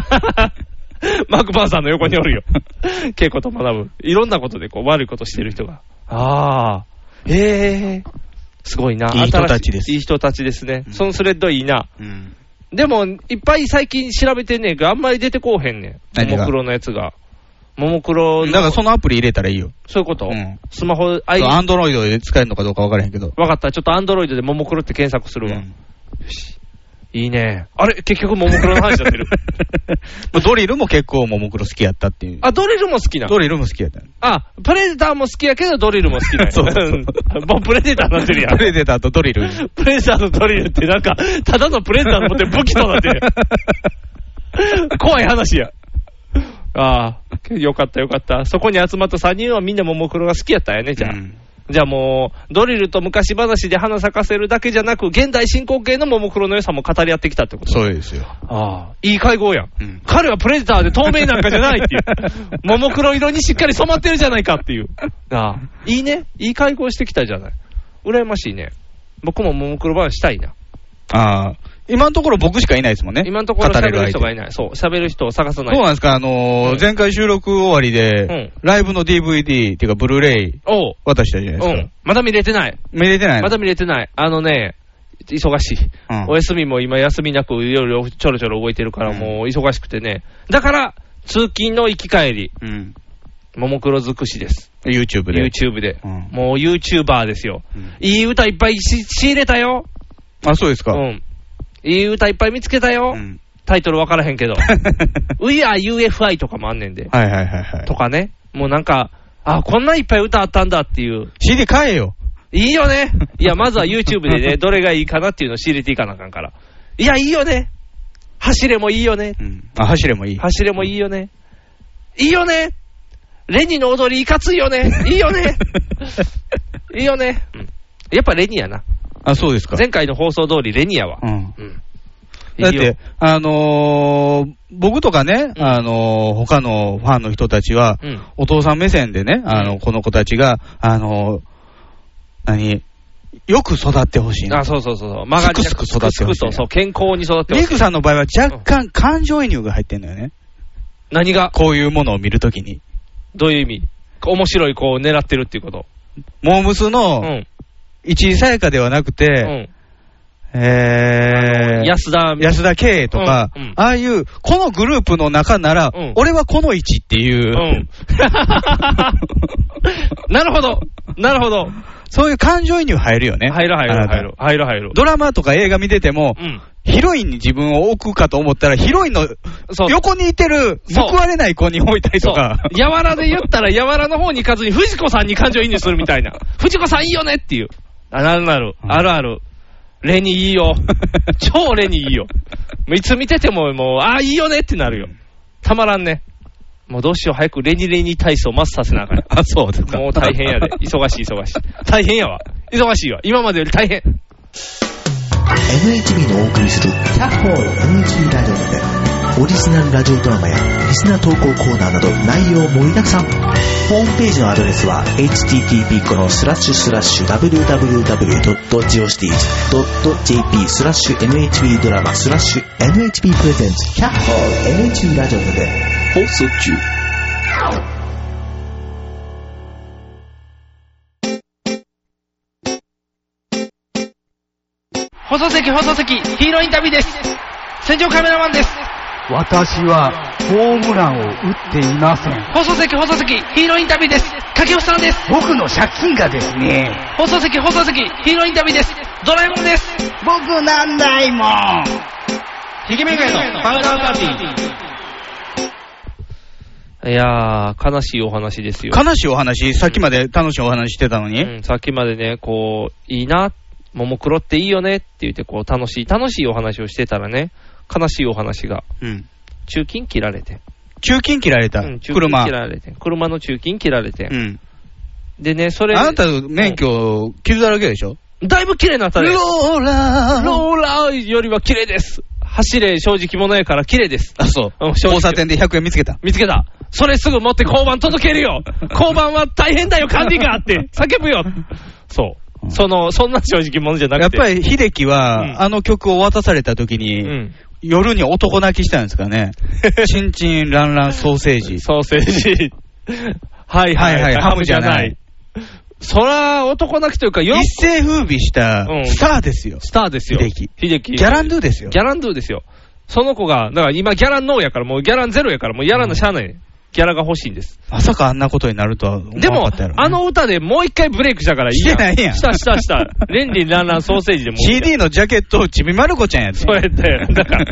Speaker 3: マーク・バーンさんの横におるよ。 稽古と学ぶ。いろんなことでこう悪いことしてる人が。ああ。へえ。すごいな。
Speaker 2: いい人たちです
Speaker 3: 新しいいい人たちですね
Speaker 2: う。ん
Speaker 3: そのスレッドいいな。
Speaker 2: うん。
Speaker 3: でも、いっぱい最近調べてんねんけど、あんまり出てこうへんねん。
Speaker 2: 何
Speaker 3: も
Speaker 2: が
Speaker 3: もクロのやつが。ももクロの
Speaker 2: だからそのアプリ入れたらいいよ。
Speaker 3: そういうこと、
Speaker 2: うん
Speaker 3: スマホ、あい
Speaker 2: アンドロイドで使えるのかどうか分からへんけど。
Speaker 3: わかった。ちょっとアンドロイドでももクロって検索するわ。
Speaker 2: うん
Speaker 3: いいね。あれ結局ももクロの話に なってる。
Speaker 2: まあドリルも結構ももクロ好きやったっていう。
Speaker 3: あ、ドリルも好きな。
Speaker 2: ドリルも好きやった。
Speaker 3: あ、プレデターも好きやけど、ドリルも好きだよ。
Speaker 2: そうそうそうん
Speaker 3: もうプレデターになってるやん
Speaker 2: プ。レデターとドリル。
Speaker 3: プレデターとドリルってなんか、ただのプレデターの持って武器となってるやん怖い話や。ああ、よかったよかった。そこに集まった3人はみんなももクロが好きやったんやね、じゃあ。
Speaker 2: うん
Speaker 3: じゃあもう、ドリルと昔話で花咲かせるだけじゃなく、現代進行形のももクロの良さも語り合ってきたってこと
Speaker 2: そうですよ。
Speaker 3: ああ、いい会合やん。
Speaker 2: うん
Speaker 3: 彼はプレデターで透明なんかじゃないっ ていう。ももクロ色にしっかり染まってるじゃないかっていう。ああ、いいね。いい会合してきたじゃない。羨ましいね。僕もももクロ話したいな。
Speaker 2: ああ、今のところ僕しかいないですもんね。
Speaker 3: 今のところ
Speaker 2: 語
Speaker 3: 喋
Speaker 2: れ
Speaker 3: る人
Speaker 2: 相手
Speaker 3: がいない。そう、喋る人を探さな
Speaker 2: どう
Speaker 3: い。
Speaker 2: なんですか、あのー
Speaker 3: うん
Speaker 2: 前回収録終わりで、
Speaker 3: ん
Speaker 2: ライブの DVD っていうか、ブルーレイ
Speaker 3: おう。
Speaker 2: 渡したじゃないうですか。
Speaker 3: ん。まだ見れてない。
Speaker 2: 見れてないの
Speaker 3: まだ見れてない。あのね、忙しい。
Speaker 2: うん
Speaker 3: お休みも今休みなく、いろいろちょろちょろ動いてるから、
Speaker 2: うん
Speaker 3: もう忙しくてね。だから、通勤の行き帰り、
Speaker 2: うん。
Speaker 3: ももクロ尽くしです。
Speaker 2: YouTube で。
Speaker 3: YouTube で。
Speaker 2: うん
Speaker 3: もう YouTuber ですよ。
Speaker 2: うん
Speaker 3: いい歌いっぱいし仕入れたよ。
Speaker 2: あ、そうです
Speaker 3: う
Speaker 2: か。
Speaker 3: ん。いい歌いっぱい見つけたよ。
Speaker 2: うん
Speaker 3: タイトルわからへんけど。We are UFI とかもあんねんで。
Speaker 2: はいはいはいはい
Speaker 3: と。かね。もうなんか、あ、こんないっぱい歌あったんだっていう。
Speaker 2: CD 買えよ。
Speaker 3: いいよね。いや、まずは YouTube でね、どれがいいかなっていうのを仕入れていかなあかんから。いや、いいよね。走れもいいよね。
Speaker 2: うん。あ、走れもいい。
Speaker 3: 走れもいいよね。いいよね。レニの踊りいかついよね。いい よね。いいよね。うんやっぱレニやな。
Speaker 2: あ、そうですか。
Speaker 3: 前回の放送通りレニやわ
Speaker 2: う。ん。
Speaker 3: うん。
Speaker 2: だっ
Speaker 3: いいよ
Speaker 2: て、、あのー僕とかね、
Speaker 3: うん
Speaker 2: あのー他のファンの人たちは、
Speaker 3: うん。
Speaker 2: お父さん目線でね、あ
Speaker 3: う
Speaker 2: の、
Speaker 3: ん
Speaker 2: この子たちが、あのー何、よく育ってほしいな
Speaker 3: あ、そうそうそうそう。曲がり
Speaker 2: すくすく育ってほしい
Speaker 3: すくすくと、そう、健康に育ってほ
Speaker 2: リ
Speaker 3: しい
Speaker 2: ークさんの場合は若干感情移入が入ってんのよね。
Speaker 3: 何が、
Speaker 2: こういうものを見るときに。
Speaker 3: どういう意味面白い子を狙ってるっていうこと。
Speaker 2: モームス
Speaker 3: う
Speaker 2: の
Speaker 3: ん。
Speaker 2: 一位さやかではなく
Speaker 3: う
Speaker 2: て、
Speaker 3: ん。
Speaker 2: えー、
Speaker 3: 安田、
Speaker 2: 安田圭とか、
Speaker 3: うんうん
Speaker 2: ああいう、このグループの中なら、
Speaker 3: うん
Speaker 2: 俺はこの位置っていう、
Speaker 3: うん。なるほど。なるほど。
Speaker 2: そういう感情移入入るよね。
Speaker 3: 入る入
Speaker 2: あ
Speaker 3: る
Speaker 2: なた
Speaker 3: 入る。入る入る。
Speaker 2: ドラマとか映画見てても、
Speaker 3: うん。
Speaker 2: ヒロインに自分を置くかと思ったら、ヒロインの
Speaker 3: そう。
Speaker 2: 横にいてる、
Speaker 3: そう
Speaker 2: 報われない子に置いたり
Speaker 3: そ
Speaker 2: と
Speaker 3: う
Speaker 2: か。。
Speaker 3: やわらで言ったら、やわらの方に行かずに、藤子さんに感情移入するみたいな。藤子さんいいよねっていう。あ、なるなる。
Speaker 2: うん
Speaker 3: あるある。レニーい いよ。超レニーいいよ。もういつ見てても、もう、あーいいよねってなるよ。たまらんね。もうどうしよう、早くレニレニ体操マスターせなあかん。
Speaker 2: あ、そうですか。
Speaker 3: もう大変やで。忙しい忙しい。大変やわ。忙しいわ。今までより大変。
Speaker 7: NHB のお送りする「キャッホール NHB ラジオ」でオリジナルラジオドラマやリスナー投稿コーナーなど内容盛りだくさんホームページのアドレスは http このスラッシュスラッシュ www.geocities.jp スラッシュ NHB ドラマスラッシュ NHB プレゼンツキャッホール NHB ラジオで
Speaker 3: 放送席放送席、ヒーローインタビューです。戦場カメラマンです。
Speaker 8: 私はホームランを打っていません。
Speaker 3: 放送席放送席、ヒーローインタビューです。掛布さんです。
Speaker 8: 僕の借金がですね、
Speaker 3: 放送席放送席、ヒーローインタビューです。ドラえもんです。
Speaker 8: 僕なんないもん。
Speaker 3: ヒゲメガネのパウダーパーティー。いやー、悲しいお話ですよ。
Speaker 2: 悲しいお話、さっきまで楽しいお話してたのに、
Speaker 3: うん、さっきまでね、こう、いいな、ももクロっていいよねって言って、こう、楽しい、楽しいお話をしてたらね、悲しいお話が、
Speaker 2: うん
Speaker 3: 中金切られて、
Speaker 2: 中金切られた、
Speaker 3: うん、中金
Speaker 2: 車。
Speaker 3: 切られて、車の中金切られて、
Speaker 2: うん、
Speaker 3: でね、そ
Speaker 2: あ
Speaker 3: れ、
Speaker 2: なた、免許、傷だらけでしょ
Speaker 3: だいぶ綺麗になったね。
Speaker 2: ーラ
Speaker 3: ローラーよりは綺麗です。走れ、正直者やから綺麗です。
Speaker 2: あ、そう。
Speaker 3: うん正直
Speaker 2: 交差点で100円見つけた。
Speaker 3: 見つけた。それすぐ持って交番届け るよ。交番は大変だよ、管理官って。叫ぶよ。そう。その、そんな正直者じゃな
Speaker 2: やっ
Speaker 3: くて。
Speaker 2: ぱり、秀樹は、
Speaker 3: うん
Speaker 2: あの曲を渡された時に、
Speaker 3: うん。
Speaker 2: 夜に男泣きしたんですか ね。チンチン、ランラン、ソーセージ。
Speaker 3: ソーセージ。はいはい
Speaker 2: はいはい
Speaker 3: ハムじゃ
Speaker 2: ハムじゃ
Speaker 3: な
Speaker 2: ないい。
Speaker 3: そら、男泣きというか、よ
Speaker 2: 一世風靡した
Speaker 3: うん
Speaker 2: スターですよ。
Speaker 3: スターですよ。
Speaker 2: 秀樹
Speaker 3: 秀樹。
Speaker 2: ギャランドゥですよ
Speaker 3: ギ。ャランドゥですよ。その子が、だから今ギャランノーやから、もうギャランゼロやから、もうやらなしゃあない。ギャラが欲しいんです。
Speaker 2: まさかあんなことになるとは思わ
Speaker 3: で
Speaker 2: なか
Speaker 3: も
Speaker 2: ったやろ、、
Speaker 3: あ、の歌でもう一回ブレイクしたからいいやん。
Speaker 2: してないやん
Speaker 3: したしたした。レンリンランランソーセージでもう。
Speaker 2: CD のジャケットをちびまる子ちゃんやって。
Speaker 3: そうやって、だから、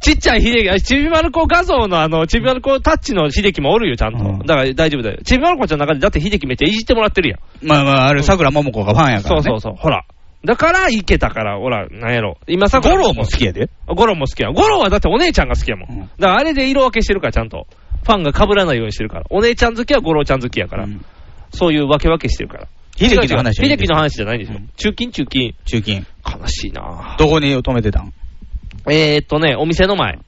Speaker 3: ちっちゃい秀樹あ、ちびまる子画像のあの、ちびまる子タッチの秀樹もおるよ、ちゃんと。
Speaker 2: うん
Speaker 3: だから大丈夫だよ。ちびまる子ちゃんの中で、だって秀樹めっちゃいじってもらってるやん。
Speaker 2: まあまあ、あれ、桜ももこがファンやから、
Speaker 3: そ
Speaker 2: ね。
Speaker 3: うそうそう、ほら。だから、いけたから、ほら、なんやろ。今さ、
Speaker 2: ゴロも好きやで。
Speaker 3: ゴロも好きや。ゴロはだってお姉ちゃんが好きやもん。
Speaker 2: うん
Speaker 3: だからあれで色分けしてるから、ちゃんと。ファンが被らないようにしてるから。お姉ちゃん好きはゴロちゃん好きやから。
Speaker 2: うん
Speaker 3: そういう分け分けしてるから。
Speaker 2: 秀樹の話。
Speaker 3: 秀樹の話じゃないんですよ
Speaker 2: う。
Speaker 3: 中金中金。
Speaker 2: 中金。
Speaker 3: 悲しいなぁ
Speaker 2: どこに止めてたん
Speaker 3: えーっとね、お店の前。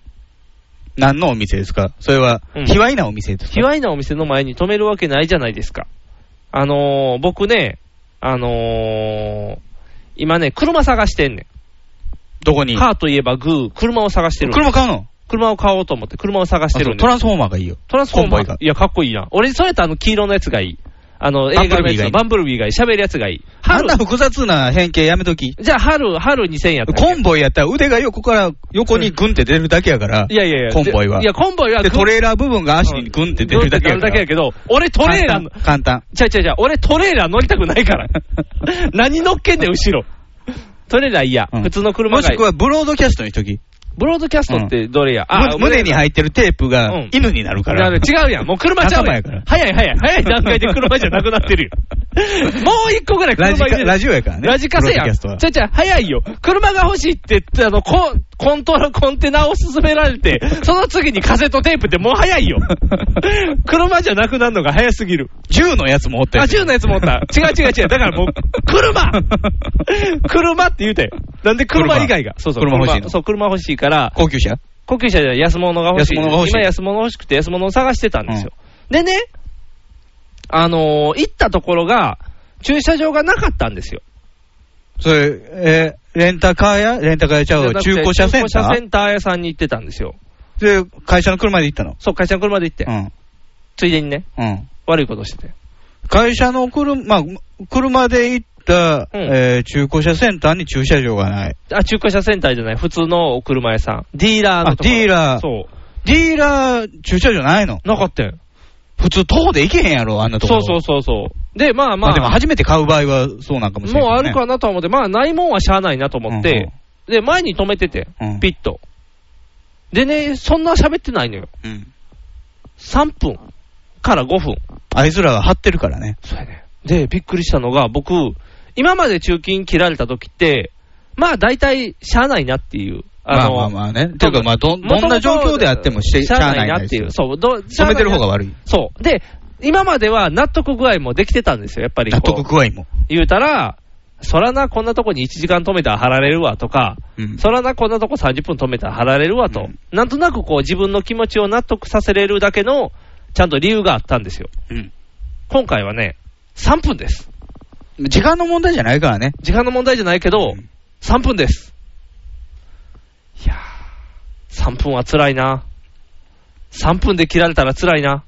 Speaker 2: 何のお店ですかそれは
Speaker 3: うん、
Speaker 2: 卑猥なお店ですか
Speaker 3: 卑猥なお店の前に止めるわけないじゃないですか。あのー、僕ね、あのー、今ね、車探してんね
Speaker 2: どこに
Speaker 3: ん。カーといえばグー、車を探してる。
Speaker 2: 車買うの
Speaker 3: 車を買おうと思って、車を探してるん
Speaker 2: あそう
Speaker 3: で
Speaker 2: トランスフォーマーがいいよ。
Speaker 3: トランスフォーマ
Speaker 2: コンボイ
Speaker 3: ー
Speaker 2: が。
Speaker 3: いや、かっこいいな。俺、それとあの、黄色のやつがいい。あの、映画のやつのバ
Speaker 2: バ
Speaker 3: ンブルビーがいい。喋るやつがいい。
Speaker 2: あん
Speaker 3: 春
Speaker 2: な、複雑な変形やめとき。
Speaker 3: じゃあ、春、春2000やったっけ
Speaker 2: コンボイやったら腕が横から、横にグンって出るだけやから。
Speaker 3: いやいやいや。
Speaker 2: コンボイは。
Speaker 3: いや、コンボイは
Speaker 2: で、
Speaker 3: グー、
Speaker 2: トレーラー部分が足にグンって出るだけや
Speaker 3: グー
Speaker 2: か
Speaker 3: って出るだけや
Speaker 2: ら。
Speaker 3: けど、俺トレーラーの、
Speaker 2: 簡単。
Speaker 3: ちゃうちゃうちゃう、俺トレーラー乗りたくないから。何乗っけんねん、後ろ。トレーラー嫌。
Speaker 2: うん
Speaker 3: 普通の車
Speaker 2: も
Speaker 3: がい
Speaker 2: し
Speaker 3: い
Speaker 2: く。はブロードキャストにしとき。
Speaker 3: ブロードキャストってどれや、
Speaker 2: む胸に入ってるテープ
Speaker 3: う
Speaker 2: が
Speaker 3: ん
Speaker 2: 犬になるか
Speaker 3: な
Speaker 2: ら。
Speaker 3: る違うやん。もう車ちゃ
Speaker 2: 仲
Speaker 3: う
Speaker 2: 間
Speaker 3: や
Speaker 2: や
Speaker 3: ん
Speaker 2: から。
Speaker 3: 早い早い。早い段階で車じゃなくなってるよ。 もう一個ぐらい
Speaker 2: ラ
Speaker 3: 車
Speaker 2: ジ
Speaker 3: 入れ
Speaker 2: カ
Speaker 3: る
Speaker 2: ラジオやからね。
Speaker 3: ラジカセ
Speaker 2: ブ
Speaker 3: や
Speaker 2: ロ
Speaker 3: ん。
Speaker 2: ー
Speaker 3: ち
Speaker 2: ドキャ
Speaker 3: ゃ
Speaker 2: ストは
Speaker 3: ちゃ、早いよ。車が欲しいって言って、あの、コン、コントロール、コンテナを勧められて、その次にカセットテープってもう 早いよ。車じゃなくなるのが早すぎる。
Speaker 2: 銃のやつもおった
Speaker 3: あ、
Speaker 2: やつ
Speaker 3: 銃のやつ持 った。違う違う違う。だからもう、車車って言うて。なんで車以外が。そうそう。
Speaker 2: 車欲しいの
Speaker 3: そう、車欲しいから、
Speaker 2: 高級車
Speaker 3: 高級車じゃない安物が欲し
Speaker 2: 安
Speaker 3: い。
Speaker 2: 物が欲しい
Speaker 3: 今安物欲しくて安物を探してたんですよ。でね、あのー行ったところが、駐車場がなかったんですよ。
Speaker 2: それ、えーレンタカーやレンタカーやちゃうわ中古車センタ
Speaker 3: 中古車セ
Speaker 2: ー
Speaker 3: ンター屋さんに行ってたんですよ。
Speaker 2: で、会社の車で行ったの。
Speaker 3: そう、会社の車で行って。
Speaker 2: うん。
Speaker 3: ついでにね、
Speaker 2: うん。
Speaker 3: 悪いことしてて。
Speaker 2: 会社の車、まあ、車で行った、
Speaker 3: うん
Speaker 2: えー中古車センターに駐車場がない。
Speaker 3: あ、中古車センターじゃない、普通のお車屋さん。ディーラー
Speaker 2: あ、
Speaker 3: のところ。
Speaker 2: ディーラー。
Speaker 3: そ
Speaker 2: ディーラー、駐車場ないの
Speaker 3: う。なかったよ。
Speaker 2: 普通、徒歩で行けへんやろ、あんなとこ
Speaker 3: そ
Speaker 2: ろ。
Speaker 3: うそううそうそう。で、ま
Speaker 2: ま
Speaker 3: あま
Speaker 2: あ。
Speaker 3: あ、
Speaker 2: でも、初めて買う場合はそうなんかもしれな
Speaker 3: も
Speaker 2: いうけど
Speaker 3: あ
Speaker 2: ね、
Speaker 3: るかなとは思って、まあ、ないもんはしゃあないなと思って、で、前に止めてて、
Speaker 2: うん
Speaker 3: ピッと。でね、そんな喋ってないのよ。
Speaker 2: うん。うん。
Speaker 3: 3分から5分。
Speaker 2: あいつらは張ってるからね。
Speaker 3: そうやね。で、びっくりしたのが、僕、今まで中金切られた時って、まあ大体、しゃあないなっていう。
Speaker 2: まあまあまあね。ていうか、まあどん、どんな状況であってもして、し
Speaker 3: しゃ
Speaker 2: ゃあ
Speaker 3: あな
Speaker 2: ないい
Speaker 3: なってい
Speaker 2: で
Speaker 3: う。
Speaker 2: す
Speaker 3: そう、ど
Speaker 2: よ。止めてる方が
Speaker 3: 悪
Speaker 2: 悪い。
Speaker 3: い。そう。で、今までは納得具合もできてたんですよ、やっぱりこ
Speaker 2: 納
Speaker 3: う。
Speaker 2: 得具合も。
Speaker 3: 言うたら、そらな、こんなとこに1時間止めたら貼られるわとか、
Speaker 2: うん
Speaker 3: そらな、こんなとこ30分止めたら貼られるわと、
Speaker 2: うん
Speaker 3: なんとなくこう自分の気持ちを納得させれるだけの、ちゃんと理由があったんですよ。
Speaker 2: うん
Speaker 3: 今回はね、3分です。
Speaker 2: 時間の問題じゃないからね。
Speaker 3: 時間の問題じゃないけど、
Speaker 2: うん
Speaker 3: 3分です。いやー、3分は辛いな。3分で切られたら辛いな。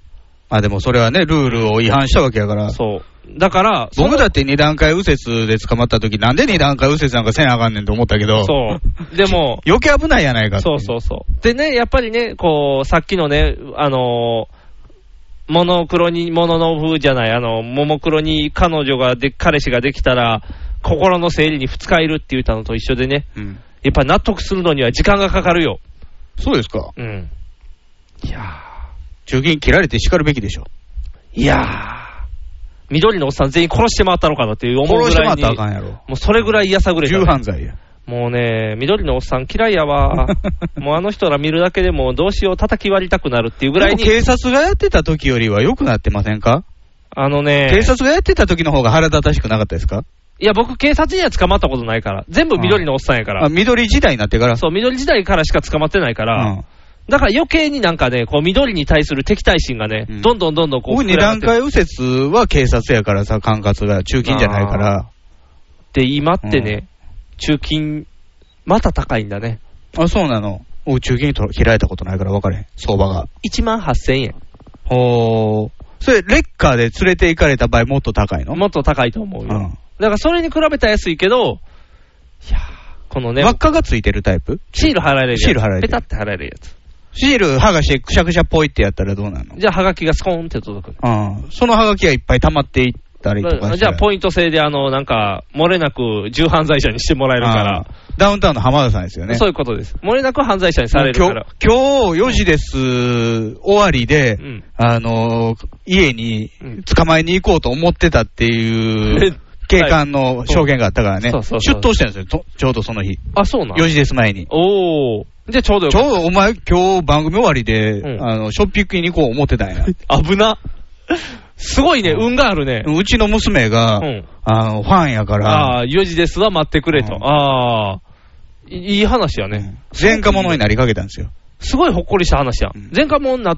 Speaker 2: まあでもそれはね、ルールを違反したわけやから。
Speaker 3: そう。だから、その
Speaker 2: 僕だって二段階右折で捕まった時、なんで二段階右折なんかせなあかんねんと思ったけど。
Speaker 3: そう。でも、
Speaker 2: 余計危ないやないかってい
Speaker 3: そうそうそう。でね、やっぱりね、こう、さっきのね、あのーモノクロに、モノノフじゃない、あの、モモクロに彼女がで、彼氏ができたら、心の整理に2日いるって言ったのと一緒でね、
Speaker 2: うん。
Speaker 3: やっぱり納得するのには時間がかかるよ。
Speaker 2: そうですか。
Speaker 3: うん。いや
Speaker 2: 中銀切られて叱るべきでしょ。
Speaker 3: ー、いやー、緑のおっさん全員殺して回ったのかなっていう思
Speaker 2: 殺
Speaker 3: うぐ
Speaker 2: しても
Speaker 3: ら
Speaker 2: ら
Speaker 3: い
Speaker 2: ったら
Speaker 3: に、
Speaker 2: あか
Speaker 3: も
Speaker 2: んやろ。
Speaker 3: うそれぐらいやさぐれた
Speaker 2: 重犯罪や。
Speaker 3: もうね、緑のおっさん嫌い やわ。もうあの人ら見るだけでもどうしよう叩き割りたくなるっていうぐらい
Speaker 2: でも
Speaker 3: に。
Speaker 2: 警察がやってた時よりは良くなってませんか
Speaker 3: あのね、
Speaker 2: 警察がやってた時の方が腹立たしくなかったですか
Speaker 3: いや、僕、警察には捕まったことないから、全部緑のおっさんやか
Speaker 2: あ、
Speaker 3: ら、
Speaker 2: 緑時代になってから。
Speaker 3: そう、緑時代からしか捕まってないから、
Speaker 2: うん
Speaker 3: だから余計になんかね、こう緑に対する敵対心がね、
Speaker 2: うん
Speaker 3: どんどんどんどんこう、
Speaker 2: 僕二
Speaker 3: 膨らん
Speaker 2: 段
Speaker 3: でって
Speaker 2: 階右折は警察やからさ、管轄が中金じゃないから。
Speaker 3: で今ってね、中金、また高いんだね、
Speaker 2: あ、そうなの。お中金と切られたことないから分かれへん。相場が。
Speaker 3: 1万8000円、
Speaker 2: ほー。それ、レッカーで連れて行かれた場合もっと高いの
Speaker 3: もっと高いと思う
Speaker 2: う
Speaker 3: よ、だ
Speaker 2: ん。
Speaker 3: からそれに比べたら安いけど、いやー、このね
Speaker 2: 輪、っかがついてるタイプ
Speaker 3: シール貼られるやつ、
Speaker 2: シール貼られて
Speaker 3: ペ
Speaker 2: る
Speaker 3: タって貼られるやつ、
Speaker 2: シール剥がしてくしゃくしゃっぽいってやったらどうなの
Speaker 3: じゃあ、はがきがスコーンって届く。
Speaker 2: うん。そのハガキがいっぱい溜まっていったりとかしたら
Speaker 3: じゃあ、ポイント制で、あの、なんか、漏れなく重犯罪者にしてもらえるから
Speaker 2: あ、ーダウンタウンの浜田さんですよね。
Speaker 3: そういうことです。漏れなく犯罪者にされるから。
Speaker 2: 今日、今日4時です、終わりで、
Speaker 3: うん
Speaker 2: あのー家に
Speaker 3: うん
Speaker 2: 捕まえに行こうと思ってたってい
Speaker 3: は
Speaker 2: う警官の証言があったからね、
Speaker 3: そうそうそう
Speaker 2: 出頭してるんですよと、ちょうどその日、
Speaker 3: あ、そうなの
Speaker 2: 4時です前に。
Speaker 3: おお。じゃあちょうどよ
Speaker 2: ち
Speaker 3: かっ
Speaker 2: ょうどお前、今日番組終わりで、
Speaker 3: うん
Speaker 2: あのショッピングに行こう思ってたんや。
Speaker 3: た危な。すごいね、運があるね。
Speaker 2: うちの娘が、
Speaker 3: うん
Speaker 2: あの、ファンやから、
Speaker 3: ああ、4時ですわ、待ってくれと。
Speaker 2: うん
Speaker 3: ああ、いいい話やね。
Speaker 2: 前科者になりかけたんですよ。
Speaker 3: すごいほっこりした話や
Speaker 2: うん。
Speaker 3: 前科者な、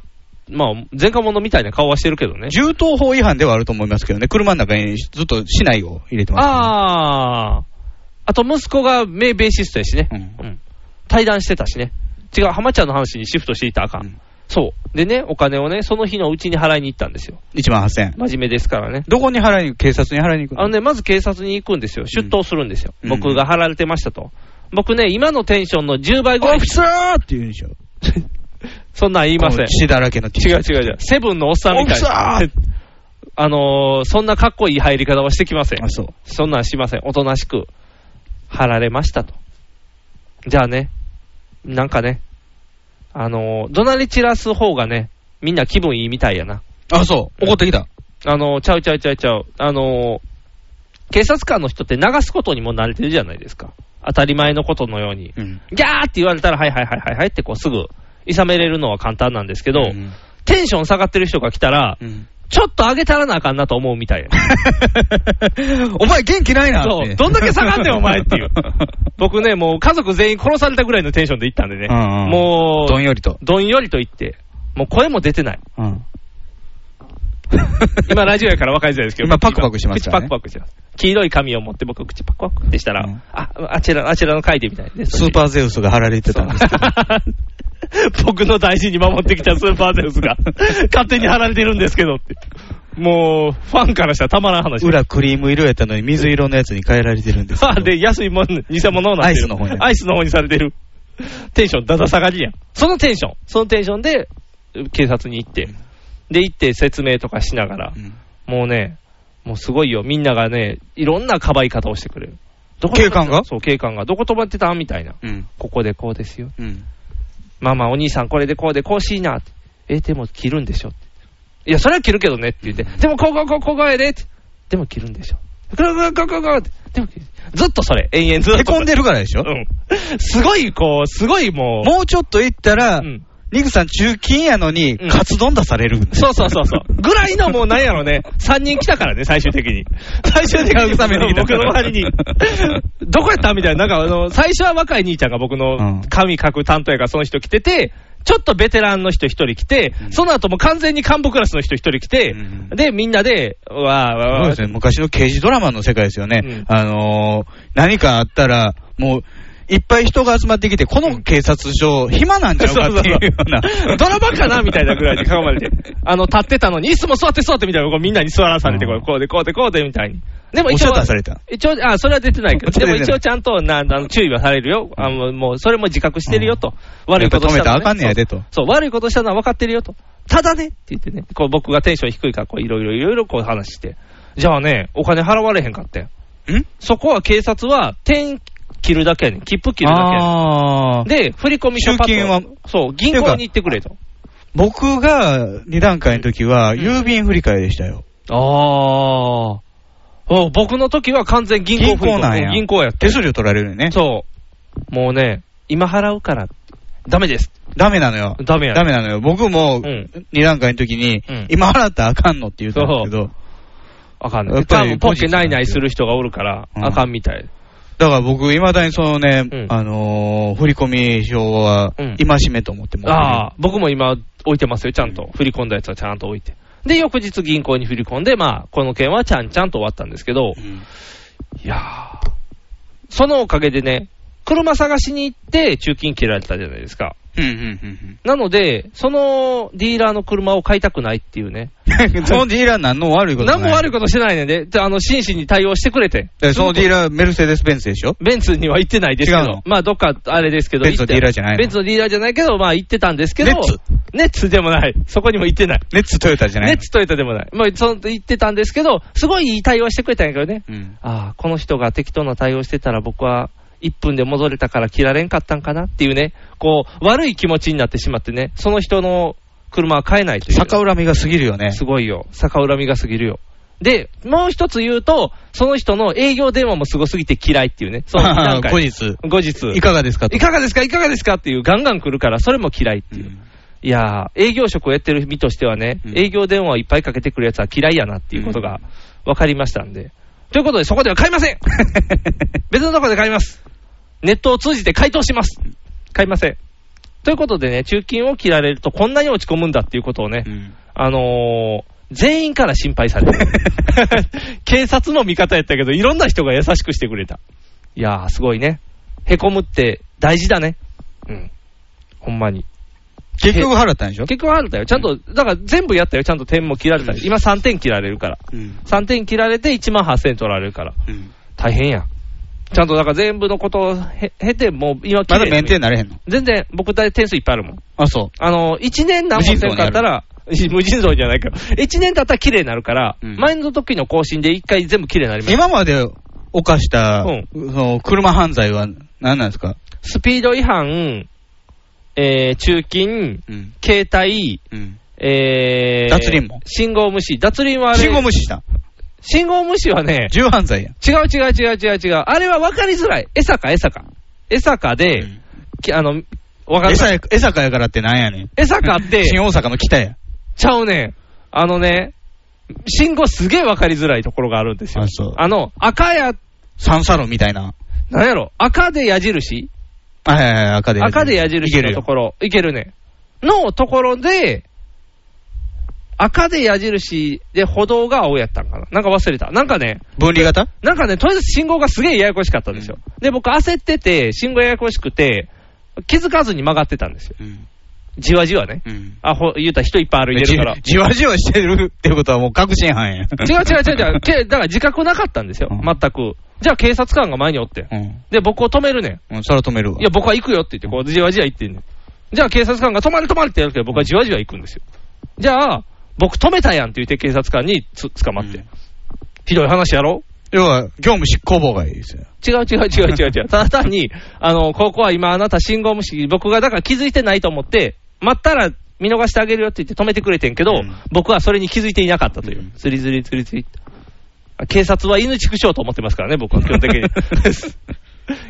Speaker 3: まあ、前科者みたいな顔はしてるけどね。
Speaker 2: 銃刀法違反ではあると思いますけどね、車の中にずっと市内を入れてます、
Speaker 3: ああ、あと息子が名ベーシストやしね。
Speaker 2: うん
Speaker 3: うん対談してたしね。違う、浜ちゃんの話にシフトしていたらあか
Speaker 2: うんん。
Speaker 3: そう。でね、お金をね、その日のうちに払いに行ったんですよ。
Speaker 2: 1万8000円。
Speaker 3: 真面目ですからね。
Speaker 2: どこに払いに行く警察に払いに行く
Speaker 3: あのね、まず警察に行くんですよ。出頭するんですよ。
Speaker 2: うん
Speaker 3: 僕が払われてましたと。僕ね、今のテンションの10倍ぐら
Speaker 2: オ
Speaker 3: い
Speaker 2: フィ。サーって言うんでしょ。
Speaker 3: そんなん言いません。
Speaker 2: 血だらけの T
Speaker 3: 違
Speaker 2: シ
Speaker 3: う
Speaker 2: ャツ
Speaker 3: 違う違う。セブンのおっさんみたいな。あのーそんなかっこいい入り方はしてきません
Speaker 2: あ、。そう。
Speaker 3: そんなんしません。おとなしく、貼られましたと。じゃあね、なんかね、あのー、怒鳴り散らす方がね、みんな気分いいみたいやな。
Speaker 2: あ、そう。怒ってきた。
Speaker 3: あのー、ちゃうちゃうちゃうちゃう。あのー、警察官の人って流すことにも慣れてるじゃないですか。当たり前のことのように。
Speaker 2: うん。
Speaker 3: ギャーって言われたら、はいはいはいはいはいってこうすぐ、いさめれるのは簡単なんですけど、
Speaker 2: ん
Speaker 3: テンション下がってる人が来たら、
Speaker 2: うん、
Speaker 3: ちょっと上げたらなあかんなと思うみたいやね。
Speaker 2: お前元気ないなっ
Speaker 3: そ
Speaker 2: て
Speaker 3: う、どんだけ下がってんお前っていう。僕ね、もう家族全員殺されたぐらいのテンションで行ったんでね。
Speaker 2: うんうん
Speaker 3: も う、
Speaker 2: どんよりと。
Speaker 3: どんよりと言って、もう声も出てない。
Speaker 2: うん。
Speaker 3: 今ラジオやから分かりづらいですけど。
Speaker 2: 今パクパクしてますからね
Speaker 3: 口パクパクしてます。黄色い紙を持って僕口パクパクってしたら、
Speaker 2: うん
Speaker 3: あ、あちら、あちらの書いてみたいで。
Speaker 2: スーパーゼウスが貼られてたんですけど。
Speaker 3: 僕の大事に守ってきたスーパーゼウスが、勝手に貼られてるんですけどって。もう、ファンからしたらたまらん話。
Speaker 2: 裏クリーム色やったのに水色のやつに変えられてるんですけど
Speaker 3: あ、で、安いもん、偽物をなってる。
Speaker 2: アイスの方に
Speaker 3: アイスの方にされてる。テンション、だだ下がりやん。そのテンション、そのテンションで、警察に行って、で、行って説明とかしながら
Speaker 2: う、ん
Speaker 3: もうね、もうすごいよ。みんながね、いろんなかばい方をしてくれる。どこ
Speaker 2: 警官が
Speaker 3: そう、警官が。どこ止まってたみたいな。
Speaker 2: うん。
Speaker 3: ここでこうですよ。
Speaker 2: うん。
Speaker 3: ママ、お兄さん、これでこうで、こうしいなって。え、でも切るんでしょっていや、それは切るけどねって言って。でも、こうこうこうこうこうやでって。でも切るんでしょ。こうこうこうこうこうって。でも切る、ずっとそれ、延々ずっと。
Speaker 2: へこんでるからでしょ、
Speaker 3: うん。すごい、こう、すごいもう。
Speaker 2: もうちょっと行ったら、
Speaker 3: うん
Speaker 2: ニグさん中金やのに、
Speaker 3: うん
Speaker 2: カツ丼出される。
Speaker 3: そうそうそうそう。ぐらいのもうなんやろね。3人来たからね、最終的に。最終的に
Speaker 2: 慰めに来た
Speaker 3: 僕の周りに。どこやったみたいな。なんかあの、最初は若い兄ちゃんが僕
Speaker 2: うん
Speaker 3: の髪書く担当やからその人来てて、ちょっとベテランの人一人来て、
Speaker 2: うん
Speaker 3: その後も完全に幹部クラスの人一人来て、
Speaker 2: うん
Speaker 3: で、みんなで、わーわー
Speaker 2: そう
Speaker 3: わ
Speaker 2: です
Speaker 3: ー
Speaker 2: ね、昔の刑事ドラマの世界ですよね、
Speaker 3: うん
Speaker 2: あのー何かあったら、もういっぱい人が集まってきて、この警察署、暇なんちゃうかっていうような、
Speaker 3: ドラマかなみたいなぐらいに囲 まれて、あの、立ってたのに、椅子も座って座ってみたいな、こうみんなに座らされて、こ
Speaker 2: う
Speaker 3: うんこうでこうでこうでみたいに。でも
Speaker 2: お
Speaker 3: 一
Speaker 2: 茶
Speaker 3: 応
Speaker 2: 出、された、
Speaker 3: 一応、あ、それは出てないけど、
Speaker 2: 出て
Speaker 3: で
Speaker 2: な
Speaker 3: も
Speaker 2: い
Speaker 3: 一応ちゃんとなあの注意はされるよ。あのもう、それも自覚してるよと。
Speaker 2: ん
Speaker 3: 悪いことしたのは
Speaker 2: やっぱ止めたらあかんねやでと
Speaker 3: そう。そう悪いことしたのは分かってるよと。ただねって言ってね、こう僕がテンション低いから、こういろいろいろいろこう話して。じゃあね、お金払われへんかってん。
Speaker 2: ん
Speaker 3: そこは警察は、点切るだけやねん。切符切るだけやねん。
Speaker 2: あー
Speaker 3: で、振り込み書パッと
Speaker 2: 集金は
Speaker 3: そう、銀行に行ってくれと。
Speaker 2: 僕が2段階の時は、郵便振り替えでしたよ、
Speaker 3: ああ。お僕の時は完全銀行
Speaker 2: 銀
Speaker 3: 振り込
Speaker 2: 行
Speaker 3: み
Speaker 2: なんや、
Speaker 3: 銀行やって
Speaker 2: 手。数料取られるよね、
Speaker 3: そう。もうね、今払うから、ダメです。
Speaker 2: ダメなのよ、
Speaker 3: ダメやね
Speaker 2: ダメなのよ、僕も
Speaker 3: うん
Speaker 2: 2段階の時に、
Speaker 3: うん
Speaker 2: 今払ったらあかんのって言ったんですけど、
Speaker 3: あかん
Speaker 2: や
Speaker 3: ね。
Speaker 2: っぱ
Speaker 3: 多
Speaker 2: り
Speaker 3: 分ポッケないないする人がおるから、
Speaker 2: うん
Speaker 3: あかんみたい。
Speaker 2: だから僕、いまだにそのね、
Speaker 3: うん
Speaker 2: あのー振り込み表は
Speaker 3: うん、
Speaker 2: 戒めと思ってます、
Speaker 3: ああ、僕も今置いてますよ、ちゃんと。振り込んだやつはちゃんと置いて。で、翌日銀行に振り込んで、まあ、この件はちゃんちゃんと終わったんですけど、
Speaker 2: うん
Speaker 3: いやーそのおかげでね、車探しに行って中金切られたじゃないですか。
Speaker 2: うんうんうん
Speaker 3: なので、そのディーラーの車を買いたくないっていうね。
Speaker 2: うん。 そのディーラー何の悪いことない
Speaker 3: 何も悪いことしてないねんで、であの、真摯に対応してくれて。
Speaker 2: だからそのディーラー、メルセデス・ベンツでしょ
Speaker 3: ベンツには行ってないですけ
Speaker 2: 違う
Speaker 3: ど
Speaker 2: の、
Speaker 3: まあどっかあれですけど、
Speaker 2: ベンツのディーラーじゃないの
Speaker 3: ベンツのディーラーじゃないけど、まあ行ってたんですけど、
Speaker 2: ネッツ
Speaker 3: ネッツでもない。そこにも行ってない。
Speaker 2: ネッツ・トヨタじゃない
Speaker 3: ネッツトヨタでもない。まあその行ってたんですけど、すごいいい対応してくれたんやけどね。
Speaker 2: うん。
Speaker 3: ああ、この人が適当な対応してたら僕は1分で戻れたから切られんかったんかなっていうね、こう、悪い気持ちになってしまってね、その人の車は買えないという。
Speaker 2: 逆恨みが過ぎるよね。
Speaker 3: すごいよ。逆恨みが過ぎるよ。で、もう一つ言うと、その人の営業電話もすごすぎて嫌いっていうね。そう、 なんか
Speaker 2: 後日。
Speaker 3: 後日。
Speaker 2: いかがですかと
Speaker 3: いかがですかいかがですかっていう、ガンガン来るから、それも嫌いっていう。
Speaker 2: うん
Speaker 3: いやー、営業職をやってる身としてはね、
Speaker 2: うん
Speaker 3: 営業電話をいっぱいかけてくるやつは嫌いやなっていうことが分かりましたんで。ということで、そこでは買いません 別のところで買いますネットを通じて回答します買いませんということでね、中金を切られるとこんなに落ち込むんだっていうことをね、
Speaker 2: うん
Speaker 3: あのー全員から心配さ れる。警察も味方やったけど、いろんな人が優しくしてくれた。いやー、すごいね。へこむって大事だね。うん。ほんまに。
Speaker 2: 結局払ったんでしょ
Speaker 3: 結局あるんだよ。ちゃんと、だから全部やったよ。ちゃんと点も切られたり。今3点切られるから。
Speaker 2: うん。
Speaker 3: 3点切られて1万8000円取られるから。
Speaker 2: うん。
Speaker 3: 大変やん。ちゃんとだから全部のことをへ経て、もう今切
Speaker 2: ま
Speaker 3: れ
Speaker 2: だ
Speaker 3: る
Speaker 2: 免停になれへんの
Speaker 3: 全然、僕大体点数いっぱいあるもん。
Speaker 2: あ、そ
Speaker 3: あの、1年何本線かあったら、無尽蔵じゃないけど、1年経ったら綺麗になるから、
Speaker 2: うん
Speaker 3: 前の時の更新で1回全部綺麗になり
Speaker 2: う。
Speaker 3: ます。
Speaker 2: 今まで犯した、
Speaker 3: うん
Speaker 2: その車犯罪は何なんですか
Speaker 3: スピード違反、えー、中勤、
Speaker 2: うん。
Speaker 3: 携帯、
Speaker 2: うん。
Speaker 3: えー、
Speaker 2: 脱輪も
Speaker 3: 信号無視。脱輪はあれ、
Speaker 2: 信号無視した。
Speaker 3: 信号無視はね、
Speaker 2: 重犯罪や。
Speaker 3: 違う違う違う違う違う。あれは分かりづらい。餌か餌か。餌かで、
Speaker 2: うん
Speaker 3: きあの、分か
Speaker 2: 江
Speaker 3: りづらい。
Speaker 2: 坂江坂やからってなんやねん。
Speaker 3: 餌かって、
Speaker 2: 新大阪の北や。
Speaker 3: ちゃうね。あのね、信号すげえ分かりづらいところがあるんですよ
Speaker 2: あそう。
Speaker 3: あの、赤や、
Speaker 2: サンサロンみたいな。
Speaker 3: なんやろ、赤で矢印
Speaker 2: あはいはいはい、赤で。
Speaker 3: 赤で矢
Speaker 2: いけ
Speaker 3: 印
Speaker 2: る
Speaker 3: のと
Speaker 2: よ。
Speaker 3: ころ、いけるね。のところで、赤で矢印で歩道が青やったんかな。なんか忘れた。なんかね、
Speaker 2: 分離型
Speaker 3: なんかね、とりあえず信号がすげえややこしかったんですよ。で、僕焦ってて、信号ややこしくて、気づかずに曲がってたんですよ。
Speaker 2: うん。
Speaker 3: じわじわね。
Speaker 2: うん。
Speaker 3: あ、ほ、言うたら人いっぱい歩いてるから。
Speaker 2: じじわじわしてるってことはもう確信犯や。
Speaker 3: 違う違う違う違う。けだから自覚なかったんですよ。
Speaker 2: うん
Speaker 3: 全く。じゃあ警察官が前におってん。
Speaker 2: うん。
Speaker 3: で、僕を止めるねん。
Speaker 2: うん、それは止めるわ。
Speaker 3: いや、僕は行くよって言って、こう、じわじわ行ってんねん。じゃあ警察官が止まれ止まれってやるけど、僕はじわじわ行くんですよ。じゃあ、僕止めたやんって言って警察官につ捕まって、
Speaker 2: うん
Speaker 3: ひどい話やろ
Speaker 2: 要は、業務執行妨害ですよ。
Speaker 3: 違う違う違う違う違う。ただ単に、あの、ここは今あなた信号無視、僕がだから気づいてないと思って、待ったら見逃してあげるよって言って止めてくれてんけ
Speaker 2: う
Speaker 3: ど、
Speaker 2: ん
Speaker 3: 僕はそれに気づいていなかったという
Speaker 2: うん。
Speaker 3: ズリズリズリズリ。警察は犬畜生と思ってますからね、僕は基本的 に。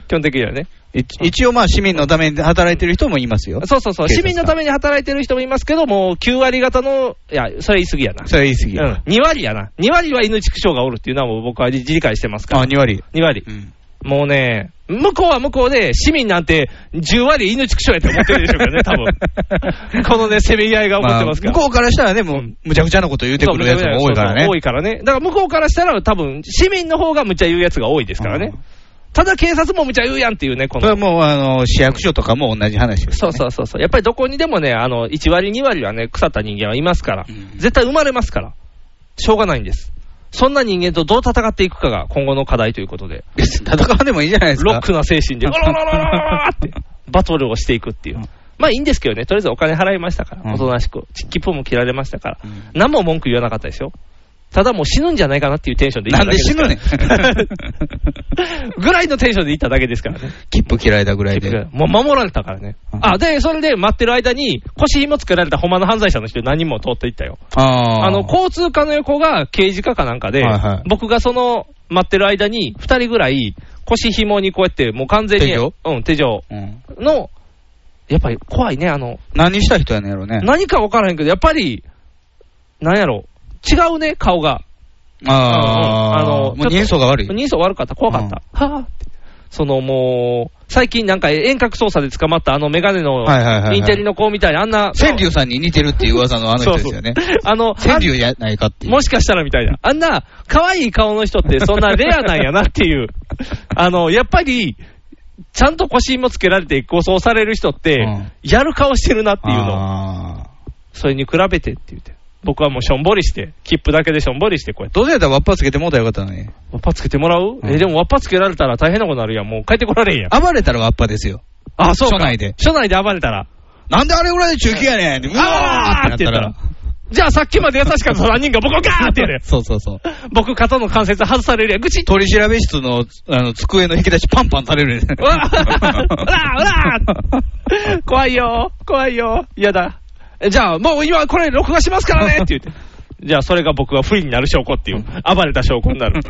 Speaker 3: 基本的にはね。
Speaker 2: 一一応まあ、市民のために働いてる人もいますよ。
Speaker 3: そうそうそう。
Speaker 2: 警
Speaker 3: 市
Speaker 2: 察官
Speaker 3: 民のために働いてる人もいますけども、9割方の、いや、それ言い過ぎやな。
Speaker 2: それは言い過ぎ
Speaker 3: うん
Speaker 2: や。、
Speaker 3: 2割やな。2割は犬畜生がおるっていうのはもう僕は自理解してますか
Speaker 2: あ、
Speaker 3: ら。
Speaker 2: 2割。
Speaker 3: 2割。
Speaker 2: うん。
Speaker 3: もうね、向こうは向こうで、市民なんて10割犬畜生やって思ってるでしょう からね、多分このね、せめぎ合いが起こってますから。
Speaker 2: まあ向こうからしたらね、もう、むちゃくちゃなこと言うてくるやつも多いからね
Speaker 3: そう。多いからね。だから向こうからしたら、多分市民の方が無茶言うやつが多いですからね。
Speaker 2: うん
Speaker 3: ただ警察も無茶言うやんっていうね、こ
Speaker 2: それは
Speaker 3: の。
Speaker 2: もう、あの、市役所とかも同じ話です
Speaker 3: そ
Speaker 2: よ
Speaker 3: う
Speaker 2: ね。
Speaker 3: そうそうそう。やっぱりどこにでもね、あの、1割、2割はね、腐った人間はいますから、
Speaker 2: うん
Speaker 3: 絶対生まれますから、しょうがないんです。そんな人間とどう戦っていくかが今後の課題ということで。
Speaker 2: 別に戦わんでもいいじゃないですか。
Speaker 3: ロックな精 神で、
Speaker 2: うん
Speaker 3: ゴロゴロゴロゴロゴロって、バトルをしていくっていう
Speaker 2: うん。
Speaker 3: まあいいんですけどね、とりあえずお金払いましたか
Speaker 2: うん
Speaker 3: ら、おとなしく。チッキップも切られましたから
Speaker 2: う、ん
Speaker 3: 何も文句言わなかったでしょ。ただもう死ぬんじゃないかなっていうテンションで行っただけですから。
Speaker 2: なんで死
Speaker 3: ぐらいのテンションで行っただけですからね。
Speaker 2: 切符切られたぐらいで。
Speaker 3: もう守られたからね。
Speaker 2: うん
Speaker 3: あ、で、それで待ってる間に、腰紐つけられたほんまの犯罪者の人何人も通っていったよ。
Speaker 2: あー
Speaker 3: あの、交通課の横が刑事課かなんかで、
Speaker 2: はいはい
Speaker 3: 僕がその、待ってる間に、二人ぐらい、腰紐にこうやって、もう完全に、
Speaker 2: 手錠
Speaker 3: うん、手錠
Speaker 2: うん
Speaker 3: の、やっぱり怖いね、あの、
Speaker 2: 何した人やねんやろね。
Speaker 3: 何か分からへんけど、やっぱり、なんやろ、違うね、顔が。
Speaker 2: ああ、
Speaker 3: うんうんあ
Speaker 2: も
Speaker 3: の
Speaker 2: う人相が悪い。
Speaker 3: 人相悪かった、怖かった。はぁって。そのもう、最近なんか遠隔操作で捕まったあのメガネの
Speaker 2: はいはいはいはい
Speaker 3: インテリの子みたいな、あんな、
Speaker 2: 川柳さんに似てるっていう噂のあの人ですよね。
Speaker 3: あの、
Speaker 2: 川柳やないかっていう。
Speaker 3: もしかしたらみたいな。あんな、可愛い顔の人ってそんなレアなんやなっていう。 あの、やっぱり、ちゃんと腰もつけられて護送される人って、
Speaker 2: うん
Speaker 3: やる顔してるなっていうの。
Speaker 2: あー
Speaker 3: それに比べてって言って。僕はもうしょんぼりして、切符だけでしょんぼりして、こうやって。
Speaker 2: どうせやったらわっぱつけてもうたらよかったのに。
Speaker 3: わっぱつけてもらう、
Speaker 2: うん
Speaker 3: え、でもわっぱつけられたら大変なことになるやん。もう帰ってこられんやん。
Speaker 2: 暴れたらわっぱですよ。
Speaker 3: あ、そうか。
Speaker 2: 署内で
Speaker 3: 署内で暴れたら。
Speaker 2: なんであれぐらいで中継やねんって、うわーってなった
Speaker 3: あー
Speaker 2: ら。
Speaker 3: って。じゃあさっきまで優し かった3人が僕をガーってやる
Speaker 2: そうそうそう。
Speaker 3: 僕、肩の関節外されるやん。ぐちっと。
Speaker 2: 取り調べ室のあの机の引き出しパンパンされるね。
Speaker 3: うわーうらうら怖いよ怖いよ嫌だ。えじゃあ、もう今これ録画しますからねって言って。じゃあ、それが僕が不利になる証拠っていう。 暴れた証拠になる。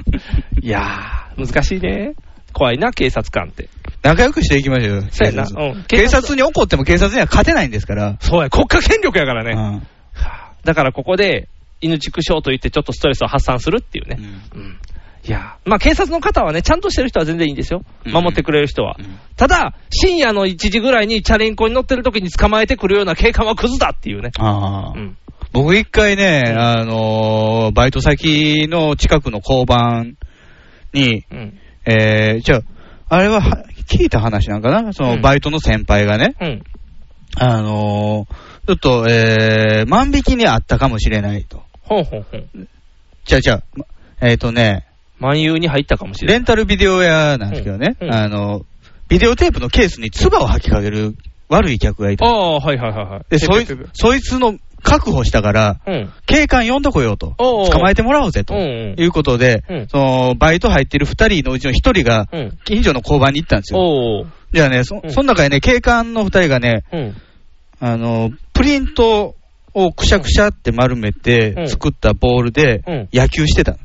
Speaker 3: いやー、難しいね。怖いな、警察官って。
Speaker 2: 仲良くしていきましょうよ。
Speaker 3: そうやなうん
Speaker 2: 警察に怒っても警察には勝てないんですから。
Speaker 3: そうや、国家権力やから
Speaker 2: う
Speaker 3: ね。
Speaker 2: ん
Speaker 3: だからここで、犬畜生と言ってちょっとストレスを発散するっていうね。うんいやーまあ警察の方はね、ちゃんとしてる人は全然いいんですよ。
Speaker 2: うん
Speaker 3: 守ってくれる人は。
Speaker 2: うん
Speaker 3: ただ、深夜の1時ぐらいにチャリンコに乗ってる時に捕まえてくるような警官はクズだっていうね。
Speaker 2: ああ
Speaker 3: うん。
Speaker 2: 僕一回ね、あのーバイト先の近くの交番に、
Speaker 3: うん。
Speaker 2: えー、じゃあ、あれはは聞いた話なんかなその、
Speaker 3: うん
Speaker 2: バイトの先輩がね、
Speaker 3: うん。
Speaker 2: あのーちょっと、えー、万引きにあったかもしれないと。
Speaker 3: ほんほんほん。
Speaker 2: じゃあ、じゃあ、まえっ、とね、
Speaker 3: 万有に入ったかもしれ
Speaker 2: レ
Speaker 3: ない。
Speaker 2: ンタルビデオ屋なんですけどね、
Speaker 3: うんうん
Speaker 2: あの、ビデオテープのケースに唾を吐きかける悪い客がい
Speaker 3: あ
Speaker 2: た。
Speaker 3: あ、はいはいはいはい。
Speaker 2: で、そい
Speaker 3: 結局
Speaker 2: そいつの確保したから、
Speaker 3: うん。
Speaker 2: 警官呼んでこようと。
Speaker 3: おうおう
Speaker 2: 捕まえてもらおうぜと。
Speaker 3: うんうん
Speaker 2: いうことで、
Speaker 3: うん
Speaker 2: その、バイト入ってる二人のうちの一人が、
Speaker 3: うん。
Speaker 2: 近所の交番に行ったんですよ。
Speaker 3: おお。
Speaker 2: じゃあね、そ、
Speaker 3: うん
Speaker 2: その中でね、警官の二人がね、
Speaker 3: うん。
Speaker 2: あの、プリントをくしゃくしゃって丸め
Speaker 3: う
Speaker 2: て
Speaker 3: ん
Speaker 2: 作ったボール
Speaker 3: う
Speaker 2: で
Speaker 3: ん
Speaker 2: 野球してたの。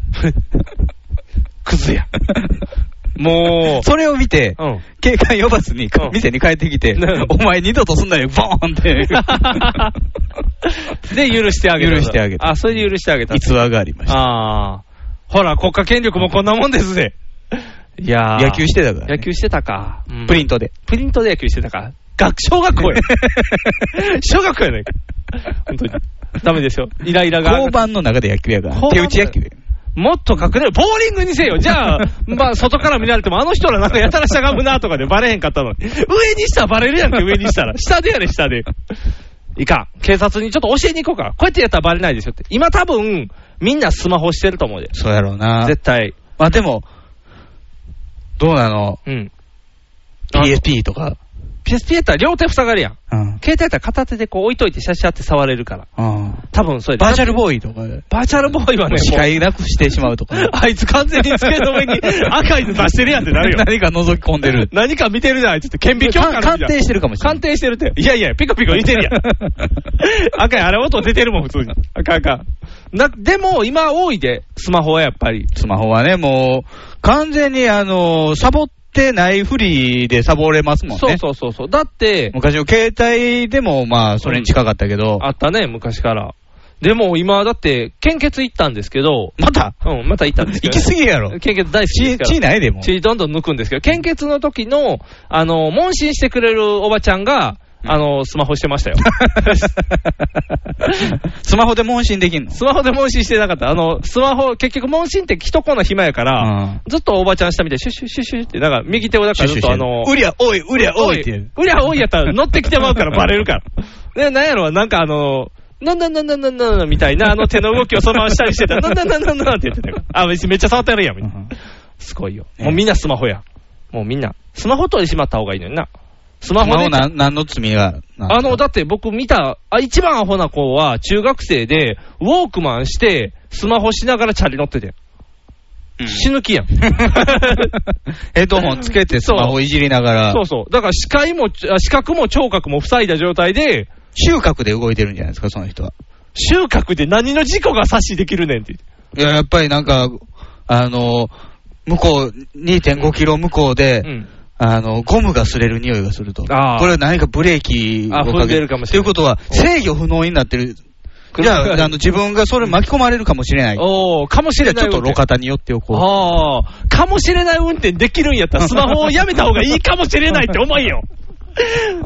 Speaker 3: クズや。も
Speaker 2: それを見て
Speaker 3: う。、うん。
Speaker 2: 警官呼ばずに
Speaker 3: うん
Speaker 2: 店に帰ってきて
Speaker 3: うん、
Speaker 2: お前二度とすんなよ、ボーンって。
Speaker 3: で、許してあげた。
Speaker 2: 許してあげた
Speaker 3: あ、それで許してあげた。
Speaker 2: 逸話がありました。
Speaker 3: ああ。ほら、国家権力もこんなもんですぜ。いやー
Speaker 2: 野球してたからね
Speaker 3: 野球してたか。うん
Speaker 2: プリントで。
Speaker 3: プリントで野球してたか。学、小学 校や。小学校やないか。本当に。ダメですよ。イライラが。
Speaker 2: 交番の中で野球やから、
Speaker 3: 交番
Speaker 2: 手打ち野球や。
Speaker 3: もっと隠れる。ボーリングにせよ。じゃ あ、まあ、外から見られても、あの人らなんかやたらしゃがむなとかでバレへんかったのに。上にしたらバレるやんけ、上にしたら。下でやれ、下で。いかん。警察にちょっと教えに行こうか。こうやってやったらバレないですよって。今多分、みんなスマホしてると思うで。
Speaker 2: そうやろうな。
Speaker 3: 絶対。
Speaker 2: まあでも、どうなの
Speaker 3: うん。あ
Speaker 2: ?PSP とか。
Speaker 3: PSP やったら両手塞がるやん。
Speaker 2: うん。
Speaker 3: 携帯やったら片手でこう置いといてシャシャって触れるから。
Speaker 2: うん
Speaker 3: 多分それ
Speaker 2: バーチャル
Speaker 3: ーイ。
Speaker 2: ボーイとか。
Speaker 3: バーチャルボーイはね、
Speaker 2: 視
Speaker 3: もう
Speaker 2: 界なくしてしまうとか。
Speaker 3: あいつ完全に机の上に赤いの出してるやんってな るよ。
Speaker 2: 何か覗き込んでる。
Speaker 3: 何か見てるじゃん、あいつって。顕微鏡から見
Speaker 2: 鑑
Speaker 3: てる
Speaker 2: 定してるかもしれない。
Speaker 3: 鑑定してるって。いやいや、ピコピコ似 てるやん。赤い、あれ音出てるもん、普通に。赤赤。な、でも、今多いで、スマホはやっぱり。
Speaker 2: スマホはね、もう、完全に、あの、サボってないふりでサボれますもんね。
Speaker 3: そうそうそうそう。だって、
Speaker 2: 昔の携帯でも、まあ、それに近かったけど、
Speaker 3: あったね、昔から。でも、今、だって、献血行ったんですけど、
Speaker 2: また
Speaker 3: うん、また行ったんですけ
Speaker 2: 行
Speaker 3: ど、
Speaker 2: き過ぎやろ。
Speaker 3: 献血大好きです
Speaker 2: 血、
Speaker 3: から。
Speaker 2: 血ないでもう。
Speaker 3: 血どんどん抜くんですけど、献血の時の、あの、問診してくれるおばちゃんが、あの、スマホしてま したよ。
Speaker 2: スマホで問診できんの
Speaker 3: スマホで問診してなかった。あの、スマホ、結局問診って一コーナー暇やから、
Speaker 2: うん
Speaker 3: ずっとおばちゃん下見て、シュッシュッシュッシュッって、なんか右手をだからずっとあの、
Speaker 2: うりゃおい、うりゃおいっていう。
Speaker 3: うりゃ多いやったら乗ってきてまうからバレるから。で、なんやろ、なんかあの、なんなんなんなんなんなんなんみたいな、あの手の動きをそのまま下にしてたら、なんなんなんなんなんって言ってたよ。あ、めっちゃ触ってやるやん、みたいな。すごいよ。もうみんなスマホや。もうみんな。スマホ取り締まった方がいいのにな。スマ
Speaker 2: ス
Speaker 3: ホ
Speaker 2: マ
Speaker 3: で
Speaker 2: ホなん何の罪がなん
Speaker 3: あの、だって僕見た、あ、一番アホな子は中学生で、ウォークマンして、スマホしながらチャリ乗ってて。
Speaker 2: うん
Speaker 3: 死ぬ気 や ん。
Speaker 2: ヘッドホンつけてスマホいじりながら
Speaker 3: そ、うそう。だから視界も、あ視覚も聴覚も塞いだ状態で、
Speaker 2: 嗅覚で動いてるんじゃないですか、その人は。
Speaker 3: 収穫で何の事故が察しできるねんって言って。
Speaker 2: いや、やっぱりなんか、あの、向こう、2.5キロ向こうで、
Speaker 3: うん。
Speaker 2: あの、ゴムが擦れる匂いがすると。これ
Speaker 3: あー
Speaker 2: は何かブレーキを
Speaker 3: あ
Speaker 2: かけ
Speaker 3: 踏んでるかもしれない
Speaker 2: ということは、制御不能になってる。じゃ あ、あの、自分がそれ巻き込まれるかもしれない。
Speaker 3: おー、かもし
Speaker 2: じゃ
Speaker 3: れ
Speaker 2: あ
Speaker 3: ない
Speaker 2: ちょっと路
Speaker 3: 運転
Speaker 2: 肩に寄っておこう。
Speaker 3: ああ、かもしれない運転できるんやったら、スマホをやめた方がいいかもしれない って思えよ。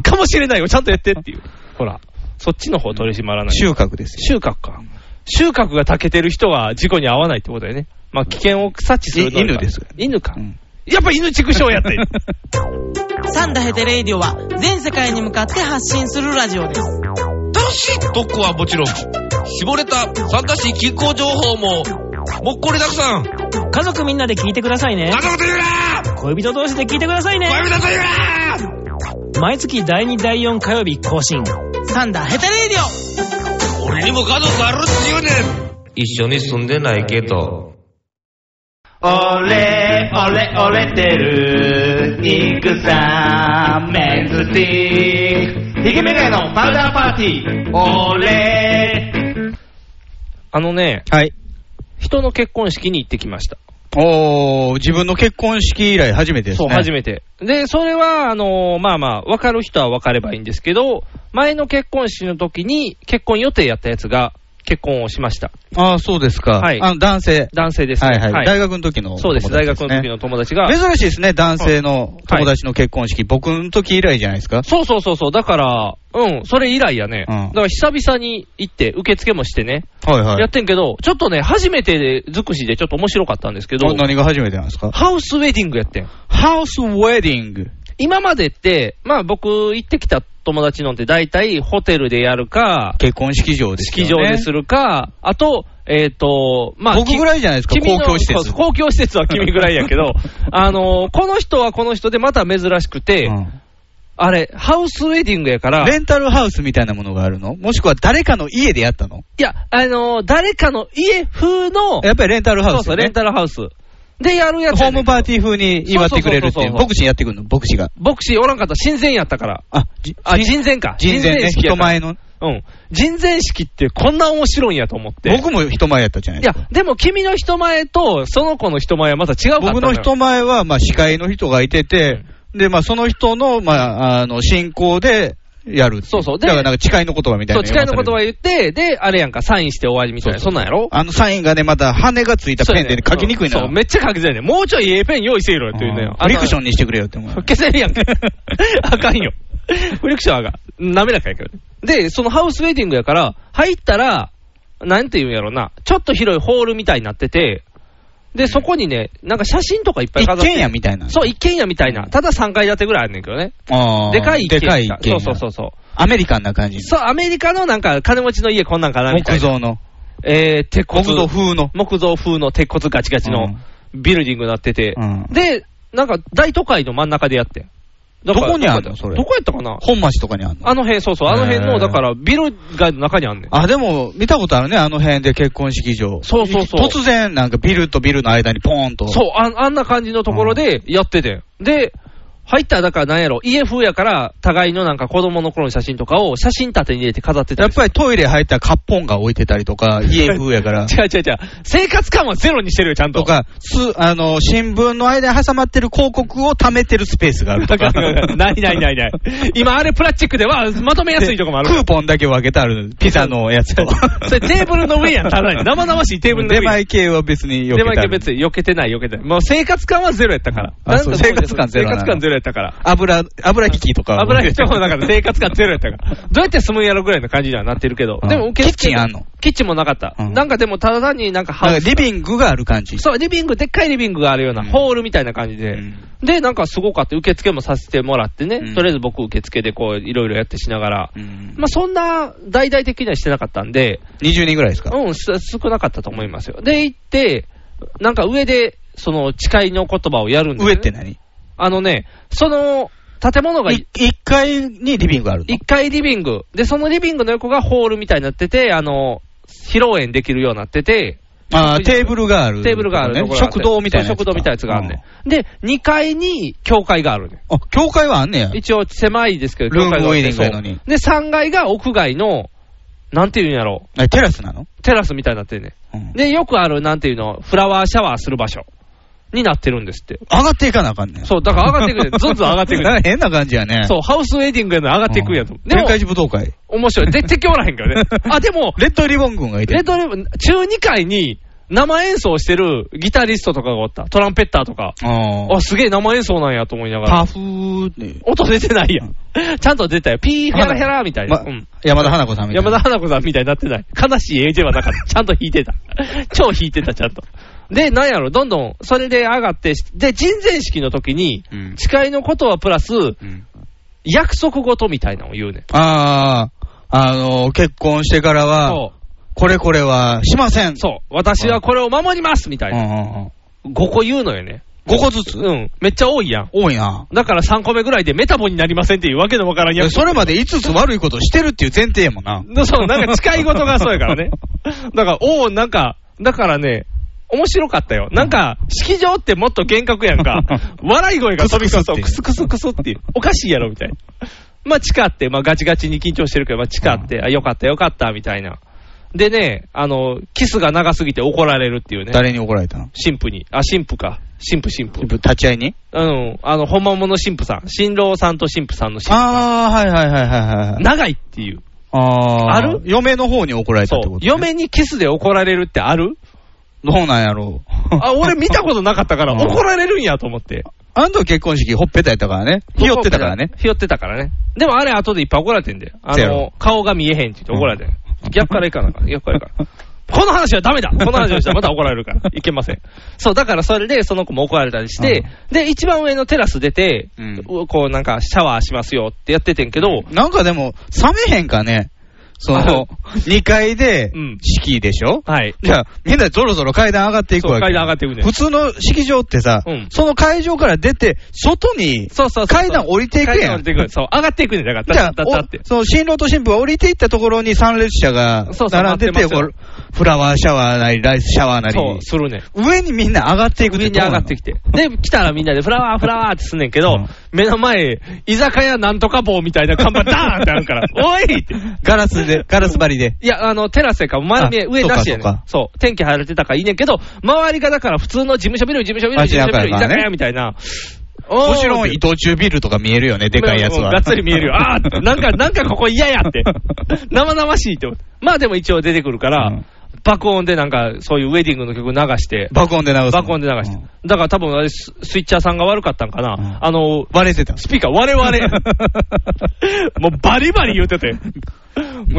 Speaker 3: かもしれないよ、ちゃんとやってっていう。ほら、そっちの方取り締まらない。
Speaker 2: 収穫ですよ。
Speaker 3: 収穫か。収穫がたけてる人は事故に遭わないってことだよね。まあ、危険を察知する能力が
Speaker 2: い犬ですから
Speaker 3: 犬か。
Speaker 2: うん
Speaker 3: やっぱ犬畜生やって。
Speaker 9: サンダヘテレイディオは全世界に向かって発信するラジオです。
Speaker 10: 楽しい特攻はもちろん、絞れた参加し気候情報も、もっこりたくさん。
Speaker 9: 家族みんなで聞いてくださいね。
Speaker 10: なこと言うな
Speaker 9: 恋人同士で聞いてくださいね。
Speaker 10: 恋人と言うな
Speaker 9: 毎月第2第4火曜日更新。サンダヘテレイディオ
Speaker 10: 俺にも家族あるって言うねん一緒に住んでないけど。
Speaker 1: 俺、俺、俺てる、肉さん、メンズスティック。ヒゲメガネのパウダーパーティー。俺、
Speaker 3: あのね、
Speaker 2: はい。
Speaker 3: 人の結婚式に行ってきました。
Speaker 2: おー、自分の結婚式以来初めてです
Speaker 3: そ
Speaker 2: ね。
Speaker 3: う、初
Speaker 2: て。
Speaker 3: めて。で、それは、あのーまあまあ、分かる人は分かればいいんですけど、前の結婚式の時に、結婚予定やったやつが、結婚をしました。
Speaker 2: ああ、そうですか。
Speaker 3: はい
Speaker 2: あの男性。
Speaker 3: 男性ですね。
Speaker 2: はいはい、大学の時の、
Speaker 3: そうです、大学の時の。友達が。
Speaker 2: 珍しいですね、男性の友達の結婚式。僕の時以来じゃないですか。
Speaker 3: そうそうそうそう、だから、うん、それ以来やね。
Speaker 2: うん
Speaker 3: だから久々に行って、受付もしてね、
Speaker 2: はいはい。
Speaker 3: やってんけど、ちょっとね、初めて尽くしでちょっと面白かったんですけど
Speaker 2: お、何が初めてなんですか
Speaker 3: ハウスウェディングやってん。
Speaker 2: ハウスウェディング。
Speaker 3: 今までって、まあ僕行ってきた友達のって大体ホテルでやるか、
Speaker 2: 結婚式場ですよ
Speaker 3: 式
Speaker 2: ね。
Speaker 3: 場でするか、あと、えっ、と、まあ、
Speaker 2: 僕ぐらいじゃないですか
Speaker 3: き君の
Speaker 2: 公共施設
Speaker 3: そうそう公共施 設は君ぐらいやけど、あのこの人はこの人でまた珍しくて、
Speaker 2: うん
Speaker 3: あれ、ハウスウェディングやから、
Speaker 2: レンタルハウスみたいなものがあるのもしくは誰かの家でやったの
Speaker 3: いや、あの誰かの家風の、
Speaker 2: やっぱりレンタルハウス、
Speaker 3: そ
Speaker 2: ね。
Speaker 3: うそう、レンタルハウスでやるやつ
Speaker 2: ホームパー
Speaker 3: ィー。
Speaker 2: ティー風に祝ってくれるって
Speaker 3: そうそうそ
Speaker 2: い。
Speaker 3: うそううそう
Speaker 2: 牧師やってくるの牧師が。
Speaker 3: 牧師おらんかった、親善やったから。
Speaker 2: あ、じ
Speaker 3: あ、人前か。
Speaker 2: 人前ね。
Speaker 3: や
Speaker 2: 人
Speaker 3: から
Speaker 2: 前の。
Speaker 3: うん。人前式ってこんな面白いんやと思って。
Speaker 2: 僕も人前やったじゃない
Speaker 3: い
Speaker 2: で
Speaker 3: や
Speaker 2: すか。、
Speaker 3: でも君の人前と、その子の人前はまた違うかった
Speaker 2: 僕
Speaker 3: よ
Speaker 2: の人前は、まあ、司会の人がいてて、で、まあ、その人の、まあ、あの、進行でやる。
Speaker 3: そうそうで
Speaker 2: だから、なんか、誓いの言葉みたいな
Speaker 3: そう、誓いの言葉
Speaker 2: 言
Speaker 3: 言って、で、あれやんか、サインして終わりみたいな、そんなんやろ
Speaker 2: あのサインがね、また、羽がついたペンでね書きにくいな。
Speaker 3: そう、めっちゃ書きづらいね。もうちょいええペン用意せいろよっていうね。
Speaker 2: フリクショ
Speaker 3: ン。
Speaker 2: ンにしてくれよって思う。
Speaker 3: 消せるやん か。あかんよ。フリクションはあかん。滑らかやけどね。で、そのハウスウェディングやから、入ったら、なんて言うんやろな、ちょっと広いホールみたいになってて、で、そこにね、なんか写真とかいっぱい飾
Speaker 2: 一
Speaker 3: って。
Speaker 2: 軒家みたいな。
Speaker 3: そう、一軒家みたいな。ただ3階建てぐらいあるねんけどね。
Speaker 2: あー
Speaker 3: でかい一軒家。
Speaker 2: でかい一軒
Speaker 3: そ
Speaker 2: 家
Speaker 3: うそうそうそう。
Speaker 2: アメリカンな感じ。
Speaker 3: そう、アメリカのなんか金持ちの家こんなんかなみた
Speaker 2: 木
Speaker 3: いな。
Speaker 2: 造の。
Speaker 3: えー、鉄骨。
Speaker 2: 木造風の。
Speaker 3: 木造風の鉄骨ガチガチのビルディングになってて。
Speaker 2: うん
Speaker 3: で、なんか大都会の真ん中でやってん。だから
Speaker 2: どこにあんのそれ
Speaker 3: どこやったかな
Speaker 2: 本町とかにあるの
Speaker 3: あの辺、そうそう、あの辺
Speaker 2: へ
Speaker 3: の、
Speaker 2: ー
Speaker 3: だからビル街の中にあんねん。
Speaker 2: あ、でも、見たことあるね、あの辺で結婚式場。
Speaker 3: そうそうそう
Speaker 2: 突然、なんかビルとビルの間にポーンと。
Speaker 3: そう、ああんな感じのところでやっててん。で、入ったらだからなんやろ、家風やから、互いのなんか子供の頃の写真とかを写真立てに入れて飾ってた
Speaker 2: やっ
Speaker 3: りする
Speaker 2: ぱりトイレ入ったらカッポンが置いてたりと か、家風やから。
Speaker 3: 違う違う違う。生活感はゼロにしてるよ、ちゃんと。
Speaker 2: とか、す、あの、新聞の間に挟まってる広告を貯めてるスペースがあると
Speaker 3: わか
Speaker 2: か。
Speaker 3: るわかる ないないないない。今、あれプラスチックではまとめやすいとこもある
Speaker 2: ク。ーポンだけ分けてある、ピザのやつと。
Speaker 3: それテーブルの上やん、ただに。生々しいテーブルの
Speaker 2: 出
Speaker 3: 上やん。
Speaker 2: 前系は別によ
Speaker 3: 出前系
Speaker 2: 別
Speaker 3: 別に避けてない、避けてない。もう生活感はゼロやったから。
Speaker 2: あそう
Speaker 3: なんかもう
Speaker 2: 生活感ゼロな
Speaker 3: 生
Speaker 2: の
Speaker 3: 活感ゼロやったから。
Speaker 2: 油、油引きとか。
Speaker 3: 油引きもなかった。生活感ゼロやったから。どうやって住むんやろぐらいの感じにはなってるけど
Speaker 2: う。ん
Speaker 3: でも受付、
Speaker 2: キッチンあんの
Speaker 3: キッチンもなかった。
Speaker 2: うん
Speaker 3: なんかでも、ただ単になんかハ
Speaker 2: な
Speaker 3: ウ
Speaker 2: ん
Speaker 3: ス
Speaker 2: かリビングがある感じ。
Speaker 3: そう、リビング、でっかいリビングがあるような、ホールみたいな感じで、
Speaker 2: うん
Speaker 3: で、なんかすごかった、受付もさせてもらってね、
Speaker 2: うん
Speaker 3: とりあえず僕、受付でこう、いろいろやってしながら、
Speaker 2: うん
Speaker 3: まあそんな大々的にはしてなかったんで、
Speaker 2: 20人ぐらいですか
Speaker 3: うん、す少なかったと思いますよ。で、行って、なんか上で、その誓いの言葉をやるんで、
Speaker 2: 上って何
Speaker 3: あのね、その建物が
Speaker 2: い一階にリビングがあるの
Speaker 3: 1階リビング、で、そのリビングの横がホールみたいになってて、あの、披露宴できるようになってて、
Speaker 2: あーテーブルがある。
Speaker 3: テーブルがあるところがあって
Speaker 2: 食堂みたいな
Speaker 3: そ
Speaker 2: や
Speaker 3: う
Speaker 2: つ。
Speaker 3: 食堂みたいなやつがあるね、ん。で、2階に教会があるね。
Speaker 2: うん。あ、教会はあんねや。
Speaker 3: 一応狭いですけど、
Speaker 2: ルー
Speaker 3: 教
Speaker 2: ム
Speaker 3: 会があって
Speaker 2: ウェディングやのに
Speaker 3: そうで、3階が屋外の、なんていうんやろ
Speaker 2: あテラスなの
Speaker 3: テラスみたいになってるね。
Speaker 2: うん
Speaker 3: で、よくある、なんていうの、フラワーシャワーする場所になってるんですって。
Speaker 2: 上がっていかなあかんねん。
Speaker 3: そう、だから上がって いくね。ずんずん上がっていく
Speaker 2: なん
Speaker 3: ね。
Speaker 2: か変な感じやね。
Speaker 3: そう、ハウスウェディングやのに上がっていくんやと。
Speaker 2: うん
Speaker 3: で
Speaker 2: 天
Speaker 3: も、
Speaker 2: 界寺武道会。
Speaker 3: 面白い。で、絶対おらへんけど ね。あ、でも、
Speaker 2: レッドリボン軍がいて
Speaker 3: レッ
Speaker 2: る。
Speaker 3: ドレブン、中2回に生演奏してるギタリストとかがおった。トランペッターとか。
Speaker 2: あー
Speaker 3: あ、すげえ生演奏なんやと思いながら。
Speaker 2: パフーって。
Speaker 3: 音出てない やん。ちゃんと出たよ。ピーヘラヘラみたいな。
Speaker 2: ま
Speaker 3: うん
Speaker 2: 山田花子さんみたいな。
Speaker 3: 山田花子さんみたいになってない。悲しい AJ はなかった。ちゃんと弾 いてた。超弾いてた、ちゃんと。で、なんやろ、どんどん、それで上がって、で、人前式の時に、
Speaker 2: うん
Speaker 3: 誓いのことはプラス、
Speaker 2: うん
Speaker 3: 約束事みたいなのを言うねん。
Speaker 2: あーあの、結婚してからは、
Speaker 3: そ
Speaker 2: これこれはしません。
Speaker 3: う。そう。私はこれを守りますみたい
Speaker 2: うんう
Speaker 3: な。
Speaker 2: んうん。
Speaker 3: 5個言うのよね。
Speaker 2: 5個ずつ
Speaker 3: うん。めっちゃ多いやん。
Speaker 2: 多いな。
Speaker 3: だから3個目ぐらいでメタボになりませんっていうわけのわからん
Speaker 2: い
Speaker 3: や
Speaker 2: や、
Speaker 3: つ。
Speaker 2: それまで5つ悪いことしてるっていう前提やもんな。
Speaker 3: そう、なんか誓い事がそうや からね。だから、おおなんか、だからね、面白かったよ。なんか、式場ってもっと幻覚やんか。笑い声が飛び交う。ク
Speaker 2: ク
Speaker 3: ス
Speaker 2: ス
Speaker 3: クスクスっていう。おかしいやろ、みたいな。まあ、誓って、まあ、ガチガチに緊張してるけど、まあ、誓って、あ、よかった、よかった、みたいな。でね、あの、キスが長すぎて怒られるっていうね。
Speaker 2: 誰に怒られたの
Speaker 3: 神父に。あ、神父か。神父、神父。
Speaker 2: 立ち会いに
Speaker 3: うん。あの、本物の神父さん。新郎さんと神父さんの神父。
Speaker 2: ああ、はいはいはいはいはい。
Speaker 3: 長いっていう。
Speaker 2: あー
Speaker 3: ある
Speaker 2: 嫁の方に怒られた
Speaker 3: そ
Speaker 2: って
Speaker 3: う
Speaker 2: こ。と、
Speaker 3: 嫁にキスで怒られるってある
Speaker 2: どうなんやろう。
Speaker 3: あ、俺見たことなかったから怒られるんやと思って。
Speaker 2: あんと結婚式ほっぺたやったからね。ひよってたからね。。
Speaker 3: ひよってたからね。でもあれ後でいっぱい怒られてんだよ。あ
Speaker 2: せやろ
Speaker 3: の、顔が見えへんって言って怒られてん。逆からいかなあかん逆からいかな。この話はダメだこの話をしたらまた怒られ るから。いけません。そう、だからそれでその子も怒られたりして、で、一番上のテラス出て、
Speaker 2: うん
Speaker 3: うこうなんかシャワーしますよってやっててんけど、
Speaker 2: なんかでも、冷めへんかね。そ
Speaker 3: あ
Speaker 2: の
Speaker 3: の、
Speaker 2: 2階で
Speaker 3: うん、
Speaker 2: 式でしょ、
Speaker 3: はい。
Speaker 2: じゃあ、みんなぞろぞろ階段上がっていくわ
Speaker 3: そう
Speaker 2: け。
Speaker 3: 階段上がっていくねん
Speaker 2: 普通の式場ってさ、
Speaker 3: うん
Speaker 2: その会場から出て、外に
Speaker 3: そうそうそうそう。
Speaker 2: 階段降りていく
Speaker 3: 階
Speaker 2: や
Speaker 3: 段
Speaker 2: ん。
Speaker 3: 降り
Speaker 2: じ
Speaker 3: ていく。そう、上がっていくねんだから、だ
Speaker 2: ゃ
Speaker 3: だ
Speaker 2: あ
Speaker 3: だだって、。
Speaker 2: その新郎と新婦が降りていったところに参列者が
Speaker 3: そうそう
Speaker 2: 並んでて、
Speaker 3: 待ってますよ
Speaker 2: こうフラワーシャワーなり、ライスシャワーなり、
Speaker 3: そう、するねん。
Speaker 2: 上にみんな上がっていく
Speaker 3: みんな上がってきて。で、来たらみんなでフラワー、フラワーってすんねんけ
Speaker 2: う
Speaker 3: ど
Speaker 2: ん、
Speaker 3: 目の前、居酒屋なんとか棒みたいな看 板ダーンってあるから、おいって。
Speaker 2: ガラスで、ガラス張りで。
Speaker 3: いや、あの、テラスやから、前
Speaker 2: あ
Speaker 3: 見え、上なしや
Speaker 2: そうかそ
Speaker 3: ね
Speaker 2: うか
Speaker 3: ん。そう。天気晴れてたからいいねんけど、周りがだから普通の事務所ビル、事務所ビル、
Speaker 2: あ
Speaker 3: 事務所ビル、
Speaker 2: 居
Speaker 3: 居
Speaker 2: 酒屋やからね
Speaker 3: 酒屋みたいな。
Speaker 2: もちろん
Speaker 3: おー
Speaker 2: 伊藤忠ビルとか見えるよね、でかいやつ
Speaker 3: も
Speaker 2: は。
Speaker 3: うがっつり見えるよ。あーなんか、なんかここ嫌やって。生々しいって思って。まあでも一応出てくるか
Speaker 2: う
Speaker 3: ら
Speaker 2: ん、
Speaker 3: 爆音でなんか、そういうウェディングの曲流して、
Speaker 2: 爆音で流すの。
Speaker 3: 爆音で流して
Speaker 2: うん。
Speaker 3: だから多分あれ、ススイッチャーさんが悪かったんかな。
Speaker 2: うん
Speaker 3: あの、
Speaker 2: 割れてた。
Speaker 3: スピーカー、我々。 もうバリバリ言うてて。も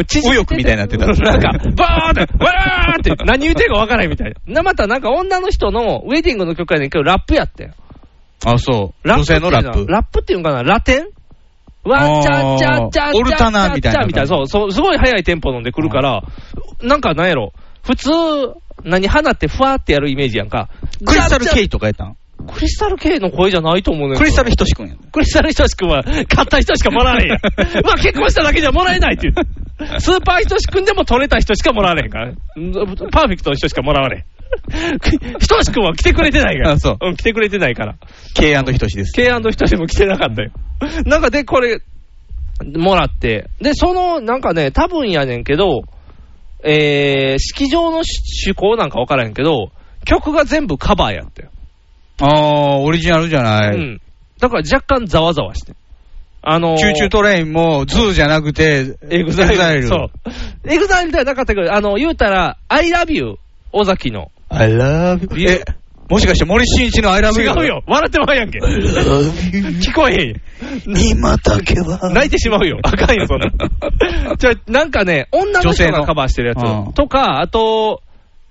Speaker 3: う縮
Speaker 2: 右翼みたいになってた
Speaker 3: なんか、バーって、わーって、何言うてんか分からへんみたいな。な、またなんか女の人のウェディングの曲やねんけど、ラップやってん。
Speaker 2: あ、そう。
Speaker 3: ラッ
Speaker 2: 女
Speaker 3: プってい
Speaker 2: 性
Speaker 3: うの
Speaker 2: の
Speaker 3: は
Speaker 2: ラップ。
Speaker 3: ラップっていうんかなラテンワンチャチャチャ
Speaker 2: オルタナみたいな
Speaker 3: みたいな。そう、そう、すごい速いテンポ飲んでくるから、なんかなんやろ。普通、何、花ってふわーってやるイメージやんか。
Speaker 2: クリスタル・ケイ
Speaker 3: イ。
Speaker 2: とかやったん
Speaker 3: クリスタル・ケイの声じゃないと思うねん
Speaker 2: クリスタル・ヒトシ君やった
Speaker 3: クリスタル等しくは、買った人しかもらわ れへんや。まあ結婚しただけじゃもらえないっていう。スーパー等しくんでも取れた人しかもらわれへんから。パーフェクトの人しかもらわれへん。等しくんは来てくれてないから。、
Speaker 2: あそうん
Speaker 3: 来てくれてないから。
Speaker 2: K& ヒトシです。
Speaker 3: K&1 人も来てなかったよ。なんかで、これ、もらって。で、その、なんかね、多分やねんけど、えー、式場の趣向なんかわからへんけど、曲が全部カバーやってん。
Speaker 2: あー、オリジナルじゃな
Speaker 3: う
Speaker 2: い。
Speaker 3: ん。だから若干ざわざわしてん。あのー
Speaker 2: チューチュートレインも、ズーじゃなくて、
Speaker 3: エグザイル。
Speaker 2: EXILE
Speaker 3: そう。エグザイルではなかったけど、あの、言うたら、I love you、尾崎の。
Speaker 2: I love you. え、もしかして森進一の I love
Speaker 3: 違
Speaker 2: you?
Speaker 3: うよ。笑ってまうやん け。聞こえへんよ。
Speaker 2: 今だけは
Speaker 3: 泣いてしまう よ。あかんよ、そんな。じゃなんかね、女の人
Speaker 2: 女性の
Speaker 3: がカバーしてるや
Speaker 2: うん
Speaker 3: つ。とか、あと、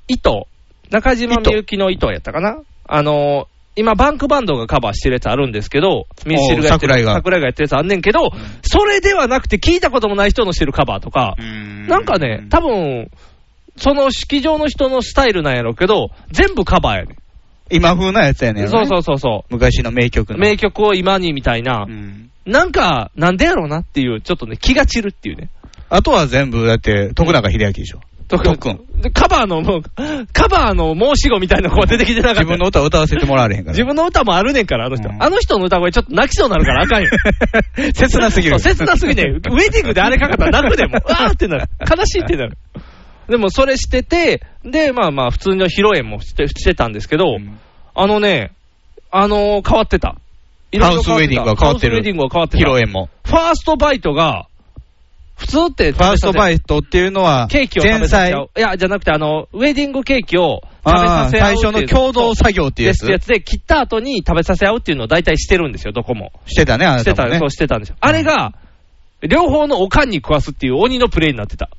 Speaker 3: 糸。中島みゆきの糸やったかな。あの、今、バンクバンドがカバーしてるやつあるんですけど、ミスチルがやってる
Speaker 2: おう桜井が
Speaker 3: 桜井がやってるやつあんねんけど、それではなくて、聞いたこともない人のしてるカバーとか、なんかね、多分、その式場の人のスタイルなんやろうけど、全部カバーやね
Speaker 2: 今風なやつやねん
Speaker 3: ん。
Speaker 2: ね。
Speaker 3: そうそうそうそ
Speaker 2: 昔の名曲
Speaker 3: う。
Speaker 2: の。
Speaker 3: 名曲を今にみたいな
Speaker 2: う。ん
Speaker 3: なんか、なんでやろうなっていう、ちょっとね、気が散るっていうね。
Speaker 2: あとは全部、だって、徳永秀明でしょ。特訓。
Speaker 3: でカバーの、もう、カバーの申し子みたいな子が出てきてなかった。
Speaker 2: 自分の歌を歌わせてもらわれへんから。
Speaker 3: 自分の歌もあるねんから、あの人。
Speaker 2: うん
Speaker 3: あの人の歌声ちょっと泣きそうになるからあかんよ。
Speaker 2: 切なすぎる
Speaker 3: そう切なす ぎね。ウェディングであれかかったら泣くでも。あーってなる。悲しいってなる。でもそれしてて、で、まあまあ普通の披露宴もしてしてたんですけど、
Speaker 2: うん
Speaker 3: あのね、あのー変わってた。
Speaker 2: ハウスウェディングが変わってる
Speaker 3: ハウスウェディングが変わってた。
Speaker 2: 披露宴も。
Speaker 3: ファーストバイトが、普通って、
Speaker 2: ファーストバ
Speaker 3: イ
Speaker 2: イトっていうのは、
Speaker 3: ケーキを食
Speaker 2: 前
Speaker 3: べさせちゃ
Speaker 2: 菜
Speaker 3: う。。いや、じゃなくて、あの、ウェディングケーキを食べ
Speaker 2: あ
Speaker 3: さ
Speaker 2: あ
Speaker 3: せ合
Speaker 2: 最初
Speaker 3: うってい
Speaker 2: の
Speaker 3: う
Speaker 2: 共同作業っていう
Speaker 3: で
Speaker 2: や
Speaker 3: す
Speaker 2: つ
Speaker 3: やつで、切った後に食べさせ合うっていうのを大体してるんですよ、どこも。
Speaker 2: してたね、あな
Speaker 3: して
Speaker 2: た
Speaker 3: た、
Speaker 2: もね
Speaker 3: そう。してたんですよ。あれが、両方のおかんに食わすっていう鬼のプレイになってた。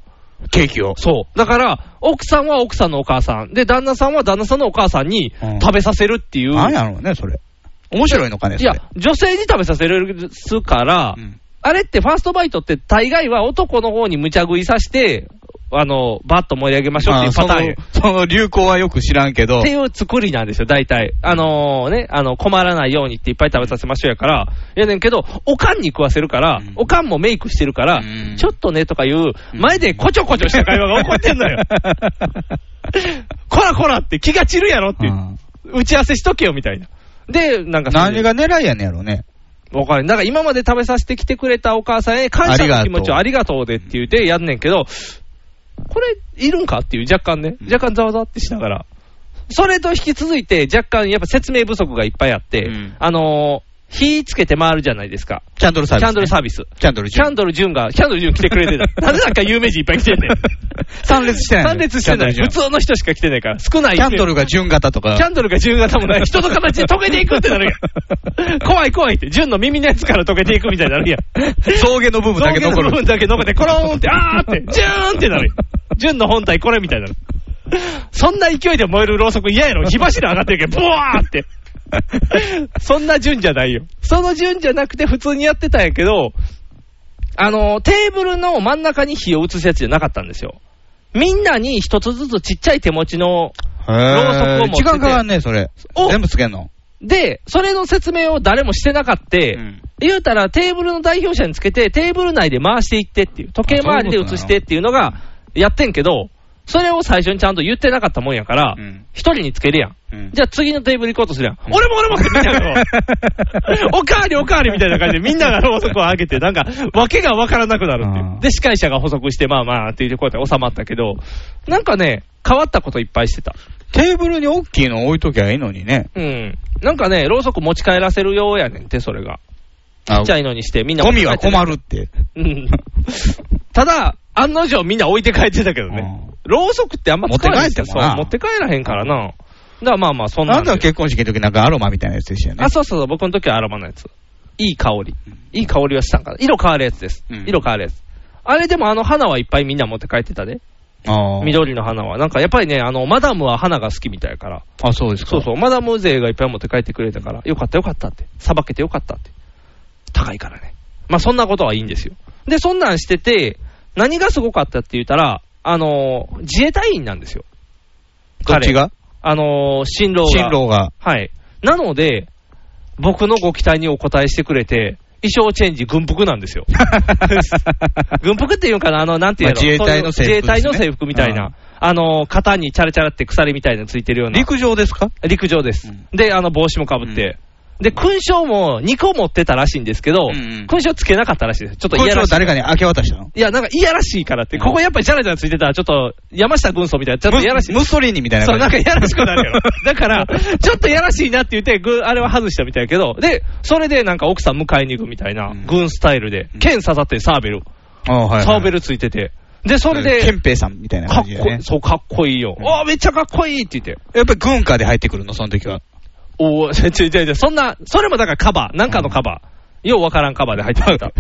Speaker 2: ケーキを。
Speaker 3: そう。だから、奥さんは奥さんのお母さん。で、旦那さんは旦那さんのお母さんに
Speaker 2: うん
Speaker 3: 食べさせるっていう。
Speaker 2: なんやろうね、それ。面白いのかね、
Speaker 3: い
Speaker 2: それ。
Speaker 3: や、女性に食べさせるすから、
Speaker 2: うん
Speaker 3: あれってファーストバイトって大概は男の方に無茶食いさせて、あの、バッと盛り上げましょうっていうパターンや。
Speaker 2: あそのその流行はよく知らんけど
Speaker 3: って、いう作りなんですよ、大体。あのね、あの、困らないようにっていっぱい食べさせましょうやから、やねんけど、おかんに食わせるから
Speaker 2: うん、
Speaker 3: おかんもメイクしてるから
Speaker 2: うん、
Speaker 3: ちょっとねとかいう、前でこちょこちょした会話が起こってんのよ。 こらこらって気が散るやろっていうう。
Speaker 2: ん
Speaker 3: 打ち合わせしとけよみたいな。で、なんか、
Speaker 2: 何が狙いやねんやろうね。
Speaker 3: わかる。だから今まで食べさせてきてくれたお母さんへ感謝の気持ちを
Speaker 2: あ
Speaker 3: あ
Speaker 2: り
Speaker 3: りがとうでって言うてやんねんけど、これ、いるんかっていう、若干ね、若干ざわざわってしながら、それと引き続いて、若干やっぱ説明不足がいっぱいあって、
Speaker 2: うん
Speaker 3: あのー火つけて回るじゃないですか、
Speaker 2: キャンドルサービス、
Speaker 3: キャンドルサービス。
Speaker 2: キャンドル
Speaker 3: キャンドル・ジュンが、キャンドル・ジュン来てくれて た。なぜだか有名人いっぱい来てんねん。
Speaker 2: 参列してないの
Speaker 3: 参列してない。
Speaker 2: キャンドル
Speaker 3: 普通の人しか来てないから、少ない。
Speaker 2: キャンドルが純型とか
Speaker 3: キ、ャンドルが純型もない。人の形で溶けていくってなるやん。怖い怖いって。純の耳のやつから溶けていくみたいになるやん。
Speaker 2: 象牙の部分だけ残
Speaker 3: 造形の部分
Speaker 2: る。
Speaker 3: だけ残って、コローンって、あーって、ジューンってなるやん。純の本体これみたいになる。そんな勢いで燃えるろうそく嫌やろ。火柱上がってるけど、ブワーって。そんな順じゃないよ。その順じゃなくて普通にやってたんやけど、あの、テーブルの真ん中に火を移すやつじゃなかったんですよ。みんなに一つずつちっちゃい手持ちの、
Speaker 2: へ
Speaker 3: ろうそくを
Speaker 2: ー
Speaker 3: 持ってて
Speaker 2: 時間かかんねそれ。
Speaker 3: お
Speaker 2: 全部つけんの。
Speaker 3: で、それの説明を誰もしてなかった、
Speaker 2: ん
Speaker 3: 言うたらテーブルの代表者につけて、テーブル内で回していってっていう、時計回りで移してっていうのがやってんけど、それを最初にちゃんと言ってなかったもんやから
Speaker 2: うん、
Speaker 3: 一、人につけるやん。
Speaker 2: うん
Speaker 3: じゃあ次のテーブル行こうとするやん。俺も俺もってみたい な。おかわりおかわりみたいな感じでみんながろうそくを上げて、なんか、わけがわからなくなるって
Speaker 2: あ
Speaker 3: いう。
Speaker 2: ー
Speaker 3: で、司会者が補足して、まあまあっていうこうやって収まったけど、なんかね、変わったこといっぱいしてた。
Speaker 2: テーブルに大きいの置いときゃいいのにね。
Speaker 3: うん。なんかね、ろうそく持ち帰らせるようやねんって、それが。ち
Speaker 2: あ
Speaker 3: っちゃいのにして、みんな
Speaker 2: ゴミは困
Speaker 3: る。
Speaker 2: るって。
Speaker 3: うん。ただ、案の定みんな置いて帰ってたけどね
Speaker 2: うん。
Speaker 3: ろうそくってあんま使わない
Speaker 2: 持って帰ってもな
Speaker 3: そう持って帰らへんからな。だからまあまあ、そんな
Speaker 2: あ
Speaker 3: ん
Speaker 2: ん
Speaker 3: で
Speaker 2: たは結婚式の時なんかアロマみたいなやつでしたよね
Speaker 3: あ、。そうそうそう、僕の時はアロマのやつ。いい香り。いい香りはしたんかな。色変わるやつです。
Speaker 2: うん
Speaker 3: 色変わるやつ。あれでもあの花はいっぱいみんな持って帰ってたで。
Speaker 2: あー
Speaker 3: 緑の花は。なんかやっぱりね、あの、マダムは花が好きみたいやから。
Speaker 2: あ、そうですか。
Speaker 3: そうそう、マダム勢がいっぱい持って帰ってくれたから、よかったよかったって、さばけてよかったって、高いからね。まあそんなことはいいんですよ。で、そんなんしてて、何がすごかったって言ったら、あのー自衛隊員なんですよ。
Speaker 2: どっちが
Speaker 3: あのー新郎が。
Speaker 2: 新郎が。
Speaker 3: はい。なので、僕のご期待にお応えしてくれて、衣装チェンジ、軍服な んですよ。軍服っていうんかな、あの、なんていうの、
Speaker 2: まあ自衛隊の制服ですね
Speaker 3: 自衛隊の制服みたいな、あの、肩にチャラチャラって鎖みたいなのついてるような。
Speaker 2: 陸上ですか
Speaker 3: 陸上です。
Speaker 2: うん
Speaker 3: で、あの帽子もかぶって。で、勲章も2個持ってたらしいんですけど、
Speaker 2: うんうん
Speaker 3: 勲章つけなかったらしいです。ちょっと
Speaker 2: こ
Speaker 3: い
Speaker 2: い
Speaker 3: や
Speaker 2: つ
Speaker 3: ら
Speaker 2: を
Speaker 3: しい。
Speaker 2: 誰かに明け渡したの
Speaker 3: いや、なんかいやらしいからって、ここやっぱりジャラジャラついてたら、ちょっと山下軍曹みたいな、ちょっといやらしい。
Speaker 2: ムムッソリーニみたいな
Speaker 3: そう、なん
Speaker 2: 感じ。
Speaker 3: かいやらしく なるよ。だから、ちょっといやらしいなって言って、ぐあれは外したみたいやけど、で、それでなんか奥さん迎えに行くみたいな、
Speaker 2: うん
Speaker 3: 軍スタイルで
Speaker 2: う、ん
Speaker 3: 剣刺さってサーベル、
Speaker 2: あーはいはい
Speaker 3: サーベルついてて、で、それ
Speaker 2: ケ
Speaker 3: で、
Speaker 2: ンペイさんみたいな
Speaker 3: か
Speaker 2: 感
Speaker 3: っこ
Speaker 2: じ
Speaker 3: い
Speaker 2: でね
Speaker 3: い、。そう、かっこいいよ。ああ、めっちゃかっこいいって言って。
Speaker 2: やっぱり軍歌で入ってくるの、その時は。
Speaker 3: おー、 ちょいちょいちょい、そんな、それもだからカバー、なんかのカバー。ようわからんカバーで入っ てきた。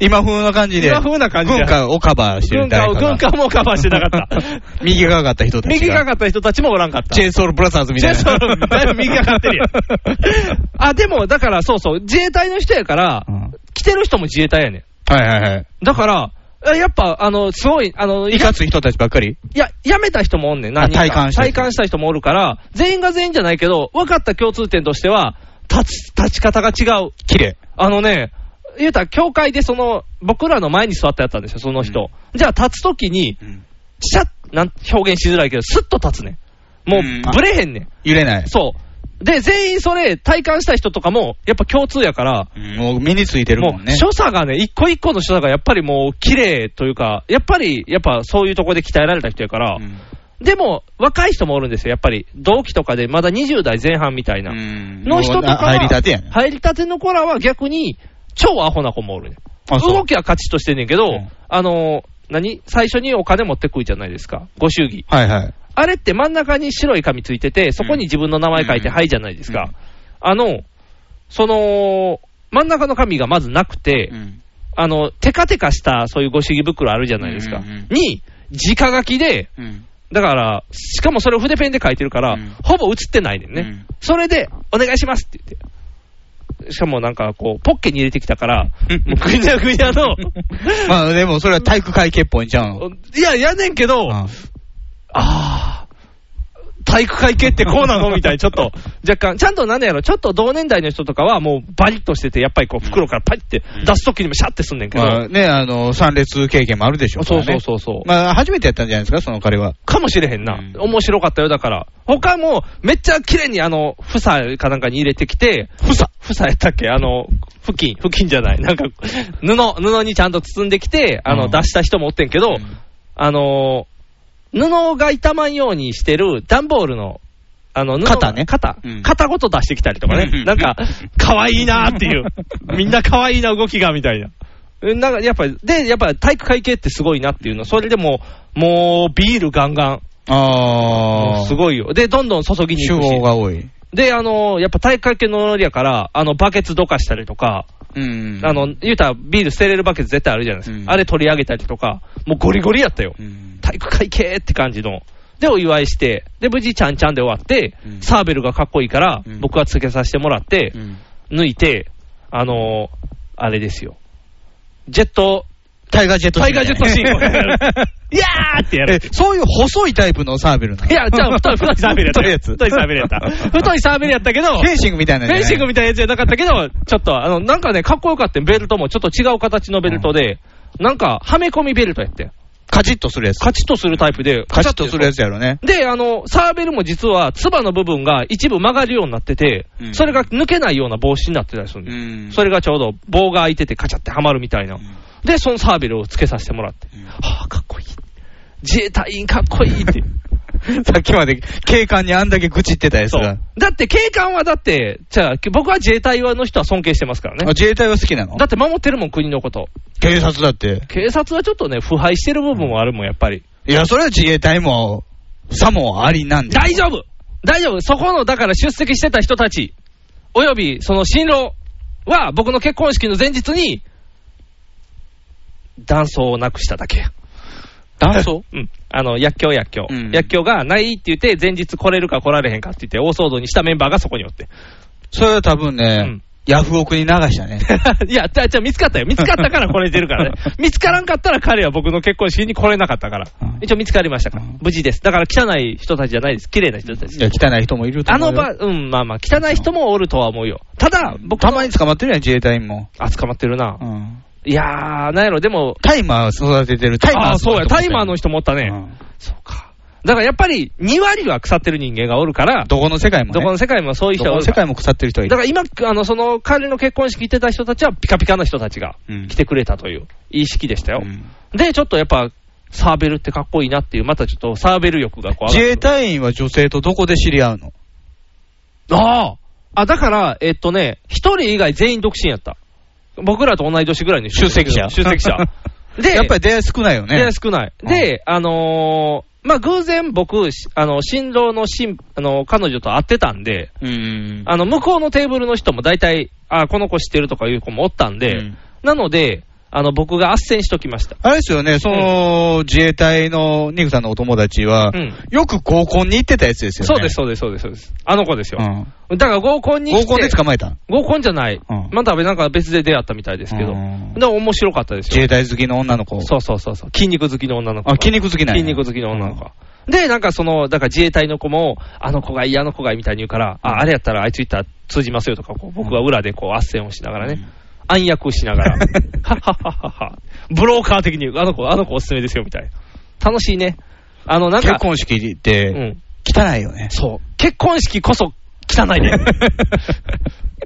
Speaker 2: 今風な感じで。
Speaker 3: 今風な感じで
Speaker 2: 軍歌をカバーして
Speaker 3: 軍
Speaker 2: る
Speaker 3: 歌
Speaker 2: 誰
Speaker 3: を、
Speaker 2: かが。
Speaker 3: 軍歌もカバーしてなか った。
Speaker 2: 右が上がった人たちが。
Speaker 3: 右がか
Speaker 2: っ
Speaker 3: った人たちもおらんかった。
Speaker 2: チェーンソールブラザーズみたいな。
Speaker 3: ジェイソンだいぶ右がかってるや ん。あ、でも、だからそうそう、自衛隊の人やから、
Speaker 2: うん
Speaker 3: 来てる人も自衛隊やね
Speaker 2: はいはいはい。
Speaker 3: ん。だから、えやっぱ、あの、すごい、あの、
Speaker 2: い
Speaker 3: い
Speaker 2: か
Speaker 3: か
Speaker 2: つい人たちばっかり。
Speaker 3: いや、辞めた人もおんねん、何人か。
Speaker 2: あ退官した人
Speaker 3: 退官した人もおるから、全員が全員じゃないけど、分かった共通点としては、立ち、立ち方が違う。
Speaker 2: 綺麗。
Speaker 3: あのね、言うたら、教会でその、僕らの前に座ってやったんですよ、その人。じゃあ、立つときに、シャッ、なん、表現しづらいけど、スッと立つねん。も
Speaker 2: うん
Speaker 3: う、ぶれへんねん。
Speaker 2: 揺れない。
Speaker 3: そう。で、全員それ、体感した人とかも、やっぱ共通やから、
Speaker 2: うんもう身についてるも
Speaker 3: も
Speaker 2: ん
Speaker 3: う、
Speaker 2: ね。
Speaker 3: 所作がね、一個一個の所作がやっぱりもう、綺麗というか、やっぱり、やっぱそういうとこで鍛えられた人やから、
Speaker 2: うん
Speaker 3: でも、若い人もおるんですよ、やっぱり。同期とかで、まだ20代前半みたいな。
Speaker 2: うん
Speaker 3: の人とかは
Speaker 2: もうな入りたてやね。
Speaker 3: 入りたての子らは逆に、超アホな子もおるね。
Speaker 2: あそう
Speaker 3: 動きはカチッとしてんねんけど、
Speaker 2: うん
Speaker 3: あのー、何最初にお金持ってくいじゃないですか。ご祝儀。
Speaker 2: はいはい。
Speaker 3: あれって真ん中に白い紙ついてて、そこに自分の名前書いて、
Speaker 2: うん
Speaker 3: はいじゃないです
Speaker 2: う
Speaker 3: か
Speaker 2: ん。
Speaker 3: あの、その、真ん中の紙がまずなくて、あの、テカテカしたそういうご主義袋あるじゃないですか。
Speaker 2: うんうんうん
Speaker 3: に、直書きで、
Speaker 2: うん
Speaker 3: だから、しかもそれを筆ペンで書いてるから、
Speaker 2: うん
Speaker 3: ほぼ写ってないねんね。
Speaker 2: うん
Speaker 3: それで、お願いしますって言って。しかもなんかこう、ポッケに入れてきたから、もうぐにゃぐにゃ の、
Speaker 2: まあでもそれは体育会系っぽいんちゃうの
Speaker 3: いや、やねんけど、
Speaker 2: うん
Speaker 3: ああ、体育会系ってこうなのみたいな、ちょっ と、若干、ちゃんとなんやろ、ちょっと同年代の人とかは、もうバリッとしてて、やっぱりこう、袋からパリって出すときにもシャってすんねんけど、
Speaker 2: まあね、あの、参列経験もあるでしょ
Speaker 3: そう
Speaker 2: から
Speaker 3: そう
Speaker 2: ね
Speaker 3: そうそう、
Speaker 2: まあ初めてやったんじゃないですか、その彼は。
Speaker 3: かもしれへんな、
Speaker 2: うん
Speaker 3: 面白かったよ、だから、他もめっちゃ綺麗にあの、房かなんかに入れてきて、房房やったっけ、あの、布巾、布巾じゃない、なんか、布、布にちゃんと包んできて、あの、
Speaker 2: うん
Speaker 3: 出した人もおってんけど、あのー布が傷まんようにしてる段ボールの、あの、布が
Speaker 2: 型ね
Speaker 3: 型、
Speaker 2: うん
Speaker 3: 型ごと出してきたりとか
Speaker 2: うん
Speaker 3: ね。なんか、可愛いなー っていう。みんな可愛いな動きが、みたいな。えなんか、やっぱり、で、やっぱり体育会系ってすごいなっていうの。それでもう、もう、ビールガンガン。
Speaker 2: ああ。
Speaker 3: す
Speaker 2: い。
Speaker 3: ごいよ。で、どんどん注ぎに
Speaker 2: 主
Speaker 3: 行くし
Speaker 2: 語。が多い。
Speaker 3: で、あのーやっぱ体育会系のノリやから、あの、バケツどかしたりとか、
Speaker 2: うん
Speaker 3: あ、の、言うたらビール捨てれるバケツ絶対あるじゃないですか。
Speaker 2: うん
Speaker 3: あれ取り上げたりとか、もうゴリゴリやったよ。
Speaker 2: うん
Speaker 3: 体育会系って感じの。で、お祝いして、で、無事ちゃんちゃんで終わって、
Speaker 2: うん
Speaker 3: サーベルがかっこいいから、
Speaker 2: うん
Speaker 3: 僕はつけさせてもらって、
Speaker 2: うん
Speaker 3: 抜いて、あのーあれですよ。ジェット、
Speaker 2: タイガージェットシーン。
Speaker 3: タイガージェットシーンをやる いやーってやる
Speaker 2: え。、そういう細いタイプのサーベルなの
Speaker 3: いや、じゃあ、太い、太いサーベルやった。
Speaker 2: 太いやつ
Speaker 3: 太いサーベルやった。太いサーベルやったけど、
Speaker 2: フェンシングみたいな
Speaker 3: フェンシング
Speaker 2: み
Speaker 3: みたいなやつじゃなかったけど、ちょっと、あの、なんかね、かっこよかったよベルトもちょっと違う形のベルトで、なんか、はめ込みベルトやって。
Speaker 2: カチッとするやつ。
Speaker 3: カチッとするタイプで。
Speaker 2: カチッとするやつやろね。
Speaker 3: で、あの、サーベルも実は、つばの部分が一部曲がるようになってて
Speaker 2: う、ん
Speaker 3: それが抜けないような帽子になってたりするんです。
Speaker 2: ん
Speaker 3: それがちょうど棒が開いててカチャってはまるみたいな。で、そのサーベルをつけさせてもらって。はあ、かっこいい。自衛隊員かっこい いって。
Speaker 2: さっきまで警官にあんだけ愚痴ってたやつ
Speaker 3: そ
Speaker 2: が
Speaker 3: う。。だって警官はだって、じゃあ、僕は自衛隊の人は尊敬してますから
Speaker 2: あ
Speaker 3: ね。
Speaker 2: 自衛隊は好きなの
Speaker 3: だって守ってるもん、国のこと。
Speaker 2: 警察だって。
Speaker 3: 警察はちょっとね、腐敗してる部分もあるもん、やっぱり。
Speaker 2: いや、それは自衛隊も、さもありなんで。
Speaker 3: 大丈夫大丈夫そこの、だから出席してた人たち、およびその新郎は、僕の結婚式の前日に、断層をなくしただけや。
Speaker 2: 男装
Speaker 3: うん。あの、薬莢薬莢。
Speaker 2: うん
Speaker 3: 薬莢がないって言って、前日来れるか来られへんかって言って、大騒動にしたメンバーがそこに おって。
Speaker 2: それは多分ね、
Speaker 3: うん
Speaker 2: ヤフオクに流した ね。
Speaker 3: いや、じゃあ、じゃあ見つかったよ。見つかったからこれ出 るからね。見つからんかったら彼は僕の結婚式に来れなかったから
Speaker 2: うん。
Speaker 3: 一応見つかりましたから
Speaker 2: うん。
Speaker 3: 無事です。だから汚い人たちじゃないです。綺麗な人たち
Speaker 2: いや、
Speaker 3: です。
Speaker 2: 汚い人もいると
Speaker 3: あ
Speaker 2: 思う
Speaker 3: の
Speaker 2: よ。
Speaker 3: 場、うん、まあまあ、汚い人もおるとは思うよ。ただ、僕
Speaker 2: た
Speaker 3: の、
Speaker 2: まに捕まってるやん、自衛隊員も。
Speaker 3: あ、捕まってるな
Speaker 2: う。ん。
Speaker 3: いやー、なんやろ、でも、
Speaker 2: タイマー育ててる。タイマー
Speaker 3: あーそうや、タイマーの
Speaker 2: 人
Speaker 3: 人もおった
Speaker 2: ね。
Speaker 3: ね。そうか。だからやっぱり、2割は腐ってる人間がおるから、
Speaker 2: どこの世界もね。
Speaker 3: どこの世界もそういう
Speaker 2: ど
Speaker 3: 人が
Speaker 2: こ
Speaker 3: お
Speaker 2: の
Speaker 3: る
Speaker 2: 世
Speaker 3: から。
Speaker 2: 界も腐ってる人はい
Speaker 3: だ
Speaker 2: る。
Speaker 3: から今、あの、その、彼の結婚式行ってた人たちは、ピカピカな人たちが
Speaker 2: うん
Speaker 3: 来てくれたという、いい式でしたよ。
Speaker 2: うん
Speaker 3: で、ちょっとやっぱ、サーベルってかっこいいなっていう、またちょっとサーベル欲がこう上がって
Speaker 2: 自衛隊員は女性とどこで知り合うの
Speaker 3: ああ。あ、だから、えっとね、一人以外全員独身やった。僕らと同い年ぐらいの
Speaker 2: 出席者
Speaker 3: 出席 者。で、
Speaker 2: やっぱり出会い少ないよね。
Speaker 3: 出会い少ない。で、あのーまあ、偶然僕、しあの、新郎の新、あの、彼女と会ってたんで、
Speaker 2: うん。
Speaker 3: あの、向こうのテーブルの人も大体、あ、この子知ってるとかいう子もおったんで、
Speaker 2: うん
Speaker 3: なので、あの、僕が斡旋しときました。
Speaker 2: あれですよね、その、自衛隊のニグさんのお友達は、
Speaker 3: うん
Speaker 2: よく合コンに行ってたやつですよね。
Speaker 3: そうです、そうです、そうです、そうです。あの子ですよ。
Speaker 2: うん
Speaker 3: だから合コンに来て
Speaker 2: 合コンで捕まえた
Speaker 3: 合コンじゃない。
Speaker 2: うん
Speaker 3: またなんか別で出会ったみたいですけど。
Speaker 2: う
Speaker 3: で
Speaker 2: ん
Speaker 3: 面白かったですよ
Speaker 2: 自衛。隊好きの女の子。
Speaker 3: そうそうそうそう、筋肉好きの女の子。
Speaker 2: あ筋肉好きなんや
Speaker 3: 筋肉好きの女の子。で、なんかその、だから自衛隊の子も、あの子がいい、あの子がいいみたいに言うから、あ、あれやったらあいつ行ったら通じますよとか、こう僕は裏でこう、斡旋をしながらね、暗躍しながら、 はっはっはっはっは、ブローカー的に、あの子、あの子おすすめですよみたいな。楽しいね。あの、なんか、
Speaker 2: 結婚式っ
Speaker 3: う
Speaker 2: て、
Speaker 3: ん。
Speaker 2: 汚いよね。
Speaker 3: そう。結婚式こそ汚いね。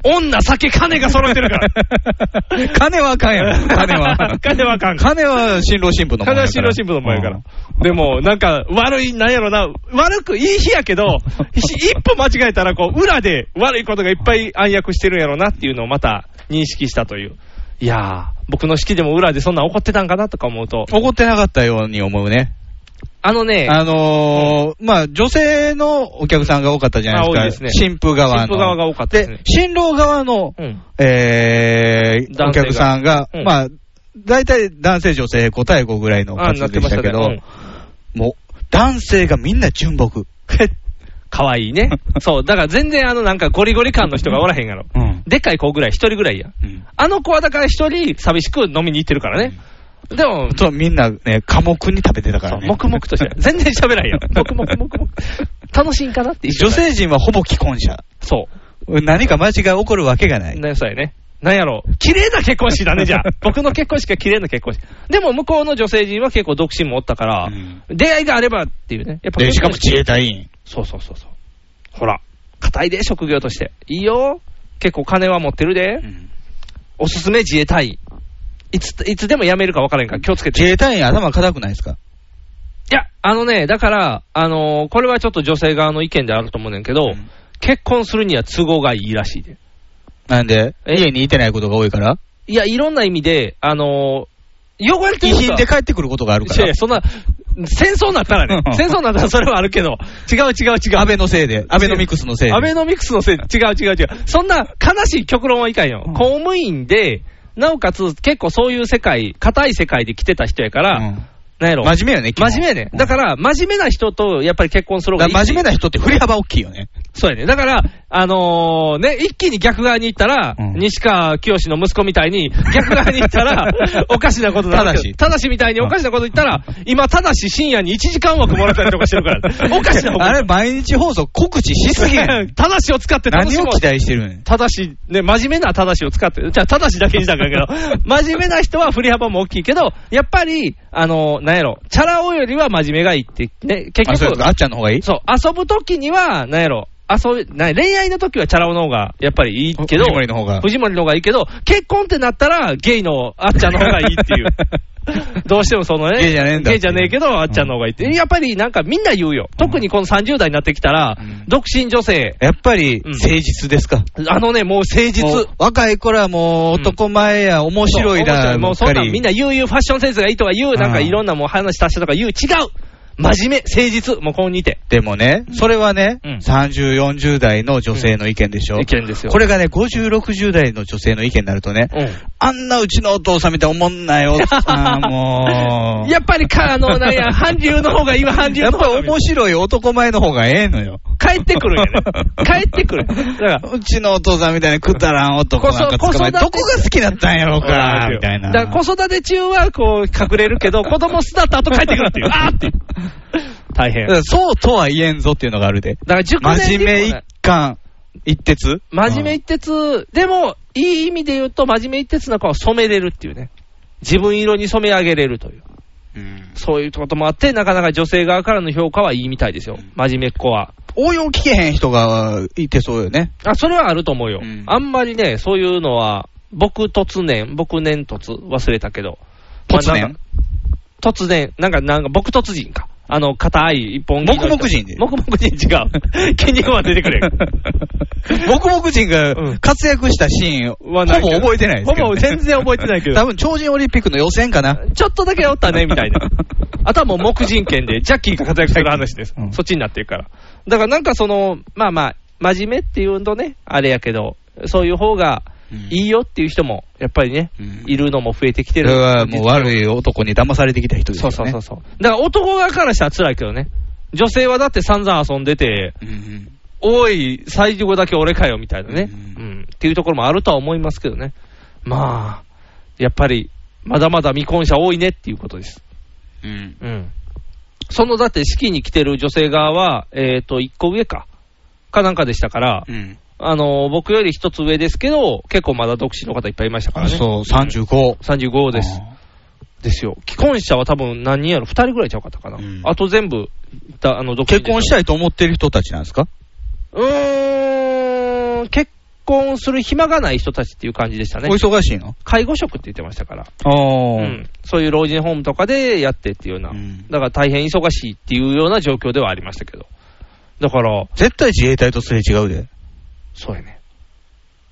Speaker 3: 女、酒、金が揃えてるから。。
Speaker 2: 金はあかんやろ、金は
Speaker 3: 金はあかん
Speaker 2: 金は新郎新婦のもんやから
Speaker 3: 金は新郎新婦の前やから。でも、なんか、悪い、なんやろな、悪く、いい日やけど、ひ一歩間違えたら、こう、裏で悪いことがいっぱい暗躍してるんやろなっていうのをまた認識したという。いやー、僕の式でも裏でそんなん怒ってたんかなとか思うと、
Speaker 2: 怒ってなかったように思うね。
Speaker 3: あのね、
Speaker 2: あのー、まあ、女性のお客さんが多かったじゃないです
Speaker 3: あ
Speaker 2: か。
Speaker 3: 多いですね
Speaker 2: 新婦側の。
Speaker 3: 新婦側が多かったですね
Speaker 2: で、新郎側の、
Speaker 3: うん。
Speaker 2: えー、お
Speaker 3: 男性が
Speaker 2: 客さんが、
Speaker 3: うん
Speaker 2: まあ、大体男性女性5対5ぐらいの
Speaker 3: あ
Speaker 2: 数でしたけど、
Speaker 3: なってましたね
Speaker 2: もう、男性がみんな純朴。
Speaker 3: かわいいね。 そう、だから全然あの、なんかゴリゴリ感の人がおらへんやろ。
Speaker 2: うん。
Speaker 3: でっかい子ぐらい、一人ぐらいや。
Speaker 2: うん
Speaker 3: あの子はだから一人寂しく飲みに行ってるからね。でも、
Speaker 2: そう、みんなね、寡黙に食べてたからね。
Speaker 3: 黙々と して、全然喋らんよ。黙々、黙々。楽しいんかなって一 緒
Speaker 2: 女
Speaker 3: になる
Speaker 2: 性陣はほぼ既婚者。
Speaker 3: そ
Speaker 2: 何か間違い起こるわけがな
Speaker 3: う。
Speaker 2: い。
Speaker 3: ね、そうやね。なんやろう。綺麗な結婚式だね、じゃ あ。僕の結婚式は綺麗な結婚式。でも、向こうの女性陣は結構独身もおったから、
Speaker 2: うん
Speaker 3: 出会いがあればっていうね。やっぱ
Speaker 2: で、しかも自衛
Speaker 3: 隊。
Speaker 2: 隊員。
Speaker 3: そうそうそうそう。ほら、硬いで、職業として。いいよ。結構金は持ってるで。おすすめ自衛隊員。いつ、いつでも辞めるか分からへんから気をつけて。
Speaker 2: 自衛隊員頭固くないですか
Speaker 3: あのね、だから、あのーこれはちょっと女性側の意見であると思うねんけど、
Speaker 2: ん
Speaker 3: 結婚するには都合がいいらしいで。
Speaker 2: なんで
Speaker 3: え
Speaker 2: 家にいてないことが多いから
Speaker 3: いや、いろんな意味で、あのー汚れて
Speaker 2: 遺
Speaker 3: ると
Speaker 2: 品
Speaker 3: か
Speaker 2: で帰ってくることがあるか
Speaker 3: いやい
Speaker 2: ら、
Speaker 3: や。そんな、戦争になったらね戦争になったらそれはあるけど、
Speaker 2: 違う違う違う。アベのせいで。アベノミクスのせいで。
Speaker 3: アベノミクスのせい、違う違う違う、そんな悲しい極論はいかんよ、
Speaker 2: うん
Speaker 3: 公務員で、なおかつ結構そういう世界、硬い世界で来てた人やから、
Speaker 2: うん
Speaker 3: なんやろ、
Speaker 2: 真面目よね、基本
Speaker 3: 真面目やね、だから、真面目な人とやっぱり結婚する
Speaker 2: だ
Speaker 3: 方がいい
Speaker 2: から真面目
Speaker 3: な、
Speaker 2: な人って振り幅大きいよね。
Speaker 3: そうやね、だから、あのーね、一気に逆側に行ったら、
Speaker 2: うん
Speaker 3: 西川きよしの息子みたいに、逆側に行った ら、おかしなことだ
Speaker 2: ただし
Speaker 3: だしみたいにおかしなこと言ったら、今、ただし深夜に1時間枠もらったりとかしてる から、 おかしなこと
Speaker 2: あれ、毎日放送告知しす ぎやん
Speaker 3: ただしを使って楽
Speaker 2: 何
Speaker 3: し
Speaker 2: を
Speaker 3: もう
Speaker 2: 期待してるんや
Speaker 3: ただし、ね、真面目なただしを使って、じゃあ、ただしだけにしたらあか んけど、真面目な人は振り幅も大きいけど、やっぱり、あの、なんやろ、チャラ男よりは真面目がいいって、ね、結
Speaker 2: あ、そうで
Speaker 3: 局
Speaker 2: す、か。あっちゃんの方がいい
Speaker 3: そう、遊ぶときには、なんやろ、遊び、なん恋愛のときはチャラ男の方が、やっぱりいいけど、
Speaker 2: 藤森の方が。
Speaker 3: 藤森の方がいいけど、結婚ってなったら、ゲイのあっちゃんの方がいいっ ていう。どうしてもそのね、
Speaker 2: ゲイじゃねえんだ
Speaker 3: ゲイじゃねえけど、あっちゃんの方がいいって。やっぱりなんかみんな言うよ。特にこの30代になってきたら、
Speaker 2: うん
Speaker 3: 独身女性、
Speaker 2: やっぱり、
Speaker 3: うん
Speaker 2: 誠実ですか。
Speaker 3: あのね、もう誠実。
Speaker 2: もう若い頃はもう男前や、面白い
Speaker 3: そう面
Speaker 2: だ、
Speaker 3: もうそんなんみん
Speaker 2: な。
Speaker 3: な言う言う、ファッションセンスがいいとか言う、なんかいろんなもう話達したとか言う、違う真面目、誠実、もうこうにて。
Speaker 2: でもね、それはね、
Speaker 3: うん
Speaker 2: 30、40代の女性の意見でしょ。
Speaker 3: 意見ですよ。
Speaker 2: これがね、50、60代の女性の意見になるとね、
Speaker 3: う
Speaker 2: あんなうちのお父さんみたいなおもんないおっさ ん、も
Speaker 3: ん。
Speaker 2: う。
Speaker 3: やっぱりか、あの、な んや、韓流の方が、今韓流
Speaker 2: やっ
Speaker 3: の方
Speaker 2: ぱ
Speaker 3: が。
Speaker 2: 面白い男前の方がええのよ。
Speaker 3: 帰ってくるんや ね。帰ってくる。だから、
Speaker 2: うちのお父さんみたいなくだらん男なんか
Speaker 3: こそ
Speaker 2: 捕まえて、
Speaker 3: 子
Speaker 2: ど
Speaker 3: 育て
Speaker 2: こが好きだったんやろうか、みたいな。
Speaker 3: だから子育て中は、こう、隠れるけど、子供巣立った後帰ってくるっていう。 あーっていう。大
Speaker 2: だ
Speaker 3: 変。だ
Speaker 2: か
Speaker 3: から
Speaker 2: そうとは言えんぞっていうのがあるで。
Speaker 3: ら熟年
Speaker 2: 真
Speaker 3: 離婚
Speaker 2: 面目
Speaker 3: ね
Speaker 2: 一貫、一徹
Speaker 3: 真面目一徹、でも、いい意味で言うと、真面目一徹の子は染めれるっていうね。自分色に染め上げれるという。
Speaker 2: うん
Speaker 3: そういうこともあって、なかなか女性側からの評価はいいみたいですよ。真面目っ子は。
Speaker 2: 応用聞けへん人がいてそうよね。
Speaker 3: あ、それはあると思うよ。
Speaker 2: うん
Speaker 3: あんまりね、そういうのは、僕突年、僕年突、忘れたけど。
Speaker 2: 突
Speaker 3: まあなん
Speaker 2: 然
Speaker 3: か。突然、なんか、なんか、僕突人か。あの、硬い一本
Speaker 2: 黙々人で
Speaker 3: 黙々人違う。 筋肉は出てくれ。
Speaker 2: 僕僕人
Speaker 3: う
Speaker 2: が
Speaker 3: ん
Speaker 2: 活躍したシーン、ほぼ
Speaker 3: はないけど
Speaker 2: 覚えてないですけど、ね。
Speaker 3: ほぼ全然覚えてないけど
Speaker 2: 多分、超人オリンピックの予選かな。
Speaker 3: ちょっとだけおったね、みたいな。あとはもう、黙人権で、ジャッキーが活躍する話です。
Speaker 2: うん
Speaker 3: そっちになってるから。だからなんかその、まあまあ、真面目っていうとね、あれやけど、そういう方がいいよっていう人も、やっぱりね、
Speaker 2: うん
Speaker 3: いるのも増えてき
Speaker 2: そ
Speaker 3: てる。
Speaker 2: れはもう悪い男に騙されてきた人です
Speaker 3: そ
Speaker 2: よ
Speaker 3: う
Speaker 2: ね。
Speaker 3: そうそうそう。だから男側からしたら辛いけどね。女性はだって散々遊んでて、
Speaker 2: うんうん
Speaker 3: おい、最後だけ俺かよ、みたいなね。
Speaker 2: う
Speaker 3: うんん、っていうところもあるとは思いますけどね。まあ、やっぱり、まだまだ未婚者多いねっていうことです。
Speaker 2: うん
Speaker 3: うん。そのだって式に来てる女性側は、えっ、と、1個上か。かなんかでしたから、
Speaker 2: うん
Speaker 3: あのー僕より1つ上ですけど、結構まだ独身の方いっぱいいましたから
Speaker 2: あ
Speaker 3: ね。
Speaker 2: そう、35。
Speaker 3: 35です。ですよ。既婚者は多分何人やろ ?2 人ぐらいちゃうかったかな。
Speaker 2: うん
Speaker 3: あと全部、だあの、独身
Speaker 2: 結婚した
Speaker 3: い
Speaker 2: いと思ってる人たちなんですか
Speaker 3: うーん、結婚する暇がない人たちっていう感じでしたね
Speaker 2: お。忙しいの
Speaker 3: 介護職って言ってましたから。
Speaker 2: あ
Speaker 3: う
Speaker 2: あ
Speaker 3: ん、そういう老人ホームとかでやってっていうような、
Speaker 2: うん
Speaker 3: だから大変忙しいっていうような状況ではありましたけど、だから、
Speaker 2: 絶対自衛隊とすれ違うで。
Speaker 3: そうやね、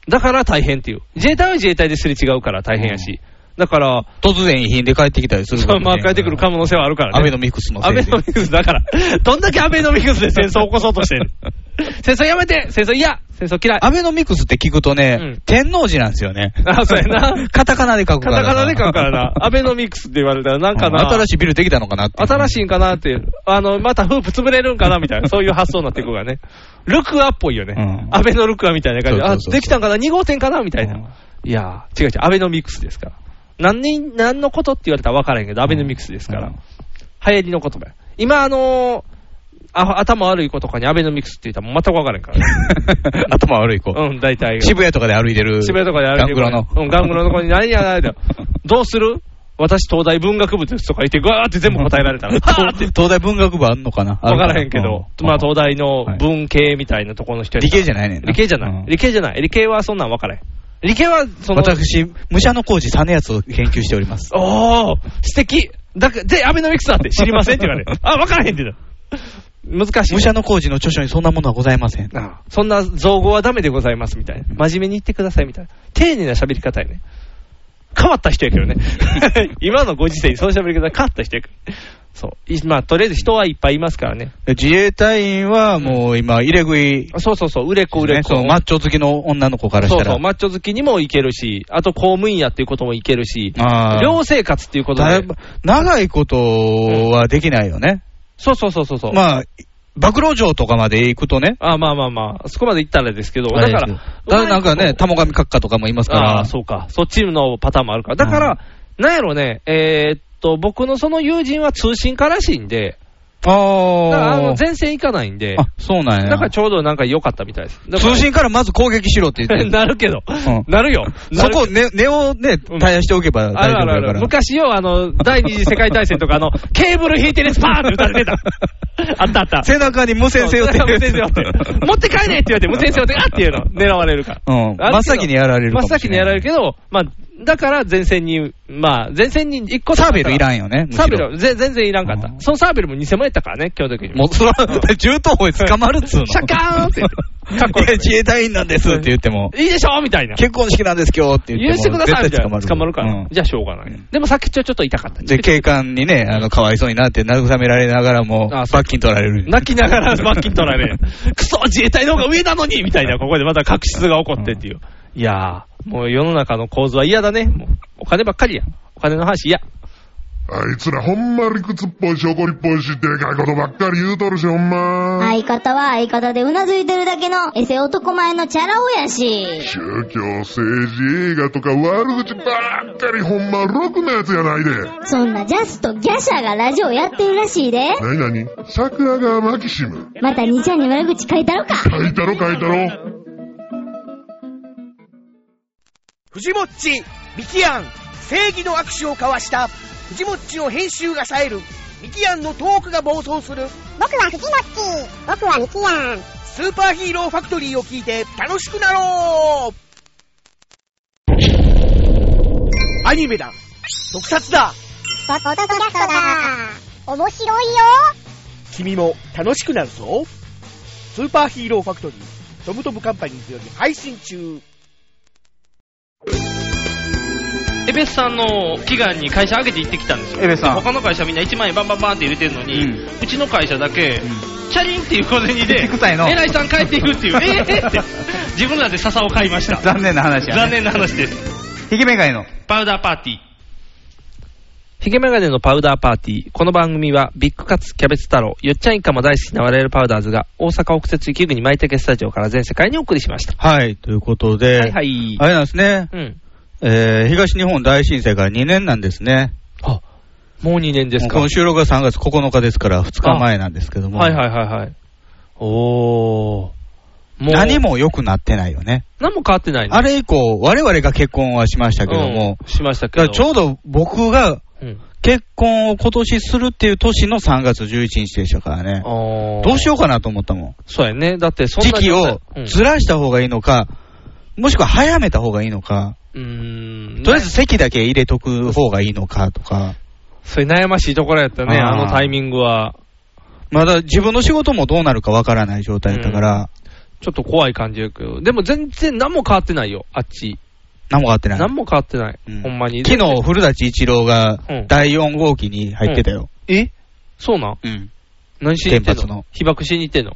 Speaker 3: だから大変っていう、自衛隊は自衛隊ですれ違うから大変やし、だから、
Speaker 2: 突然遺品で帰ってきたりする
Speaker 3: そ
Speaker 2: か
Speaker 3: の
Speaker 2: もしれ
Speaker 3: ま
Speaker 2: ん
Speaker 3: あ帰ってくる可能性はあるからね。
Speaker 2: アベノミクスのせ
Speaker 3: ア
Speaker 2: いで
Speaker 3: ベノミクスだから、どんだけアベノミクスで戦 争を起こそうとしてる戦争やめて戦争嫌戦争嫌い
Speaker 2: アベノミクスって聞くとね、
Speaker 3: うん
Speaker 2: 天王寺なんですよね。
Speaker 3: あそうやな
Speaker 2: カタカナで書くか
Speaker 3: カ
Speaker 2: ら
Speaker 3: タ
Speaker 2: な。
Speaker 3: カナで書くからな。アベノミクスって言われたらなんかな。
Speaker 2: うん新しいビルできたのかなって。
Speaker 3: 新
Speaker 2: い。
Speaker 3: しいんかなって、あの、またフープ潰れるんかなみたいな、そういう発想になっていくからね。ルクアっぽいよね。
Speaker 2: うん
Speaker 3: 安倍のルクアみたいな感じで、
Speaker 2: そう
Speaker 3: あ、
Speaker 2: そうそうそう
Speaker 3: できたんかな ?2 号店かなみたいな。
Speaker 2: うん
Speaker 3: いやー、違う違う、アベノミクスですから。何人、何のことって言われたら分からへんけど、アベノミクスですから。
Speaker 2: うん
Speaker 3: 流行りの言葉や今、あのーあ頭悪い子とかにアベノミクスって言ったらもう全く分からへんからね。
Speaker 2: 頭悪い子。
Speaker 3: うん、大体。
Speaker 2: 渋谷とかで歩いてる。
Speaker 3: 渋谷とかで歩いてる
Speaker 2: ガングロの。
Speaker 3: うん、ガングロの子に何やら れたよ。どうする私、東大文学部ですとか言って、ぐわーって全部答えられたら、はーって。
Speaker 2: 東大文学部あんのかな
Speaker 3: わからへんけど、まあ東大の
Speaker 2: はい
Speaker 3: 文系みたいなところの人や
Speaker 2: 理系じゃないねんな
Speaker 3: 理系じゃない、
Speaker 2: うん
Speaker 3: 理系じゃない。理系はそんなん分からへん。理系はその、
Speaker 2: 私、武者の工事実篤を研究しております。
Speaker 3: おー、素敵だから、で、アベノミクスなんて知りませんって 言われる。あ、わからへんって言うの。難しいね、
Speaker 2: 武者の工事の著書にそんなものはございません。
Speaker 3: ああそんな造語はダメでございますみたいな。真面目に言ってくださいみたいな。丁寧な喋り方やね。変わった人やけどね。 今のご時世にその喋り方変わった人やけど。そう。いまあ、とりあえず人はいっぱいいますからね。
Speaker 2: 自衛隊員はもう今、入れ食い、
Speaker 3: そうそうそう、売れっ子売れ
Speaker 2: ね
Speaker 3: っ子。
Speaker 2: そうマッチョ好きの女の子からし
Speaker 3: そ
Speaker 2: た
Speaker 3: う
Speaker 2: ら。
Speaker 3: そう、マッチョ好きにもいけるし、あと公務員やっていうこともいけるし、
Speaker 2: ああ
Speaker 3: 寮生活っていうこと
Speaker 2: だい
Speaker 3: で
Speaker 2: ぶ、長いことはできないよね。
Speaker 3: そうそうそうそうそう。
Speaker 2: まあ、暴露城とかまで行くとね。
Speaker 3: あまあまあまあ、そこまで行ったらですけど、だか
Speaker 2: あれ
Speaker 3: ら
Speaker 2: です、けどだなんかね、玉神閣下とかもいますか
Speaker 3: ああ
Speaker 2: ら
Speaker 3: ー、。そうか、そっちのパターンもあるから、だか
Speaker 2: うん
Speaker 3: ら、なんやろね、えーっと、僕のその友人は通信家らしいんで、だからあ
Speaker 2: あ
Speaker 3: の
Speaker 2: あ。
Speaker 3: 前線行かないんで、
Speaker 2: あ、そうなんや。
Speaker 3: だからちょうどなんか良かったみたいです。だから
Speaker 2: 通信からまず攻撃しろって言って
Speaker 3: なるけど、
Speaker 2: ん
Speaker 3: なるよ。な
Speaker 2: そ
Speaker 3: るけ
Speaker 2: こ
Speaker 3: ど
Speaker 2: ね、根をね、
Speaker 3: うん
Speaker 2: 絶やしておけば大
Speaker 3: ある
Speaker 2: 丈夫
Speaker 3: ある
Speaker 2: だ
Speaker 3: あ
Speaker 2: から
Speaker 3: る。。昔よ、あの、第二次世界大戦とか、あの、ケーブル引いてるやつパーンって撃たれてた。 あったあった。
Speaker 2: 背中に無線せよって
Speaker 3: そう 無線背
Speaker 2: せ
Speaker 3: 負って。持って帰れって言われて、無線背負って、あってい うの、狙われるか
Speaker 2: う
Speaker 3: ら。
Speaker 2: ん
Speaker 3: あるけど
Speaker 2: 真っ先にやられるか
Speaker 3: 真
Speaker 2: もしれな
Speaker 3: っ
Speaker 2: い
Speaker 3: 先にやられるけど、まあ、だから前線に、まあ、前線に一個
Speaker 2: サーベルいら
Speaker 3: ん。
Speaker 2: んよね。むしろ
Speaker 3: サーベル、ぜ全然いらんかった
Speaker 2: う。ん
Speaker 3: そのサーベルも偽物やったからね、今日の時に。
Speaker 2: もうそら、 銃刀法に捕まるっつうの。
Speaker 3: シャカーン ってかっこいい
Speaker 2: いや自衛隊員なんですって言っても、
Speaker 3: いいでしょみたいな。
Speaker 2: 結婚式なんです今日って言
Speaker 3: 許
Speaker 2: っても。
Speaker 3: してくださいみ
Speaker 2: 絶
Speaker 3: たい
Speaker 2: 対
Speaker 3: な。捕まるから。
Speaker 2: うん
Speaker 3: じゃあしょうがな
Speaker 2: う
Speaker 3: い
Speaker 2: ん。
Speaker 3: でもさっきちょちょっと痛かった。
Speaker 2: で、警官にね、あの、かわいそうになって慰められながらも、
Speaker 3: あ
Speaker 2: 罰
Speaker 3: そう
Speaker 2: 金取られる。
Speaker 3: 泣きながら罰金取られる。クソ自衛隊の方が上なのにみたいな、ここでまた確執が起こってっていう。いやー、もう世の中の構図は嫌だね。もうお金ばっかりや。お金の話嫌。
Speaker 11: あいつらほんま理屈っぽいし怒りっぽいし、でかいことばっかり言うとるし、ほんま。
Speaker 4: 相方は相方でうなずいてるだけのエセ男前のチャラ男やし。
Speaker 11: 宗教、政治、映画とか悪口ばっかりほんまろくなやつやないで。
Speaker 4: そんなジャスとギャシャがラジオやってるらしいで。
Speaker 11: なになに桜川マキシム。
Speaker 4: また兄ちゃんに悪口書いたろか。
Speaker 11: 書いたろ書いたろ。
Speaker 1: 藤もっち、ミキアン、正義の握手を交わした、藤もっちの編集が冴える、ミキアンのトークが暴走する、
Speaker 4: 僕は藤巻。僕はミキヤン。
Speaker 1: スーパーヒーローファクトリーを聞いて楽しくなろうアニメだ特撮だ
Speaker 4: そ、そ、そ、そ、だ。面白いよ。
Speaker 1: 君も楽しくなるぞスーパーヒーローファクトリー、トムトムカンパニーズより配信中
Speaker 3: エベスさんの祈願に会社上げて行ってきたんですよ。
Speaker 2: エベスさん
Speaker 3: 他の会社みんな1万円バンバンバンって入れてるのに、
Speaker 2: う
Speaker 3: うんちの会社だけ、チャリンっていう小銭で、
Speaker 2: 聞くたいの
Speaker 3: 偉いさん帰っていく っていう、えーって、自分らで笹を買いました。
Speaker 2: 残念な話やね
Speaker 3: 残念な話です。
Speaker 2: ひげめがいの。
Speaker 3: パウダーパーティー。ヒゲメガネのパウダーパーティー。この番組は、ビッグカツ、キャベツ太郎、よっちゃん一家も大好きな我々パウダーズが、大阪北節雪国舞茸スタジオから全世界にお送りしました。
Speaker 2: はい、ということで、
Speaker 3: はいはい。
Speaker 2: あれなんですね、
Speaker 3: うん。
Speaker 2: えー東日本大震災から2年なんですね。
Speaker 3: あ、もう2年ですか。
Speaker 2: この収録が3月9日ですから、2日前なんですけども。
Speaker 3: はいはいはいはい。おー。もう
Speaker 2: 何も良くなってないよね。
Speaker 3: 何も変わってないね
Speaker 2: あれ以降、我々が結婚はしましたけども、
Speaker 3: うんしました
Speaker 2: だか
Speaker 3: け
Speaker 2: ら
Speaker 3: ど。
Speaker 2: ちょうど僕が
Speaker 3: うん
Speaker 2: 結婚を今年するっていう年の3月11日でしたからね。
Speaker 3: あー
Speaker 2: どうしようかなと思ったもん。
Speaker 3: そうやね。だって、そん
Speaker 2: 時
Speaker 3: な
Speaker 2: 期
Speaker 3: 状態
Speaker 2: をずらした方がいいのか、もしくは早めた方がいいのか、
Speaker 3: うん。うん
Speaker 2: とりあえず席だけ入れとく方がいいのかとか、
Speaker 3: それ悩ましいところやったね、
Speaker 2: あ
Speaker 3: あ
Speaker 2: ー
Speaker 3: のタイミングは。
Speaker 2: まだ自分の仕事もどうなるかわからない状態だったから、
Speaker 3: ちょっと怖い感じやけど。でも全然何も変わってないよ、あっち。
Speaker 2: 何もわってない。
Speaker 3: 何も変わってない。
Speaker 2: うん
Speaker 3: ほんまに。
Speaker 2: 昨日、古舘一郎が
Speaker 3: うん
Speaker 2: 第4号機に入ってたよ。
Speaker 3: えそうなん
Speaker 2: うん
Speaker 3: 何しに行って
Speaker 2: 原
Speaker 3: ん
Speaker 2: 発
Speaker 3: の
Speaker 2: の
Speaker 3: 被爆しに行ってんの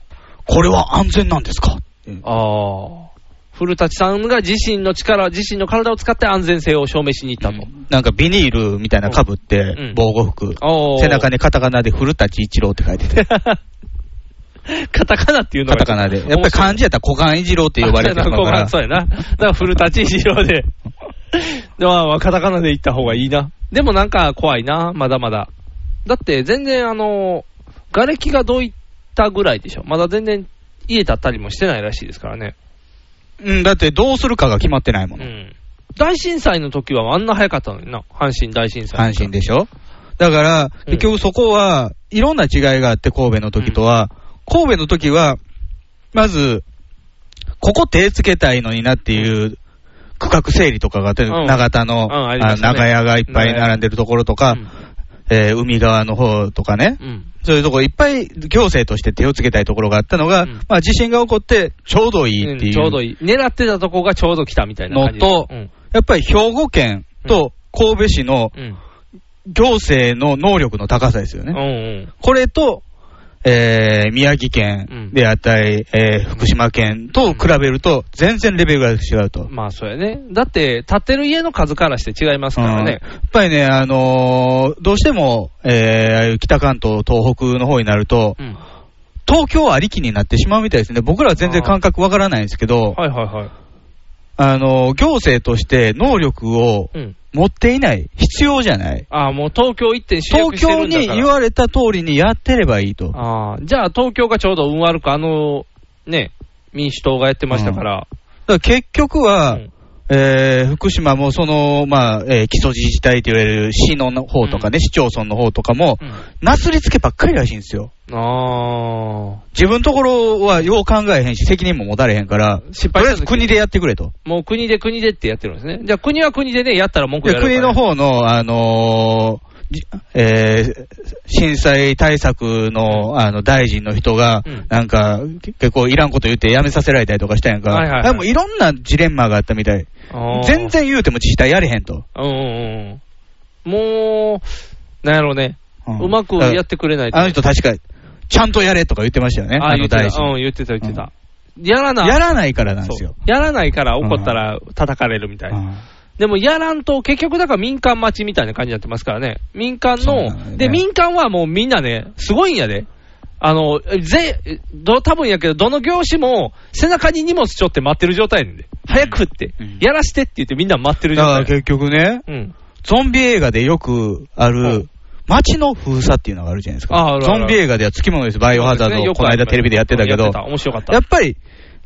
Speaker 2: これは安全なんですか
Speaker 3: ああ。古舘さんが自身の力、自身の体を使って安全性を証明しに行ったと。
Speaker 2: なんかビニールみたいなかぶっ
Speaker 3: う
Speaker 2: て
Speaker 3: ん、
Speaker 2: 防護服。
Speaker 3: おー
Speaker 2: 背中にカタカナで古舘一郎って書い てて、
Speaker 3: カタカナっていうの
Speaker 2: カ
Speaker 3: が
Speaker 2: タカナで。やっぱり漢字やったら古漢一郎って呼ばれてる
Speaker 3: あ
Speaker 2: か
Speaker 3: そうや な
Speaker 2: ら
Speaker 3: そう。やな。だから古立ち一郎で。 でまあまあ、カタカナで行った方がいいな。でもなんか怖いな、まだまだ。だって全然あの、瓦礫がどういったぐらいでしょ。まだ全然家建ったりもしてないらしいですからね。
Speaker 2: うん、だってどうするかが決まってないも
Speaker 3: う
Speaker 2: の。
Speaker 3: ん。大震災の時はあんな早かったのにな。阪神大震災。
Speaker 2: 阪神でしょだから、
Speaker 3: うん
Speaker 2: 結局そこは、いろんな違いがあって、神戸の時とは。神戸の時は、まず、ここ手つけたいのになっていう、区画整理とかがあって、
Speaker 3: うん
Speaker 2: 長田の、
Speaker 3: うんありま
Speaker 2: あ
Speaker 3: したね
Speaker 2: 長屋がいっぱい並んでるところとか、
Speaker 3: うん
Speaker 2: えー海側の方とかね、
Speaker 3: うん。
Speaker 2: そういうところいっぱい行政として手をつけたいところがあったのが、
Speaker 3: うん
Speaker 2: まあ地震が起こってちょうどいいっていう。
Speaker 3: ちょうどいい。狙ってたとこがちょうど来たみたいな感じ。
Speaker 2: のと
Speaker 3: うん。
Speaker 2: やっぱり兵庫県と神戸市の
Speaker 3: うん。
Speaker 2: 行政の能力の高さですよ
Speaker 3: う
Speaker 2: ね。
Speaker 3: ん
Speaker 2: これと、えー宮城
Speaker 3: う
Speaker 2: 県
Speaker 3: ん
Speaker 2: であったり、えー福島県と比べると全然レベルが違うと。
Speaker 3: うん。まあ、そうやね。だって、建ってる家の数からして違いますからね
Speaker 2: うん。やっぱりね、あのーどうしても、えーああいう北関東、東北の方になると、
Speaker 3: うん。
Speaker 2: 東京ありきになってしまうみたいですね。僕らは全然感覚わからないんですけど、
Speaker 3: はいはいはい。
Speaker 2: あのー行政として能力を
Speaker 3: うん。
Speaker 2: 持っていない、必要じゃない。
Speaker 3: ああ、もう東京一点集
Speaker 2: 東
Speaker 3: 約して
Speaker 2: 京
Speaker 3: るんだから
Speaker 2: に言われた通りにやってればいいと。
Speaker 3: ああ、じゃあ東京がちょうど運悪く、あの、ね、民主党がやってましたから。
Speaker 2: だから結局は、
Speaker 3: うん
Speaker 2: えー福島もその、まあえー基礎自治体といわれる市の方とかね、市町村の方とかも、
Speaker 3: うん
Speaker 2: なすりつけばっかりらしいんですよ。
Speaker 3: ああ、
Speaker 2: 自分のところはよう考えへんし、責任も持たれへんから、
Speaker 3: 失
Speaker 2: と
Speaker 3: 敗
Speaker 2: り
Speaker 3: し
Speaker 2: あえ
Speaker 3: た
Speaker 2: ず
Speaker 3: 時
Speaker 2: 国でやってくれと。
Speaker 3: もう国で国でってやってるんですね。じゃあ国は国でね、やったら文句
Speaker 2: で
Speaker 3: やるから、
Speaker 2: 国の方の、あのーじえー震災対策のあの大臣の人が、
Speaker 3: うん
Speaker 2: なんか、結構いらんこと言って辞めさせられたりとかしたやんか、
Speaker 3: はいはいはい
Speaker 2: あもういろんなジレンマがあったみたい、
Speaker 3: あー
Speaker 2: 全。然言うても自治体やれへんと、
Speaker 3: うんうんうん。もう、なんやろうね、
Speaker 2: ん
Speaker 3: うまくやってくれない
Speaker 2: だからあの人、確か、ちゃんとやれとか言ってましたよね、あ
Speaker 3: あ言
Speaker 2: の
Speaker 3: って
Speaker 2: 大
Speaker 3: た。
Speaker 2: 臣、
Speaker 3: うん、言ってた言ってた。やらな
Speaker 2: やらないからなんですよ
Speaker 3: そ。うやらないから怒ったら叩かれるみたいな。
Speaker 2: うん
Speaker 3: でもやらんと、結局だから民間待ちみたいな感じになってますからね。民間
Speaker 2: そう
Speaker 3: の、
Speaker 2: なのよね
Speaker 3: で、民間はもうみんなね、すごいんやで。あの、ぜ、ど、多分やけど、どの業種も背中に荷物ちょって待ってる状態やねんで。早くって、
Speaker 2: うん
Speaker 3: やらしてって言ってみんな待ってる状
Speaker 2: だか
Speaker 3: 態
Speaker 2: ら。結局ね、
Speaker 3: うん。
Speaker 2: ゾンビ映画でよくあ
Speaker 3: うん
Speaker 2: る、街の封鎖っていうのがあるじゃないです
Speaker 3: ああ
Speaker 2: か。
Speaker 3: るある
Speaker 2: ゾンビ映画ではつきものです、バイオハザード、
Speaker 3: よく
Speaker 2: この間テレビでやってたけど、
Speaker 3: や
Speaker 2: や
Speaker 3: って面白かった。
Speaker 2: っぱり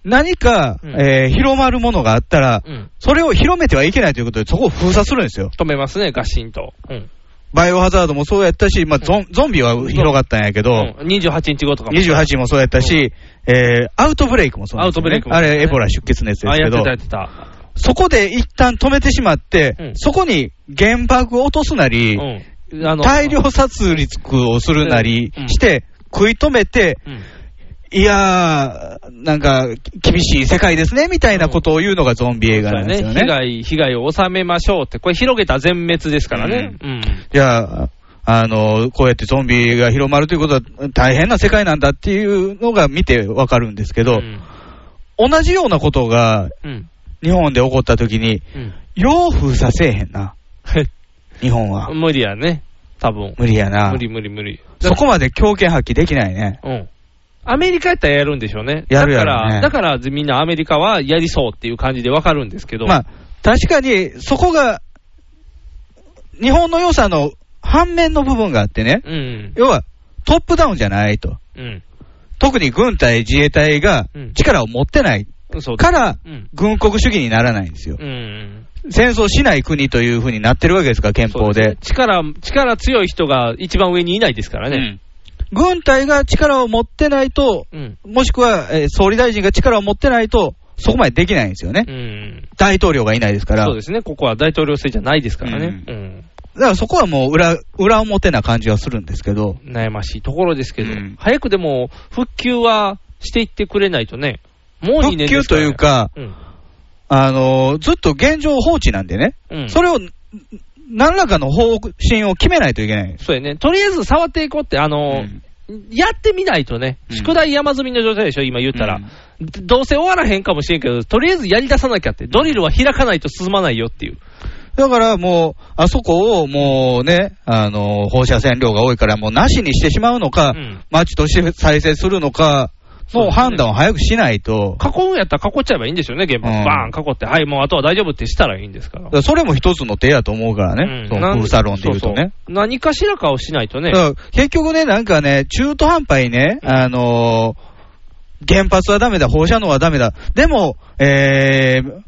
Speaker 2: 何か、
Speaker 3: うん
Speaker 2: えー広まるものがあったら、
Speaker 3: うん。
Speaker 2: それを広めてはいけないということで、そこを封鎖するんですよ。
Speaker 3: 止めますね、ガシンと。うん。
Speaker 2: バイオハザードもそうやったし、まあ、ゾンゾンビは広がったんやけど、
Speaker 3: うん28日後とかも。
Speaker 2: 28もそうやったし、えーアウトブレイクもそうなんですよね
Speaker 3: アウトブレイクも
Speaker 2: あれ、エボラ出血熱で
Speaker 3: あ、
Speaker 2: すけ
Speaker 3: やって
Speaker 2: ど
Speaker 3: た、やってた。
Speaker 2: そこで一旦止めてしまって、
Speaker 3: うん
Speaker 2: そこに原爆を落とすなり、
Speaker 3: うん。あの
Speaker 2: 大量殺戮をするなり
Speaker 3: うん
Speaker 2: して、食い止めて、
Speaker 3: うん。
Speaker 2: いやー、なんか厳しい世界ですねみたいなことを言うのがゾンビ映画なんですよ
Speaker 3: そうや被
Speaker 2: ね。
Speaker 3: 害、被害を収めましょうって、これ広げた全滅ですからね。うん。
Speaker 2: じゃあ、あのこうやってゾンビが広まるということは大変な世界なんだっていうのが見てわかるんですけど、
Speaker 3: ん
Speaker 2: 同じようなことが
Speaker 3: うん。
Speaker 2: 日本で起こったときに、よう封鎖せえへんな、日本は
Speaker 3: う。ん。無理やね。多分。
Speaker 2: 無理やな
Speaker 3: 無。理無理無理。
Speaker 2: そこまで強権発揮できないね。
Speaker 3: うん。アメリカやったらやるんでしょうね。
Speaker 2: やるやろね
Speaker 3: だから、だからみんなアメリカはやりそうっていう感じでわかるんですけど。
Speaker 2: まあ、確かにそこが、日本の良さの反面の部分があってね、
Speaker 3: うん。
Speaker 2: 要はトップダウンじゃないと、
Speaker 3: うん。
Speaker 2: 特に軍隊、自衛隊が
Speaker 3: うん
Speaker 2: 力を持ってない
Speaker 3: そうだ
Speaker 2: から、
Speaker 3: うん。
Speaker 2: 軍国主義にならないんですよ
Speaker 3: う、ん。
Speaker 2: 戦争しない国というふうになってるわけですから、憲
Speaker 3: そう
Speaker 2: 法
Speaker 3: すね
Speaker 2: で。
Speaker 3: 力、力強い人が一番上にいないですからね。
Speaker 2: うん軍隊が力を持ってないと、
Speaker 3: うん。
Speaker 2: もしくは、えー総理大臣が力を持ってないと、そこまでできないんですよね、
Speaker 3: うん。
Speaker 2: 大統領がいないですから、
Speaker 3: そうですね。ここは大統領制じゃないですからね。うん
Speaker 2: だからそこはもう裏裏表な感じはするんですけど。
Speaker 3: 悩ましいところですけど、
Speaker 2: うん
Speaker 3: 早くでも復旧はしていってくれないとね、もう2
Speaker 2: 復
Speaker 3: 年
Speaker 2: 旧
Speaker 3: ですか
Speaker 2: と
Speaker 3: ら、
Speaker 2: い
Speaker 3: ね、
Speaker 2: うか、
Speaker 3: というか、
Speaker 2: あのずっと現状放置なんでね、
Speaker 3: うん、うん、
Speaker 2: そ
Speaker 3: そ
Speaker 2: れをん何らかの方針を決めないといけない。
Speaker 3: うやね、とりあえず触っていこうって、あ
Speaker 2: う
Speaker 3: の
Speaker 2: ん
Speaker 3: やってみないとね、
Speaker 2: うん
Speaker 3: 宿題山積みの状態でしょ、今言ったら、どうせ終わらへんかもしれんけど、とりあえずやり出さなきゃって、ドリルは開かないと進まないよっていう、
Speaker 2: だからもう、あそこをもうね、あの放射線量が多いから、もうなしにしてしまうのか、
Speaker 3: うん
Speaker 2: 町として再生するのか、
Speaker 3: そう
Speaker 2: も
Speaker 3: で
Speaker 2: う
Speaker 3: すね
Speaker 2: 判断を早くしないと、
Speaker 3: 囲うんやったら囲っちゃえばいいんでしょうね、原
Speaker 2: う
Speaker 3: 発、
Speaker 2: ん
Speaker 3: バーン囲って、はい、もうあとは大丈夫ってしたらいいんですから
Speaker 2: だか。らそれも一つの手やと思うからね、
Speaker 3: うん
Speaker 2: そ
Speaker 3: な
Speaker 2: の
Speaker 3: ん
Speaker 2: 封鎖論で言うとね。
Speaker 3: そそう何かしらかをしないとね、
Speaker 2: だから結局ね、なんかね、中途半端にね、あのー原発はダメだ、放射能はダメだ、でも、えー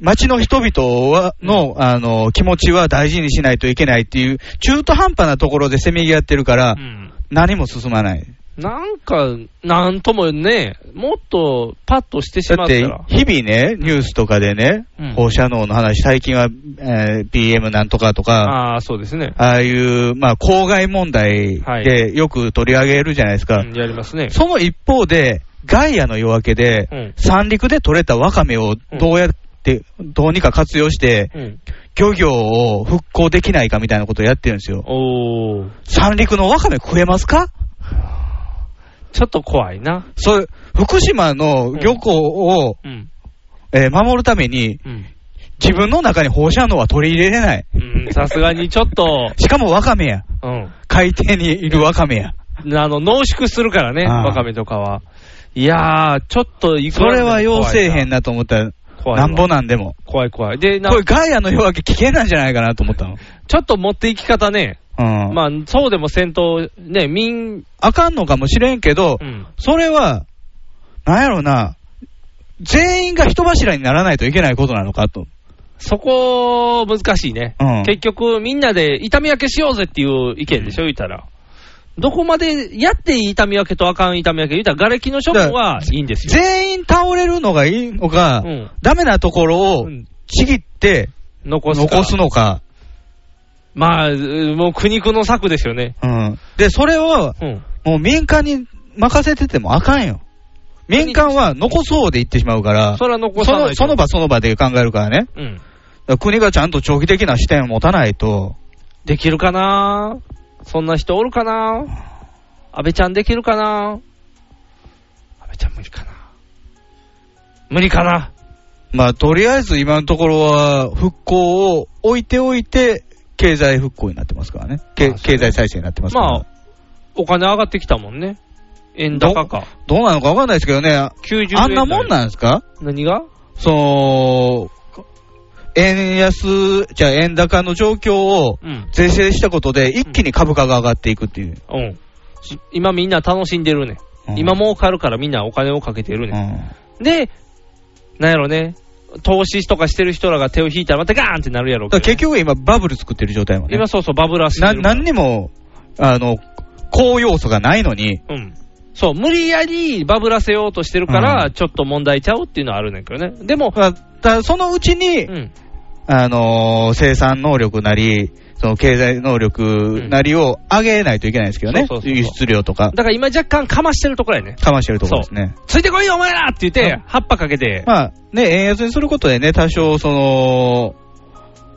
Speaker 2: 街の人々はの、あのー気持ちは大事にしないといけないっていう、中途半端なところでせめぎ合ってるから、
Speaker 3: うん
Speaker 2: 何も進まない。
Speaker 3: なんか、なんともね、もっとパッとしてし
Speaker 2: だ
Speaker 3: ま
Speaker 2: っ
Speaker 3: った
Speaker 2: て
Speaker 3: ら、、
Speaker 2: 日々ね、ニュースとかでね、
Speaker 3: うん
Speaker 2: 放射能の話、最近は、えー BM なんとかとか、
Speaker 3: ああ、そうですね。
Speaker 2: ああいう、まあ、公害問題
Speaker 3: はい
Speaker 2: でよく取り上げるじゃないですか。
Speaker 3: うんやりますね。
Speaker 2: その一方で、ガイアの夜明けで、
Speaker 3: うん
Speaker 2: 三陸で取れたワカメをどうやって、どうにか活用して、
Speaker 3: うん。
Speaker 2: 漁業を復興できないかみたいなことをやってるんですよ。
Speaker 3: おー、
Speaker 2: 三陸のワカメ食えますか
Speaker 3: ちょっと怖いな。
Speaker 2: そう、福島の漁港を、
Speaker 3: うん。
Speaker 2: えー守るために、
Speaker 3: うん。
Speaker 2: 自分の中に放射能は取り入れれない。
Speaker 3: うんさすがにちょっ と、
Speaker 2: しかもワカメや。
Speaker 3: うん。
Speaker 2: 海底にいるワカメや。
Speaker 3: あの、濃縮するからね、
Speaker 2: ああ
Speaker 3: ワカメとかは。いやー、ちょっといく
Speaker 2: そ
Speaker 3: ら
Speaker 2: れ
Speaker 3: でも
Speaker 2: は
Speaker 3: 怖い
Speaker 2: 要せえへんなと思ったら、
Speaker 3: 怖い
Speaker 2: な
Speaker 3: わ
Speaker 2: んぼなんでも。
Speaker 3: 怖い怖い。で、な
Speaker 2: これガイアの夜明け危険なんじゃないかなと思ったの。
Speaker 3: ちょっと持っていき方ね、
Speaker 2: うん。
Speaker 3: まあ、そうでも戦闘、ね、民、
Speaker 2: あかんのかもしれんけど、
Speaker 3: うん、
Speaker 2: それは、なんやろな、全員が人柱にならないといけないことなのかと。
Speaker 3: そこ、難しいね。
Speaker 2: うん
Speaker 3: 結局、みんなで痛み分けしようぜっていう意見でしょ、言ったら。どこまでやっていい痛み分けとあかん痛み分け、言ったら、瓦礫の処分はいいんですよ。
Speaker 2: 全員倒れるのがいいのか、
Speaker 3: うん
Speaker 2: ダメなところを
Speaker 3: うん
Speaker 2: ちぎって
Speaker 3: 残すか
Speaker 2: 残すのか。
Speaker 3: まあ、うもう苦肉の策ですよね。
Speaker 2: うん。で、それを
Speaker 3: うん。
Speaker 2: もう民間に任せててもあかんよ。民間は残そうで言ってしまうから、
Speaker 3: それは残さ
Speaker 2: そ
Speaker 3: ないと
Speaker 2: のその場その場で考えるからね。
Speaker 3: うん。
Speaker 2: だから国がちゃんと長期的な視点を持たないと、
Speaker 3: できるかなそんな人おるかな安倍ちゃんできるかな安倍ちゃん無理かな無理かな
Speaker 2: まあ、とりあえず今のところは、復興を置いておいて、経済復興になってますからね。け
Speaker 3: あそう
Speaker 2: 経済再生になってますから。
Speaker 3: まあ、お金上がってきたもんね。円高か。
Speaker 2: どうなのかわかんないですけどね、あ
Speaker 3: 90円台
Speaker 2: あんなもんなんですか
Speaker 3: 何が
Speaker 2: その、円安、じゃあ円高の状況を
Speaker 3: うん。
Speaker 2: 是正したことで、一気に株価が上がっていくっていう。
Speaker 3: うん。し今みんな楽しんでるね。
Speaker 2: うん
Speaker 3: 今、儲かるからみんなお金をかけてる
Speaker 2: う
Speaker 3: ね。
Speaker 2: ん
Speaker 3: で、なんやろね。投資とかしてる人らが手を引いたらまたガーンってなるやろう
Speaker 2: だから
Speaker 3: けどね
Speaker 2: 結局今、バブル作ってる状態もね
Speaker 3: 今。そうそうバブらして
Speaker 2: な
Speaker 3: るから
Speaker 2: 何にも、あの、高要素がないのに、
Speaker 3: うん。そう、無理やりバブらせようとしてるから、
Speaker 2: うん
Speaker 3: ちょっと問題ちゃうっていうのはあるねんけどね。でも、
Speaker 2: まあたそのうちに、
Speaker 3: うん。
Speaker 2: あのー生産能力なり、その経済能力なりを上げないといけないですけどね、
Speaker 3: うんそうそうそう
Speaker 2: 輸出量とか
Speaker 3: だ、から今若干かましてるところやね。
Speaker 2: かましてるところですね。
Speaker 3: ついてこいよ、お前らって言って、
Speaker 2: うん
Speaker 3: 葉っぱかけて、
Speaker 2: まあね、円安にすることでね、多少、その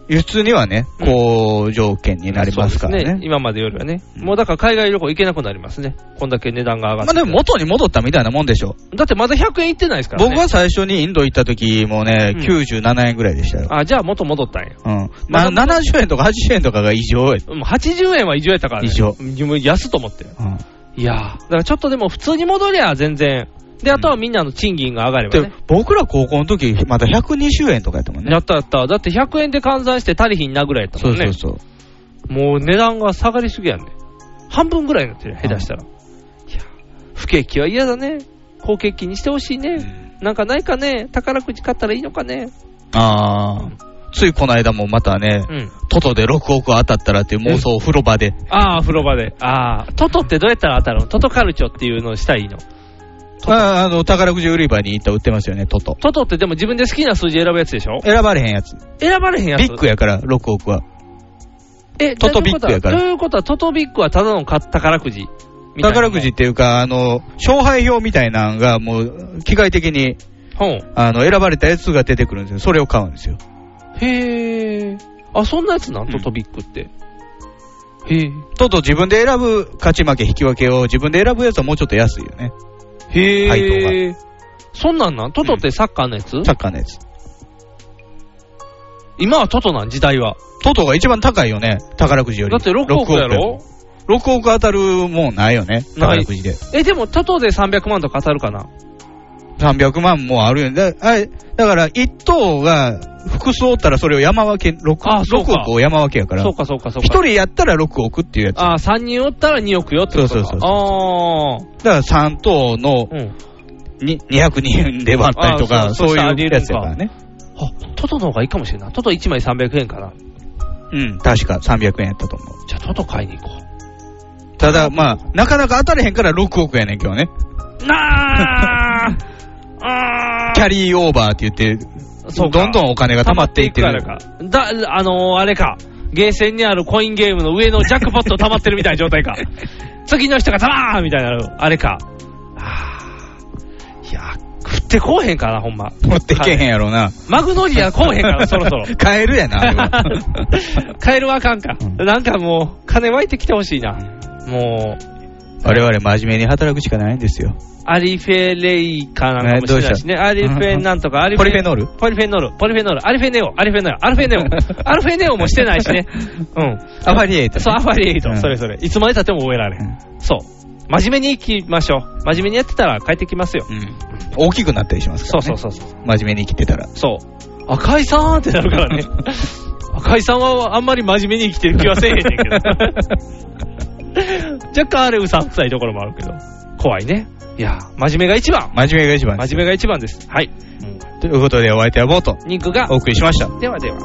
Speaker 2: 輸出にはね、好条件になりますから
Speaker 3: そうです
Speaker 2: ね。
Speaker 3: 今までよりはね。
Speaker 2: うん
Speaker 3: もうだから海外旅行行けなくなりますね。こんだけ値段が上がっ
Speaker 2: ま
Speaker 3: て。
Speaker 2: あでも元に戻ったみたいなもんでしょ。
Speaker 3: だってまだ100円いってないですからね。
Speaker 2: 僕は最初にインド行った時もね、
Speaker 3: うん
Speaker 2: 97円ぐらいでしたよ。
Speaker 3: あ、じゃあ元戻ったんや。
Speaker 2: うん。
Speaker 3: ま
Speaker 2: ま
Speaker 3: あ
Speaker 2: あ70円とか80円とかが異常や。
Speaker 3: もう80円は異常やったからね。
Speaker 2: 異常
Speaker 3: 自分安と思って。
Speaker 2: うん
Speaker 3: いやー。だからちょっとでも普通に戻りゃ全然。で、あとはみんなの賃金が上がればね
Speaker 2: で。僕ら高校の時まだ120円とかやったもんね。
Speaker 3: やったやった。だって100円で換算して足りひんなぐらいやった
Speaker 2: そ
Speaker 3: もん
Speaker 2: う
Speaker 3: ね。
Speaker 2: そうそう。
Speaker 3: もう値段が下がりすぎやね。半分ぐらいになってる、下手したら。いや、不景気は嫌だね。好景気にしてほしいね。なんかないかね。宝くじ買ったらいいのかね。
Speaker 2: ああ、ついこの間もまたね、
Speaker 3: うん。
Speaker 2: トトで6億当たったらっていう妄想を風呂場で、
Speaker 3: ああ、風呂場で。ああ、トトってどうやったら当たるのトトカルチョっていうのをしたらいいの。
Speaker 2: あーあの宝くじ売り場に行ったら売ってますよね、トト。
Speaker 3: トトってでも自分で好きな数字選ぶやつでしょ
Speaker 2: 選ばれへんやつ。
Speaker 3: 選ばれへんやつ。
Speaker 2: ビッグやから、6億は。
Speaker 3: え、
Speaker 2: トトビッグやから
Speaker 3: ということは、ということはトトビッグはただの買った宝くじみたいな。
Speaker 2: 宝くじっていうか、あの、勝敗表みたいなのが、もう、機械的に、
Speaker 3: ほん。
Speaker 2: あの、選ばれたやつが出てくるんですよ。それを買うんですよ。
Speaker 3: へえ。あ、そんなやつなんトトビックって。へ
Speaker 2: トト自分で選ぶ勝ち負け引き分けを自分で選ぶやつはもうちょっと安いよね。
Speaker 3: え。へ
Speaker 2: 配
Speaker 3: え。そんなんなんトトってサッカーのやつ、
Speaker 2: サッカーのやつ。
Speaker 3: 今はトトなん、時代は。
Speaker 2: トトが一番高いよね、宝くじより。
Speaker 3: だって6億やろ
Speaker 2: ?6 億当たるもんないよね、
Speaker 3: ない
Speaker 2: 宝くじで。
Speaker 3: え、でもトトで300万とか当たるかな
Speaker 2: 300万もあるよね。だあれだから、一等が複数おったらそれを山分け、6,
Speaker 3: あそうか
Speaker 2: 億を山分けやから、
Speaker 3: そう
Speaker 2: 一
Speaker 3: かそうかそうか。
Speaker 2: 人やったら6億っていうやつ。だか
Speaker 3: ああ、3人おったら2億よってことか。
Speaker 2: そうそうそうそう
Speaker 3: あ
Speaker 2: ら3等の
Speaker 3: あ。うん。
Speaker 2: に200人で割ったりと
Speaker 3: あ
Speaker 2: か、
Speaker 3: そ
Speaker 2: そうう
Speaker 3: そう
Speaker 2: いうやつやからね。
Speaker 3: あ、トトの方がいいかもしれんない。トト1枚300円かな。
Speaker 2: うん、確か300円やったと思う。
Speaker 3: じゃあトト買いに行こう。
Speaker 2: ただ、まあ、なかなか当たれへんから6億やねん、今日ね。
Speaker 3: なあ
Speaker 2: キャリーオーバーって言って、
Speaker 3: そうか
Speaker 2: どんどんお金が溜まっていってる。
Speaker 3: からか。だ、あのーあれか。ゲーセンにあるコインゲームの上のジャックポット溜まってるみたいな状態か。次の人がザバーンみたいな、あれか。あーいや、食ってこうへんから、ほんま。
Speaker 2: 持っていけへんやろな。
Speaker 3: マグノリアこうへんから、そろそろ。
Speaker 2: カエルやな、あれ は
Speaker 3: カエルはあかんか。なんかもう、金湧いてきてほしいな。もう、
Speaker 2: 我々真面目に働くしかないんですよ。
Speaker 3: アリフェレイかなんかもしれないしね。
Speaker 2: えどうした
Speaker 3: アリフェなんとか、アリ
Speaker 2: ポリフェノール
Speaker 3: ポリフェノール、ポリフェノール、アリフェネオ、アリフェネオ、アルフ ェネオ。アルフェネオもしてないしね。うん。
Speaker 2: アファリエイト。
Speaker 3: そう、アファリエイト、
Speaker 2: うん
Speaker 3: それそれ。いつまでたっても覚えられん。そう。真面目に生きましょう。真面目にやってたら帰ってきますよ。
Speaker 2: 大きくなったりしますから、ね。
Speaker 3: そうそうそう
Speaker 2: 真面目に生きてたら。
Speaker 3: そう。赤井さんってなるか らね。赤井さんはあんまり真面目に生きてる気はせえへんねん けど。若干あれうさんくさいところもあるけど。怖いね。いや、真面目が一番。
Speaker 2: 真面目が一番です
Speaker 3: 真面目が一番です。はい。
Speaker 2: ということで、お相手はボート。
Speaker 3: 肉が。
Speaker 2: お送りしました。
Speaker 3: ではでは。